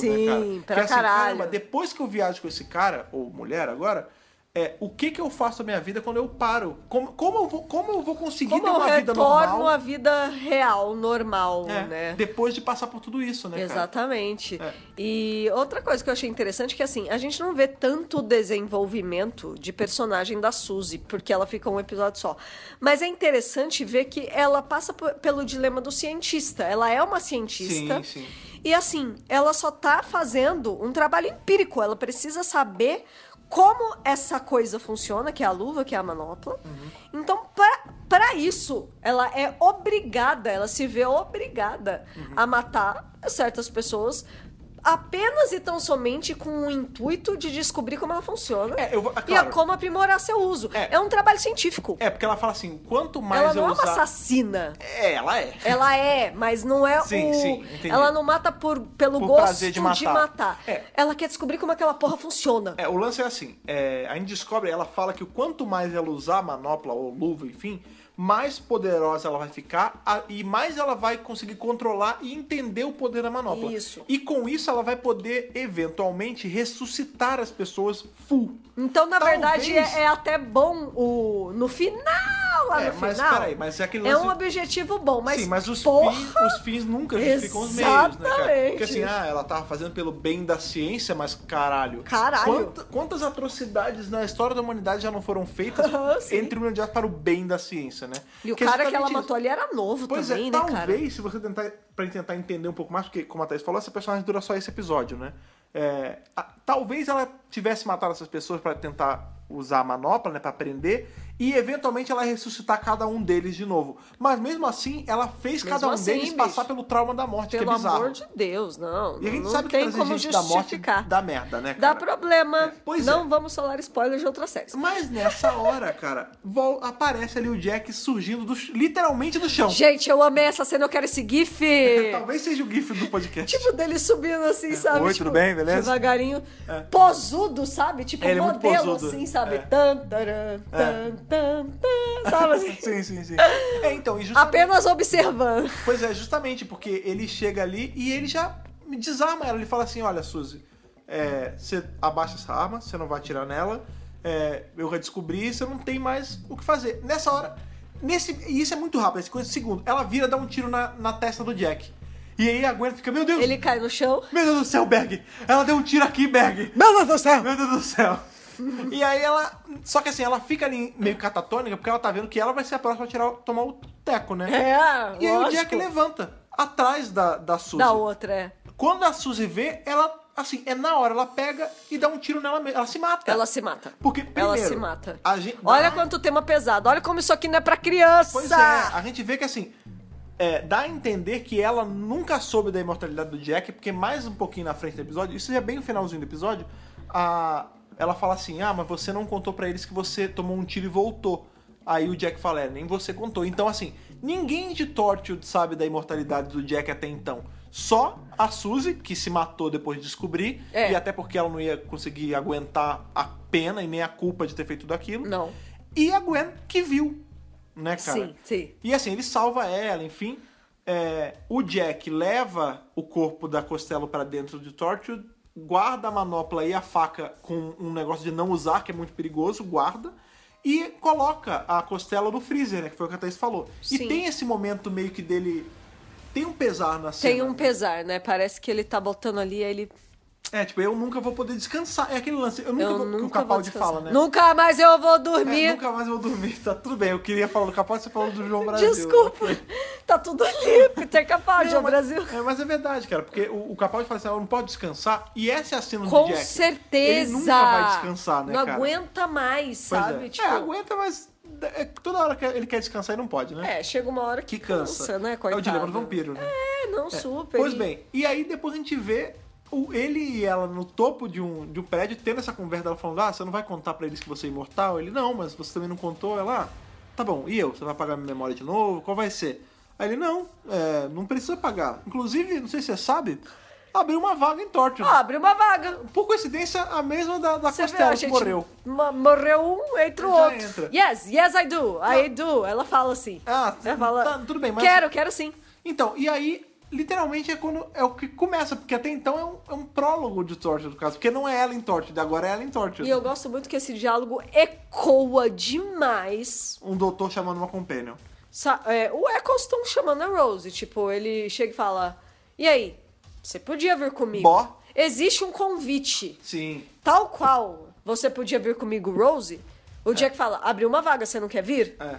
S1: cara?
S2: Sim, pra
S1: que é assim,
S2: caralho.
S1: caramba, depois que eu viajo com esse cara, ou mulher agora, é, o que que eu faço da minha vida quando eu paro? Como, como, eu, vou, como eu vou conseguir
S2: Como
S1: ter
S2: eu
S1: uma vida normal?
S2: retorno à vida real, normal,
S1: é,
S2: né?
S1: Depois de passar por tudo isso, né, cara?
S2: Exatamente.
S1: É.
S2: E outra coisa que eu achei interessante é que assim, a gente não vê tanto desenvolvimento de personagem da Suzy, porque ela fica um episódio só. Mas é interessante ver que ela passa p- pelo dilema do cientista. Ela é uma cientista.
S1: Sim, sim.
S2: E assim, ela só tá fazendo um trabalho empírico. Ela precisa saber como essa coisa funciona, que é a luva, que é a manopla.
S1: Uhum.
S2: Então, pra, pra isso, ela é obrigada, ela se vê obrigada
S1: Uhum.
S2: a matar certas pessoas apenas e tão somente com o intuito de descobrir como ela funciona
S1: É, eu vou-
S2: e a
S1: claro.
S2: como aprimorar seu uso.
S1: É.
S2: É, um trabalho científico.
S1: É, porque ela fala assim, quanto mais
S2: ela
S1: eu
S2: não é uma
S1: usar...
S2: assassina.
S1: É, ela é.
S2: Ela é, mas não é
S1: Sim,
S2: o.
S1: sim, entendi.
S2: Ela não mata por, pelo
S1: Por
S2: gosto
S1: prazer
S2: de
S1: de
S2: matar.
S1: matar. É.
S2: Ela quer descobrir como aquela porra funciona.
S1: É, o lance é assim, é, a gente descobre, ela fala que quanto mais ela usar manopla ou luva, enfim, mais poderosa ela vai ficar a- e mais ela vai conseguir controlar e entender o poder da manopla.
S2: Isso.
S1: E com isso ela vai poder, eventualmente, ressuscitar as pessoas full.
S2: Então, na
S1: Talvez-
S2: verdade, é, é até bom o. No final, lá
S1: É,
S2: no
S1: mas
S2: final.
S1: peraí, mas é aquele
S2: É
S1: lance-
S2: um objetivo bom, mas.
S1: Sim, mas os,
S2: porra,
S1: fins, os fins nunca justificam os meios, né, cara?
S2: Exatamente.
S1: Porque assim, ah, ela tava fazendo pelo bem da ciência, mas caralho.
S2: Caralho.
S1: quanta- quantas atrocidades na história da humanidade já não foram feitas
S2: [LAUGHS] Sim.
S1: entre o imediato para o bem da ciência, né?
S2: E o
S1: Que é
S2: cara que ela
S1: exatamente isso.
S2: matou ali era novo
S1: Pois
S2: também,
S1: é,
S2: né,
S1: talvez,
S2: cara?
S1: se você tentar, pra tentar entender um pouco mais, porque, como a Thaís falou, essa personagem dura só esse episódio, né? É, a- talvez ela tivesse matado essas pessoas pra tentar usar a manopla, né, pra prender, e eventualmente ela ressuscitar cada um deles de novo. Mas mesmo assim, ela fez
S2: Mesmo
S1: cada um
S2: assim,
S1: deles
S2: bicho.
S1: passar pelo trauma da morte,
S2: Pelo
S1: que é bizarro.
S2: amor de Deus, não.
S1: E a gente
S2: não
S1: sabe que
S2: tem
S1: trazer
S2: como
S1: gente
S2: justificar.
S1: da morte dá merda, né,
S2: Dá
S1: cara?
S2: problema.
S1: É, pois é.
S2: não vamos falar spoilers de outras séries.
S1: Mas nessa hora, cara, vol- aparece ali o Jack surgindo do ch- literalmente do chão.
S2: Gente, eu amei essa cena, eu quero esse GIF.
S1: [LAUGHS] Talvez seja o gif do podcast.
S2: Tipo, dele subindo assim, sabe?
S1: É. Oi,
S2: Tipo,
S1: tudo bem? Beleza?
S2: Devagarinho. Posudo, sabe? Tipo,
S1: É, ele é muito
S2: modelo,
S1: posudo.
S2: assim, sabe?
S1: É.
S2: Tan, taran, tan, tan, tan, sabe assim?
S1: [LAUGHS] Sim, sim, sim. É, então, e justamente...
S2: Apenas observando.
S1: Pois é, justamente, porque ele chega ali e ele já desarma ela. Ele fala assim: olha, Suzy, é, você abaixa essa arma, você não vai atirar nela. é, eu já descobri, você não tem mais o que fazer. Nessa hora, nesse, e isso é muito rápido, esse coisa segundo, ela vira dar um tiro na, na testa do Jack. E aí a Gwen fica, meu Deus!
S2: Ele cai no chão.
S1: Meu Deus do céu, Berg! Ela deu um tiro aqui, Berg!
S2: Meu Deus do céu!
S1: Meu Deus do céu. E aí ela. Só que assim, ela fica ali meio catatônica, porque ela tá vendo que ela vai ser a próxima a tirar, o- tomar o teco, né?
S2: É,
S1: E aí o
S2: lógico.
S1: Jack levanta atrás da, da Suzy.
S2: Da outra, é.
S1: Quando a Suzy vê, ela assim, é na hora, ela pega e dá um tiro nela mesma. Ela se mata.
S2: Ela se mata.
S1: Porque É. primeiro,
S2: Ela se mata.
S1: A gente,
S2: Olha
S1: dá-
S2: quanto tema pesado. Olha como isso aqui não é pra criança.
S1: Pois é, a gente vê que assim. é, dá a entender que ela nunca soube da imortalidade do Jack, porque mais um pouquinho na frente do episódio, isso já é bem no finalzinho do episódio, a, ela fala assim: Ah, mas você não contou pra eles que você tomou um tiro e voltou. Aí o Jack fala: É, nem você contou. Então, assim, ninguém de Torchwood sabe da imortalidade do Jack até então. Só a Suzy, que se matou depois de descobrir,
S2: É.
S1: e até porque ela não ia conseguir aguentar a pena e nem a culpa de ter feito tudo aquilo.
S2: Não.
S1: E a Gwen, que viu, né, cara?
S2: Sim, sim.
S1: E assim, ele salva ela, enfim. É, o Jack leva o corpo da Costello pra dentro de Torture, guarda a manopla e a faca com um negócio de não usar, que é muito perigoso, guarda. E coloca a Costello no freezer, né? Que foi o que a Thaís falou.
S2: Sim.
S1: E tem esse momento meio que dele. Tem um pesar na cena.
S2: Tem um
S1: né?
S2: pesar, né? Parece que ele tá botando ali, aí ele.
S1: É, tipo, eu nunca vou poder descansar. É aquele lance. Eu nunca
S2: eu
S1: vou. que o
S2: nunca vou
S1: Capaldi
S2: descansar.
S1: fala, né?
S2: Nunca mais eu vou
S1: É,
S2: dormir.
S1: nunca mais eu vou dormir. Tá tudo bem. Eu queria falar do Capaldi, você falou do João Brasil.
S2: Desculpa. Tá tudo
S1: [LAUGHS]
S2: ali, Peter Capaldi,
S1: Não,
S2: é o
S1: mas-
S2: Brasil.
S1: É, mas é verdade, cara, porque o, o Capaldi fala assim, ela não pode descansar, e essa é a cena
S2: Com
S1: do Jack.
S2: certeza.
S1: Ele nunca vai descansar, né,
S2: Não
S1: cara?
S2: aguenta mais,
S1: Pois é.
S2: sabe?
S1: É,
S2: Tipo,
S1: aguenta, mas é, toda hora que ele quer descansar e não pode, né?
S2: é, chega uma hora
S1: Que
S2: que,
S1: cansa.
S2: né?
S1: é
S2: Coitado.
S1: o dilema do vampiro, né?
S2: É, não, super.
S1: Pois
S2: E-
S1: bem, e aí depois a gente vê o- ele e ela no topo de um, de um prédio tendo essa conversa, ela falando, ah, você não vai contar pra eles que você é imortal? Ele, não, mas você também não contou. Ela, ah, tá bom, e eu? Você vai pagar minha memória de novo? Qual vai ser? Aí ele, não, é, não precisa pagar. Inclusive, não sei se você sabe, abriu uma vaga em Torture.
S2: Abre uma vaga.
S1: Por coincidência, a mesma da, da
S2: Ah. Você vê,
S1: Costello,
S2: a
S1: que
S2: gente
S1: morreu.
S2: mo- morreu um, entra o
S1: Já
S2: outro.
S1: entra.
S2: Yes, yes I do, I do. Ela fala assim.
S1: Ah,
S2: Ela fala, é
S1: tá, tudo bem, mas...
S2: Quero, quero sim.
S1: Então, e aí, literalmente é quando é o que começa, porque até então é um, é um prólogo de Torture, do caso, porque não é ela em Torture, agora é ela em Torture.
S2: E eu gosto muito que esse diálogo ecoa demais.
S1: um doutor chamando uma companion.
S2: Sa- é, o Eccleston chamando a Rose, tipo, ele chega e fala, e aí, você podia vir comigo?
S1: Bó.
S2: Existe um convite,
S1: Sim.
S2: tal qual você podia vir comigo, Rose? O Jack fala, abriu uma vaga, você não quer vir?
S1: É.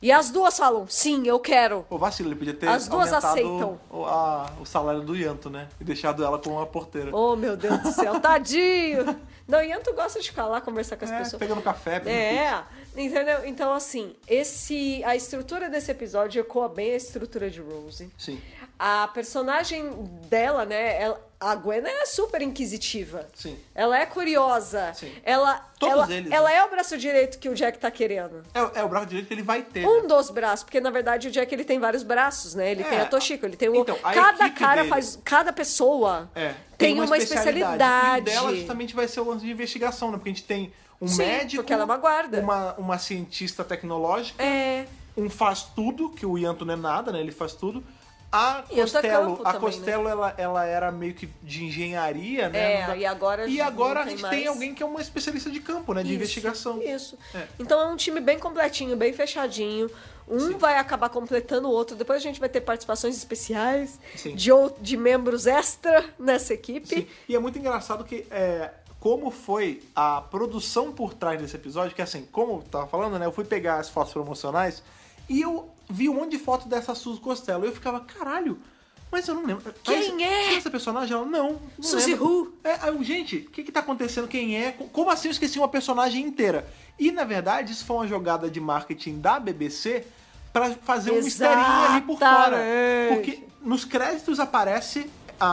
S2: E as duas falam, sim, eu quero.
S1: Pô, vacilo, ele podia ter
S2: As duas
S1: aumentado
S2: aceitam.
S1: O, a- o salário do Yanto, né? E deixado ela com uma porteira.
S2: Oh, meu Deus do céu, tadinho! Não, Ianto gosta de ficar lá, conversar com as
S1: É,
S2: pessoas.
S1: pegando café, pegando
S2: É, entendeu? Então, assim, esse, a estrutura desse episódio ecoa bem a estrutura de Rose.
S1: Sim.
S2: A personagem dela, né? ela- a Gwen é super inquisitiva.
S1: Sim.
S2: Ela é curiosa.
S1: Sim.
S2: Ela,
S1: Todos
S2: ela,
S1: eles, né?
S2: ela é o braço direito que o Jack tá querendo.
S1: É, é o braço direito que ele vai ter. né?
S2: Um dos braços, porque na verdade o Jack ele tem vários braços, né? Ele
S1: É,
S2: tem a Toshiko, ele tem o.
S1: então, a
S2: cada
S1: equipe
S2: cara
S1: dele-
S2: faz. Cada pessoa
S1: É,
S2: tem, uma, especialidade.
S1: E o dela justamente vai ser o lance de investigação, né? Porque a gente tem um
S2: Sim,
S1: médico.
S2: porque ela é uma guarda.
S1: Uma, uma cientista tecnológica.
S2: É.
S1: Um faz tudo, que o Ianto não é nada, né? Ele faz tudo. A
S2: E outra
S1: Costello,
S2: campo
S1: a
S2: também, né?
S1: Costello ela, ela era meio que de engenharia, né?
S2: É,
S1: Não dá-
S2: e agora
S1: E
S2: não
S1: agora a
S2: tem
S1: gente tem
S2: mais.
S1: alguém que é uma especialista de campo, né? De
S2: Isso,
S1: investigação.
S2: Isso.
S1: É.
S2: Então é um time bem completinho, bem fechadinho. Um vai acabar completando o outro. Depois a gente vai ter participações especiais
S1: Sim.
S2: de, ou- de membros extra nessa equipe.
S1: Sim. E é muito engraçado que é, como foi a produção por trás desse episódio, que assim, como eu tava falando, né? Eu fui pegar as fotos promocionais e eu vi um monte de foto dessa Suzy Costello. E eu ficava, caralho, mas eu não lembro.
S2: Quem
S1: Mas,
S2: é?
S1: quem Essa personagem, ela, não. não
S2: Suzy
S1: lembro."
S2: who?
S1: É, aí eu, gente, o que que tá acontecendo? Quem é? Co- Como assim eu esqueci uma personagem inteira? E, na verdade, isso foi uma jogada de marketing da BBC pra fazer um misterinho ali por fora.
S2: Exatamente.
S1: Porque nos créditos aparece a,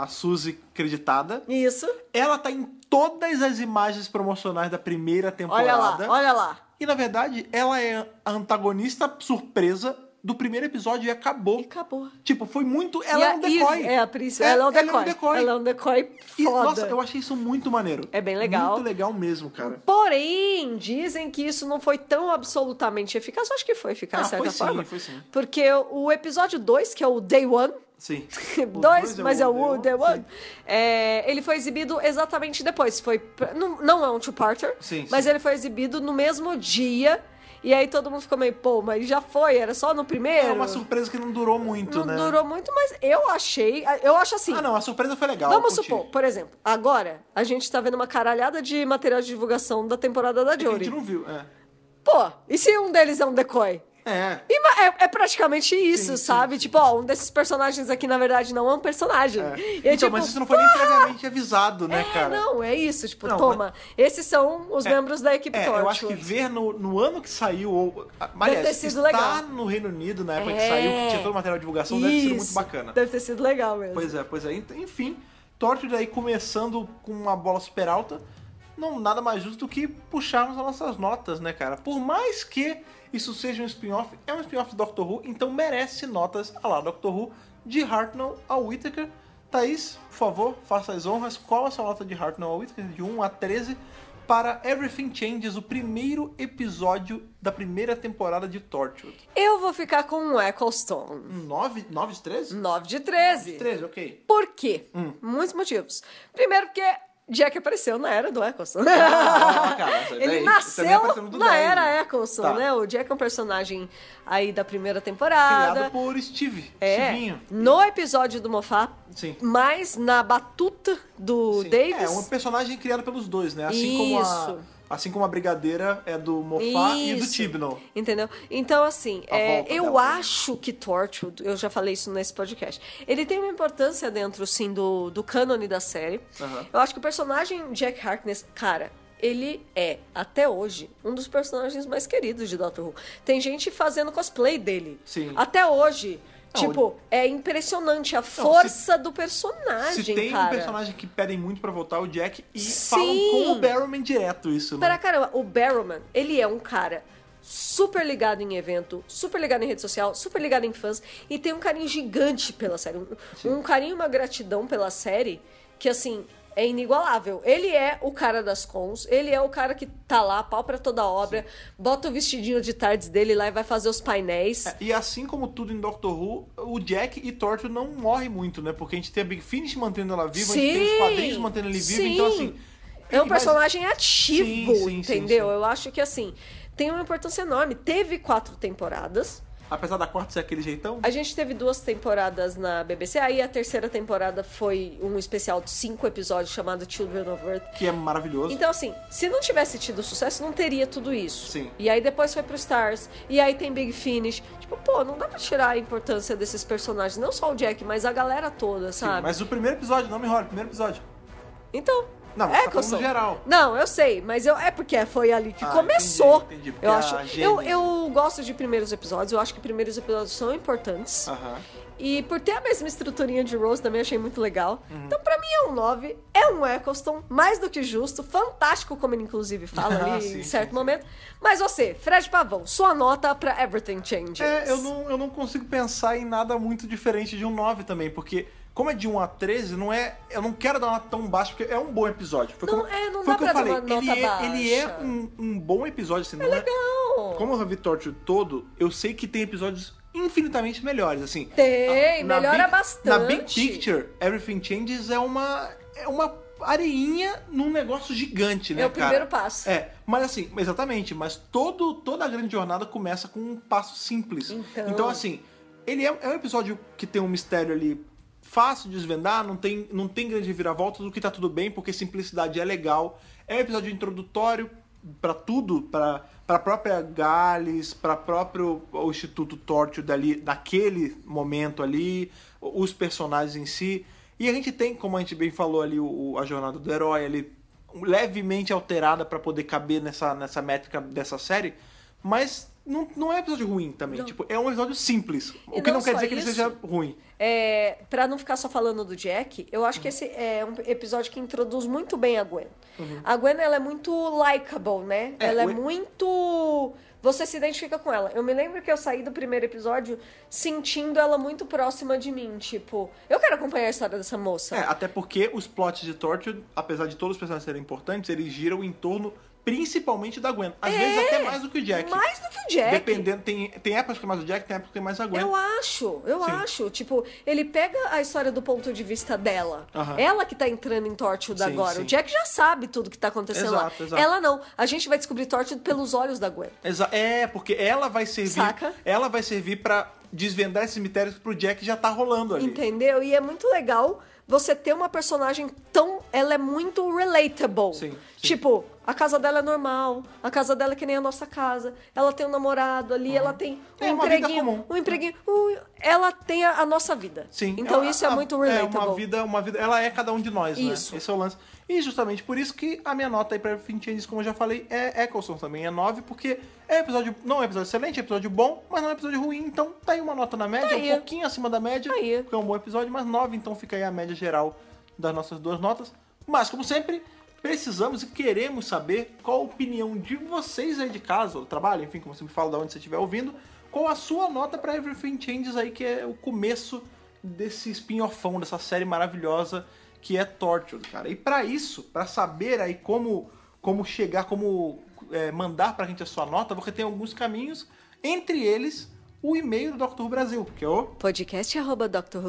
S1: a, a Suzy creditada.
S2: Isso.
S1: Ela tá em todas as imagens promocionais da primeira temporada.
S2: Olha lá, olha lá.
S1: E na verdade, ela é a antagonista surpresa do primeiro episódio e acabou.
S2: E acabou.
S1: Tipo, foi muito. Ela
S2: E
S1: é um
S2: a Eve
S1: decoy.
S2: É a principal. ela é um decoy. Ela é um decoy
S1: E,
S2: foda.
S1: nossa, eu achei isso muito maneiro.
S2: É bem legal. Ah,
S1: Muito legal mesmo, cara.
S2: Porém, dizem que isso não foi tão absolutamente eficaz. Eu acho que foi eficaz,
S1: Ah,
S2: de certa
S1: foi sim,
S2: forma.
S1: foi
S2: [LAUGHS]
S1: sim.
S2: Porque o episódio 2, que é o Day One,
S1: Sim. O
S2: dois, mas é o
S1: Wonder
S2: The
S1: Woman.
S2: One. É, ele foi exibido exatamente depois. Foi pra- não, não é um two-parter,
S1: Sim,
S2: mas
S1: sim.
S2: ele foi exibido no mesmo dia. E aí todo mundo ficou meio, pô, mas já foi, era só no primeiro.
S1: É uma surpresa que não durou muito,
S2: não
S1: né?
S2: durou muito, mas eu achei. Eu acho assim.
S1: Ah, não, a surpresa foi legal.
S2: Vamos
S1: eu curti. É
S2: supor, por exemplo, agora a gente tá vendo uma caralhada de material de divulgação da temporada da
S1: Que É a gente
S2: Jory.
S1: não viu, é.
S2: Pô, e se um deles é um decoy?
S1: É.
S2: E ma- é, é praticamente isso,
S1: Sim, sim,
S2: sabe?
S1: sim.
S2: Tipo, ó, um desses personagens aqui, na verdade, não é um personagem.
S1: é.
S2: E
S1: então,
S2: é tipo,
S1: mas isso não foi nem previamente avisado, né,
S2: é,
S1: cara?
S2: não, é isso. Tipo,
S1: Não,
S2: toma. Esses são os membros da equipe
S1: É,
S2: Torchwood.
S1: eu acho que ver no, no ano que saiu, ou. ah, mas,
S2: Deve ter
S1: aliás,
S2: sido
S1: estar
S2: legal.
S1: no Reino Unido, na época
S2: É.
S1: que saiu, que tinha todo o material de divulgação, deve ter sido muito
S2: Isso.
S1: bacana.
S2: Deve ter sido legal mesmo.
S1: Pois é, pois é. Ent- Enfim, Torture aí começando com uma bola super alta, não nada mais justo do que puxarmos as nossas notas, né, cara? Por mais que isso seja um spin-off, é um spin-off de Doctor Who, então merece notas a lá Doctor Who, de Hartnell a Whittaker. Thaís, por favor, faça as honras. Qual a sua nota de Hartnell a Whittaker, de 1 a 13, para Everything Changes, o primeiro episódio da primeira temporada de Torture?
S2: Eu vou ficar com um Ecclestone.
S1: 9, 9 de 13?
S2: 9 de 13.
S1: 13, ok.
S2: Por quê?
S1: Hum.
S2: Muitos motivos. Primeiro porque Jack apareceu na era do Eccleston.
S1: Ah,
S2: [LAUGHS]
S1: cara, isso aí daí- isso
S2: Ele
S1: também
S2: nasceu
S1: apareceu no do
S2: na
S1: 10,
S2: era
S1: né?
S2: Eccleston,
S1: Tá.
S2: né? O Jack é um personagem aí da primeira
S1: Criado
S2: temporada.
S1: por Steve.
S2: É,
S1: Stevinho.
S2: no episódio do Moffat,
S1: Sim.
S2: mas na batuta do
S1: Sim.
S2: Davis.
S1: É um personagem criado pelos dois, né? Assim como
S2: Isso.
S1: a. Assim como a Brigadeira é do Mofá e do
S2: Isso.
S1: Tibnall.
S2: Entendeu? Então, assim,
S1: A
S2: é,
S1: volta
S2: eu
S1: dela, né?
S2: acho que Torchwood, eu já falei isso nesse podcast, ele tem uma importância dentro, sim, do, do cânone da série.
S1: Aham.
S2: Eu acho que o personagem Jack Harkness, cara, ele é, até hoje, um dos personagens mais queridos de Doctor Who. Tem gente fazendo cosplay dele.
S1: Sim.
S2: Até hoje.
S1: Não,
S2: tipo, é impressionante a força do personagem,
S1: Se tem
S2: Ah, cara.
S1: um personagem que pedem muito pra voltar, é o Jack, e
S2: Sim.
S1: falam com o Barrowman direto isso, né?
S2: Para caramba, o Barrowman, ele é um cara super ligado em evento, super ligado em rede social, super ligado em fãs e tem um carinho gigante pela série. Um, um carinho e uma gratidão pela série que, assim, é inigualável. Ele é o cara das cons, ele é o cara que tá lá, pau pra toda obra, bota o vestidinho de tardes dele lá e vai fazer os painéis.
S1: É, E assim como tudo em Doctor Who, o Jack e Torture não morrem muito, né? Porque a gente tem a Big Finish mantendo ela viva, a gente tem os
S2: Sim,
S1: quadrinhos mantendo ele vivo, então
S2: sim.
S1: assim.
S2: É um
S1: mas-
S2: personagem ativo,
S1: Sim, sim, sim,
S2: entendeu?
S1: sim.
S2: Eu acho que, assim, tem uma importância enorme. Teve quatro temporadas.
S1: Apesar da quarta ser aquele jeitão,
S2: A gente teve duas temporadas na BBC, aí a terceira temporada foi um especial de cinco episódios chamado Children of Earth.
S1: que é maravilhoso.
S2: Então, assim, se não tivesse tido sucesso, não teria tudo isso.
S1: Sim.
S2: E aí depois foi pro Stars, e aí tem Big Finish. Tipo, pô, não dá pra tirar a importância desses personagens, não só o Jack, mas a galera toda,
S1: Sim,
S2: sabe?
S1: mas o primeiro episódio, não me rola, o primeiro episódio.
S2: Então.
S1: Não,
S2: é
S1: você tá falando
S2: Coulson.
S1: no geral.
S2: Não, eu sei, mas eu, é porque foi ali que
S1: Ah,
S2: começou.
S1: entendi, entendi, porque
S2: eu
S1: a
S2: acho.
S1: gênese.
S2: Eu, eu gosto de primeiros episódios, eu acho que primeiros episódios são importantes.
S1: Aham.
S2: E por ter a mesma estruturinha de Rose também achei muito legal.
S1: Uhum.
S2: Então, pra mim, é um 9, é um Eccleston, mais do que justo, fantástico, como ele
S1: [LAUGHS]
S2: inclusive fala
S1: Ah,
S2: ali
S1: sim,
S2: em
S1: sim,
S2: certo
S1: sim.
S2: momento. Mas você, Fred Pavão, sua nota pra Everything Changes.
S1: É, eu não, eu não consigo pensar em nada muito diferente de um 9 também, porque como é de 1 a 13, não é. Eu não quero dar uma nota tão baixa, porque é um bom episódio. Foi
S2: Não,
S1: como-
S2: é, não
S1: foi
S2: dá
S1: o que eu
S2: pra dar
S1: falei.
S2: uma
S1: ele,
S2: nota
S1: é, ele é
S2: baixa.
S1: um, um bom episódio, assim, não é.
S2: Não.
S1: Como eu vi Torture todo, eu sei que tem episódios infinitamente melhores, assim.
S2: Tem,
S1: A- na
S2: melhora
S1: big-
S2: bastante.
S1: Na Big Picture, Everything Changes é uma. É uma areinha num negócio gigante, né,
S2: É o
S1: cara?
S2: primeiro passo.
S1: É, mas assim, exatamente, mas todo, toda a grande jornada começa com um passo simples.
S2: Então.
S1: assim, ele é, é um episódio que tem um mistério ali fácil de desvendar, não tem, não tem grande reviravolta, do que tá tudo bem, porque simplicidade é legal. É um episódio introdutório pra tudo, pra para própria Gales, pra próprio o Instituto Torture dali, naquele momento ali, os personagens em si. E a gente tem, como a gente bem falou ali, o- o- a jornada do herói ali levemente alterada pra poder caber nessa, nessa métrica dessa série, mas não, não é um episódio ruim também.
S2: Não.
S1: Tipo, é um episódio simples.
S2: E
S1: o que
S2: não
S1: não, quer
S2: só
S1: dizer que ele
S2: isso.
S1: seja ruim.
S2: É, para não ficar só falando do Jack, eu acho que esse é um episódio que introduz muito bem a Gwen. A Gwen, ela é muito likable, né?
S1: Uhum. É,
S2: ela é
S1: o-
S2: muito... Você se identifica com ela. Eu me lembro que eu saí do primeiro episódio sentindo ela muito próxima de mim. Tipo, eu quero acompanhar a história dessa moça.
S1: É, até porque os plots de Torture, apesar de todos os personagens serem importantes, eles giram em torno principalmente da Gwen. Às vezes até mais do que o Jack.
S2: É! Mais do que o Jack.
S1: Dependendo, tem, tem épocas que é mais o Jack, tem épocas que é mais a Gwen.
S2: Eu acho, eu
S1: Sim.
S2: acho. Tipo, ele pega a história do ponto de vista dela.
S1: Aham.
S2: Ela que tá entrando em Torchwood
S1: Sim,
S2: agora.
S1: sim.
S2: O Jack já sabe tudo que tá acontecendo
S1: Exato,
S2: lá.
S1: exato.
S2: Ela não. A gente vai descobrir Torchwood pelos olhos da Gwen.
S1: Exa- é, porque ela vai servir.
S2: Saca?
S1: Ela vai servir para desvendar esses mistérios pro Jack já tá rolando ali.
S2: Entendeu? E é muito legal você ter uma personagem tão. Ela é muito relatable.
S1: Sim, sim.
S2: Tipo, A casa dela é normal, a casa dela é que nem a nossa casa. Ela tem um namorado ali, ela tem um
S1: É uma vida comum.
S2: empreguinho, um empreguinho. um- ela tem a, a nossa vida.
S1: Sim.
S2: Então
S1: ela-
S2: isso é
S1: a-
S2: muito
S1: É
S2: relatable.
S1: uma vida, uma vida. Ela é cada um de nós,
S2: Isso.
S1: né? Esse é o lance. E justamente por isso que a minha nota aí pra Fim Changes, como eu já falei, é Eccleston também, é 9, porque é episódio. Não é episódio excelente, é episódio bom, mas não é episódio ruim. Então tá aí uma nota na média,
S2: Tá
S1: um
S2: aí.
S1: pouquinho acima da média,
S2: Tá aí.
S1: porque é um bom episódio, mas 9, então fica aí a média geral das nossas duas notas. Mas, como sempre. Precisamos e queremos saber qual a opinião de vocês aí de casa, ou trabalho, enfim, como sempre falo, da onde você estiver ouvindo, qual a sua nota pra Everything Changes aí, que é o começo desse spin-offão, dessa série maravilhosa que é Tortured, cara. E pra isso, pra saber aí como, como chegar, como é, mandar pra gente a sua nota, você tem alguns caminhos, entre eles o e-mail do Dr. Who Brasil, que é o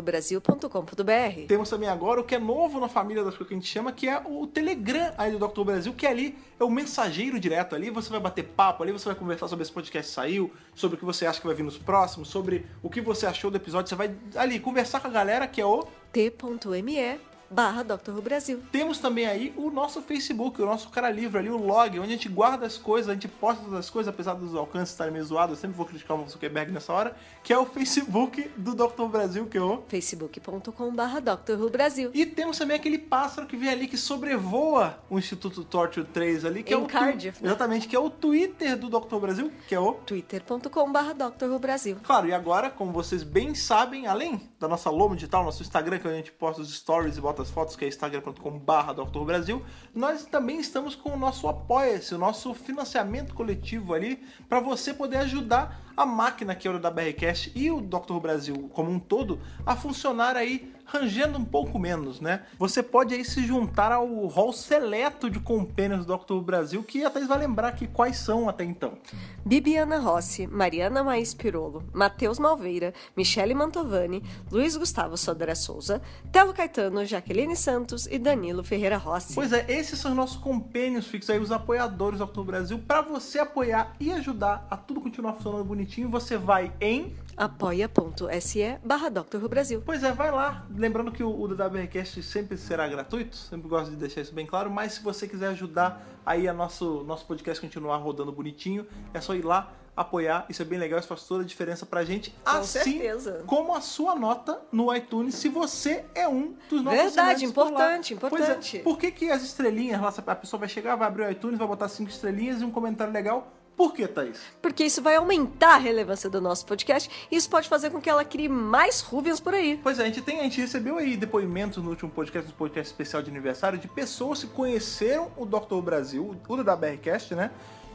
S2: podcast.drrubrasil.com.br
S1: temos também agora o que é novo na família das coisas que a gente chama, que é o Telegram aí do Dr. Brasil, que ali é o mensageiro direto. Ali você vai bater papo, ali você vai conversar sobre esse podcast que saiu, sobre o que você acha que vai vir nos próximos, sobre o que você achou do episódio. Você vai ali conversar com a galera, que é o
S2: t.me barra Dr. Who Brasil.
S1: Temos também aí o nosso Facebook, o nosso cara livre ali, o log, onde a gente guarda as coisas, a gente posta todas as coisas, apesar dos alcances estarem meio zoados, eu sempre vou criticar o Mark Zuckerberg nessa hora, que é o Facebook do Dr. Brasil, que é eu...
S2: facebook.com barra Dr. Who Brasil.
S1: E temos também aquele pássaro que vem ali, que sobrevoa o Instituto Torture 3 ali, que é
S2: Em
S1: o... tu-
S2: Cardiff, né?
S1: Exatamente, que é o Twitter do Dr. Brasil, que é o...
S2: twitter.com barra Dr. Who Brasil.
S1: Claro, e agora, como vocês bem sabem, além da nossa logo digital, nosso Instagram, que é onde a gente posta os stories e bota as fotos, que é instagram.com.br Dr. Brasil, nós também estamos com o nosso apoia-se, o nosso financiamento coletivo ali, para você poder ajudar a máquina que é o da BRCast e o Dr. Brasil como um todo a funcionar aí rangendo um pouco menos, né? Você pode aí se juntar ao hall seleto de compênios do Dr. Brasil, que a Thaís vai lembrar aqui quais são até então.
S2: Bibiana Rossi, Mariana Maís Pirolo, Matheus Malveira, Michele Mantovani, Luiz Gustavo Sodré Souza, Telo Caetano, Jaqueline Santos e Danilo Ferreira Rossi.
S1: Pois é, esses são os nossos compênios fixos aí, os apoiadores do Octubre Brasil. Pra você apoiar e ajudar a tudo continuar funcionando bonitinho, você vai em.
S2: apoia.se barra Dr. Who Brasil.
S1: Pois é, vai lá. Lembrando que o o DWRcast sempre será gratuito, sempre gosto de deixar isso bem claro, mas se você quiser ajudar aí a nosso, nosso podcast continuar rodando bonitinho, é só ir lá apoiar. Isso é bem legal, isso faz toda a diferença pra gente. assim
S2: certeza.
S1: como a sua nota no iTunes, se você é um dos nossos
S2: Verdade,
S1: assinantes por lá.
S2: importante,
S1: Pois é,
S2: importante.
S1: por que, que as estrelinhas, lá, a pessoa vai chegar, vai abrir o iTunes, vai botar cinco estrelinhas e um comentário legal? Por que, Thaís?
S2: Porque isso vai aumentar a relevância do nosso podcast e isso pode fazer com que ela crie mais Rubians por aí.
S1: Pois é, a gente, tem, a gente recebeu aí depoimentos no último podcast, no podcast especial de aniversário, de pessoas que conheceram o Dr. Brasil, o da BRCast, né?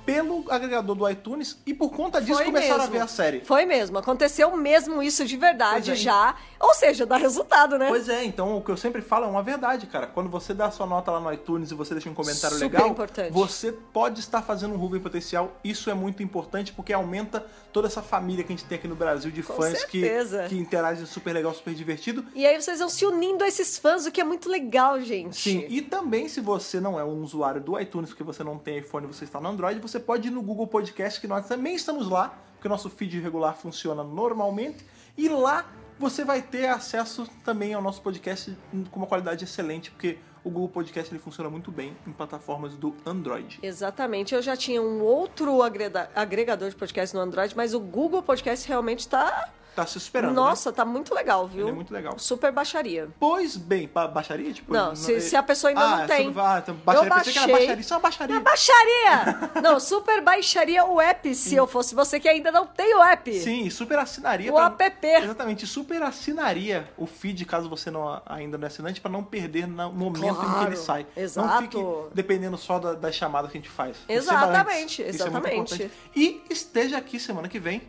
S1: Pelo agregador do iTunes e por conta disso
S2: Foi
S1: começaram
S2: mesmo.
S1: a ver a série.
S2: Foi mesmo, aconteceu mesmo isso de verdade
S1: Pois é.
S2: já. Ou seja, dá resultado, né?
S1: Pois é, então o que eu sempre falo é uma verdade, cara. Quando você dá sua nota lá no iTunes e você deixa um comentário
S2: Super
S1: legal,
S2: importante.
S1: você pode estar fazendo um Ruben potencial. Isso é muito importante porque aumenta toda essa família que a gente tem aqui no Brasil de
S2: Com
S1: fãs que,
S2: certeza.
S1: que interagem super legal, super divertido.
S2: E aí vocês vão se unindo a esses fãs, o que é muito legal, gente.
S1: Sim, e também se você não é um usuário do iTunes, porque você não tem iPhone, você está no Android, você pode ir no Google Podcast, que nós também estamos lá, porque o nosso feed regular funciona normalmente, e lá você vai ter acesso também ao nosso podcast com uma qualidade excelente, porque o Google Podcast ele funciona muito bem em plataformas do Android.
S2: Exatamente, eu já tinha um outro agreda- agregador de podcast no Android, mas o Google Podcast realmente tá.
S1: Tá se esperando,
S2: Nossa, tá muito legal,
S1: né?
S2: viu?
S1: Ele é muito legal.
S2: Super baixaria.
S1: Pois bem, ba- baixaria? Tipo,
S2: Não, se- se a pessoa ainda
S1: ah,
S2: não
S1: é
S2: tem.
S1: sobre- ah, então baixaria.
S2: Eu
S1: pensei que era
S2: baixei.
S1: baixaria. Isso é uma baixaria. [LAUGHS]
S2: É baixaria! não, super baixaria o app se eu fosse você que ainda não tem o app.
S1: Sim, e super assinaria.
S2: O
S1: pra-
S2: app.
S1: Exatamente, super assinaria o feed, caso você não, ainda não é assinante, pra não perder no momento em que
S2: Claro,
S1: ele sai. Não
S2: exato.
S1: fique dependendo só da, das chamadas que a gente faz. Receba antes.
S2: Exatamente,
S1: Isso é muito
S2: exatamente.
S1: importante. e esteja aqui semana que vem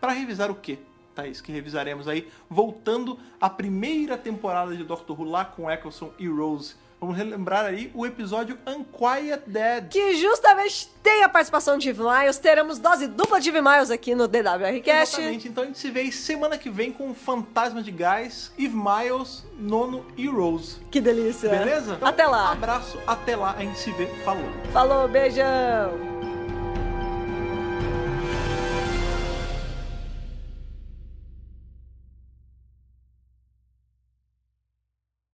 S1: pra revisar o quê? Thaís, que revisaremos aí, voltando à primeira temporada de Doctor Who lá com Eccleston e Rose. Vamos relembrar aí o episódio Unquiet Dead.
S2: Que justamente tem a participação de Vimails, teremos dose dupla de Vimails aqui no DWRcast.
S1: Exatamente. Então a gente se vê aí semana que vem com o Fantasma de Gás, Eve Miles, Nono e Rose.
S2: Que delícia.
S1: Beleza?
S2: É. Até
S1: Um
S2: lá.
S1: abraço, até lá, a gente se vê, falou.
S2: Falou, beijão.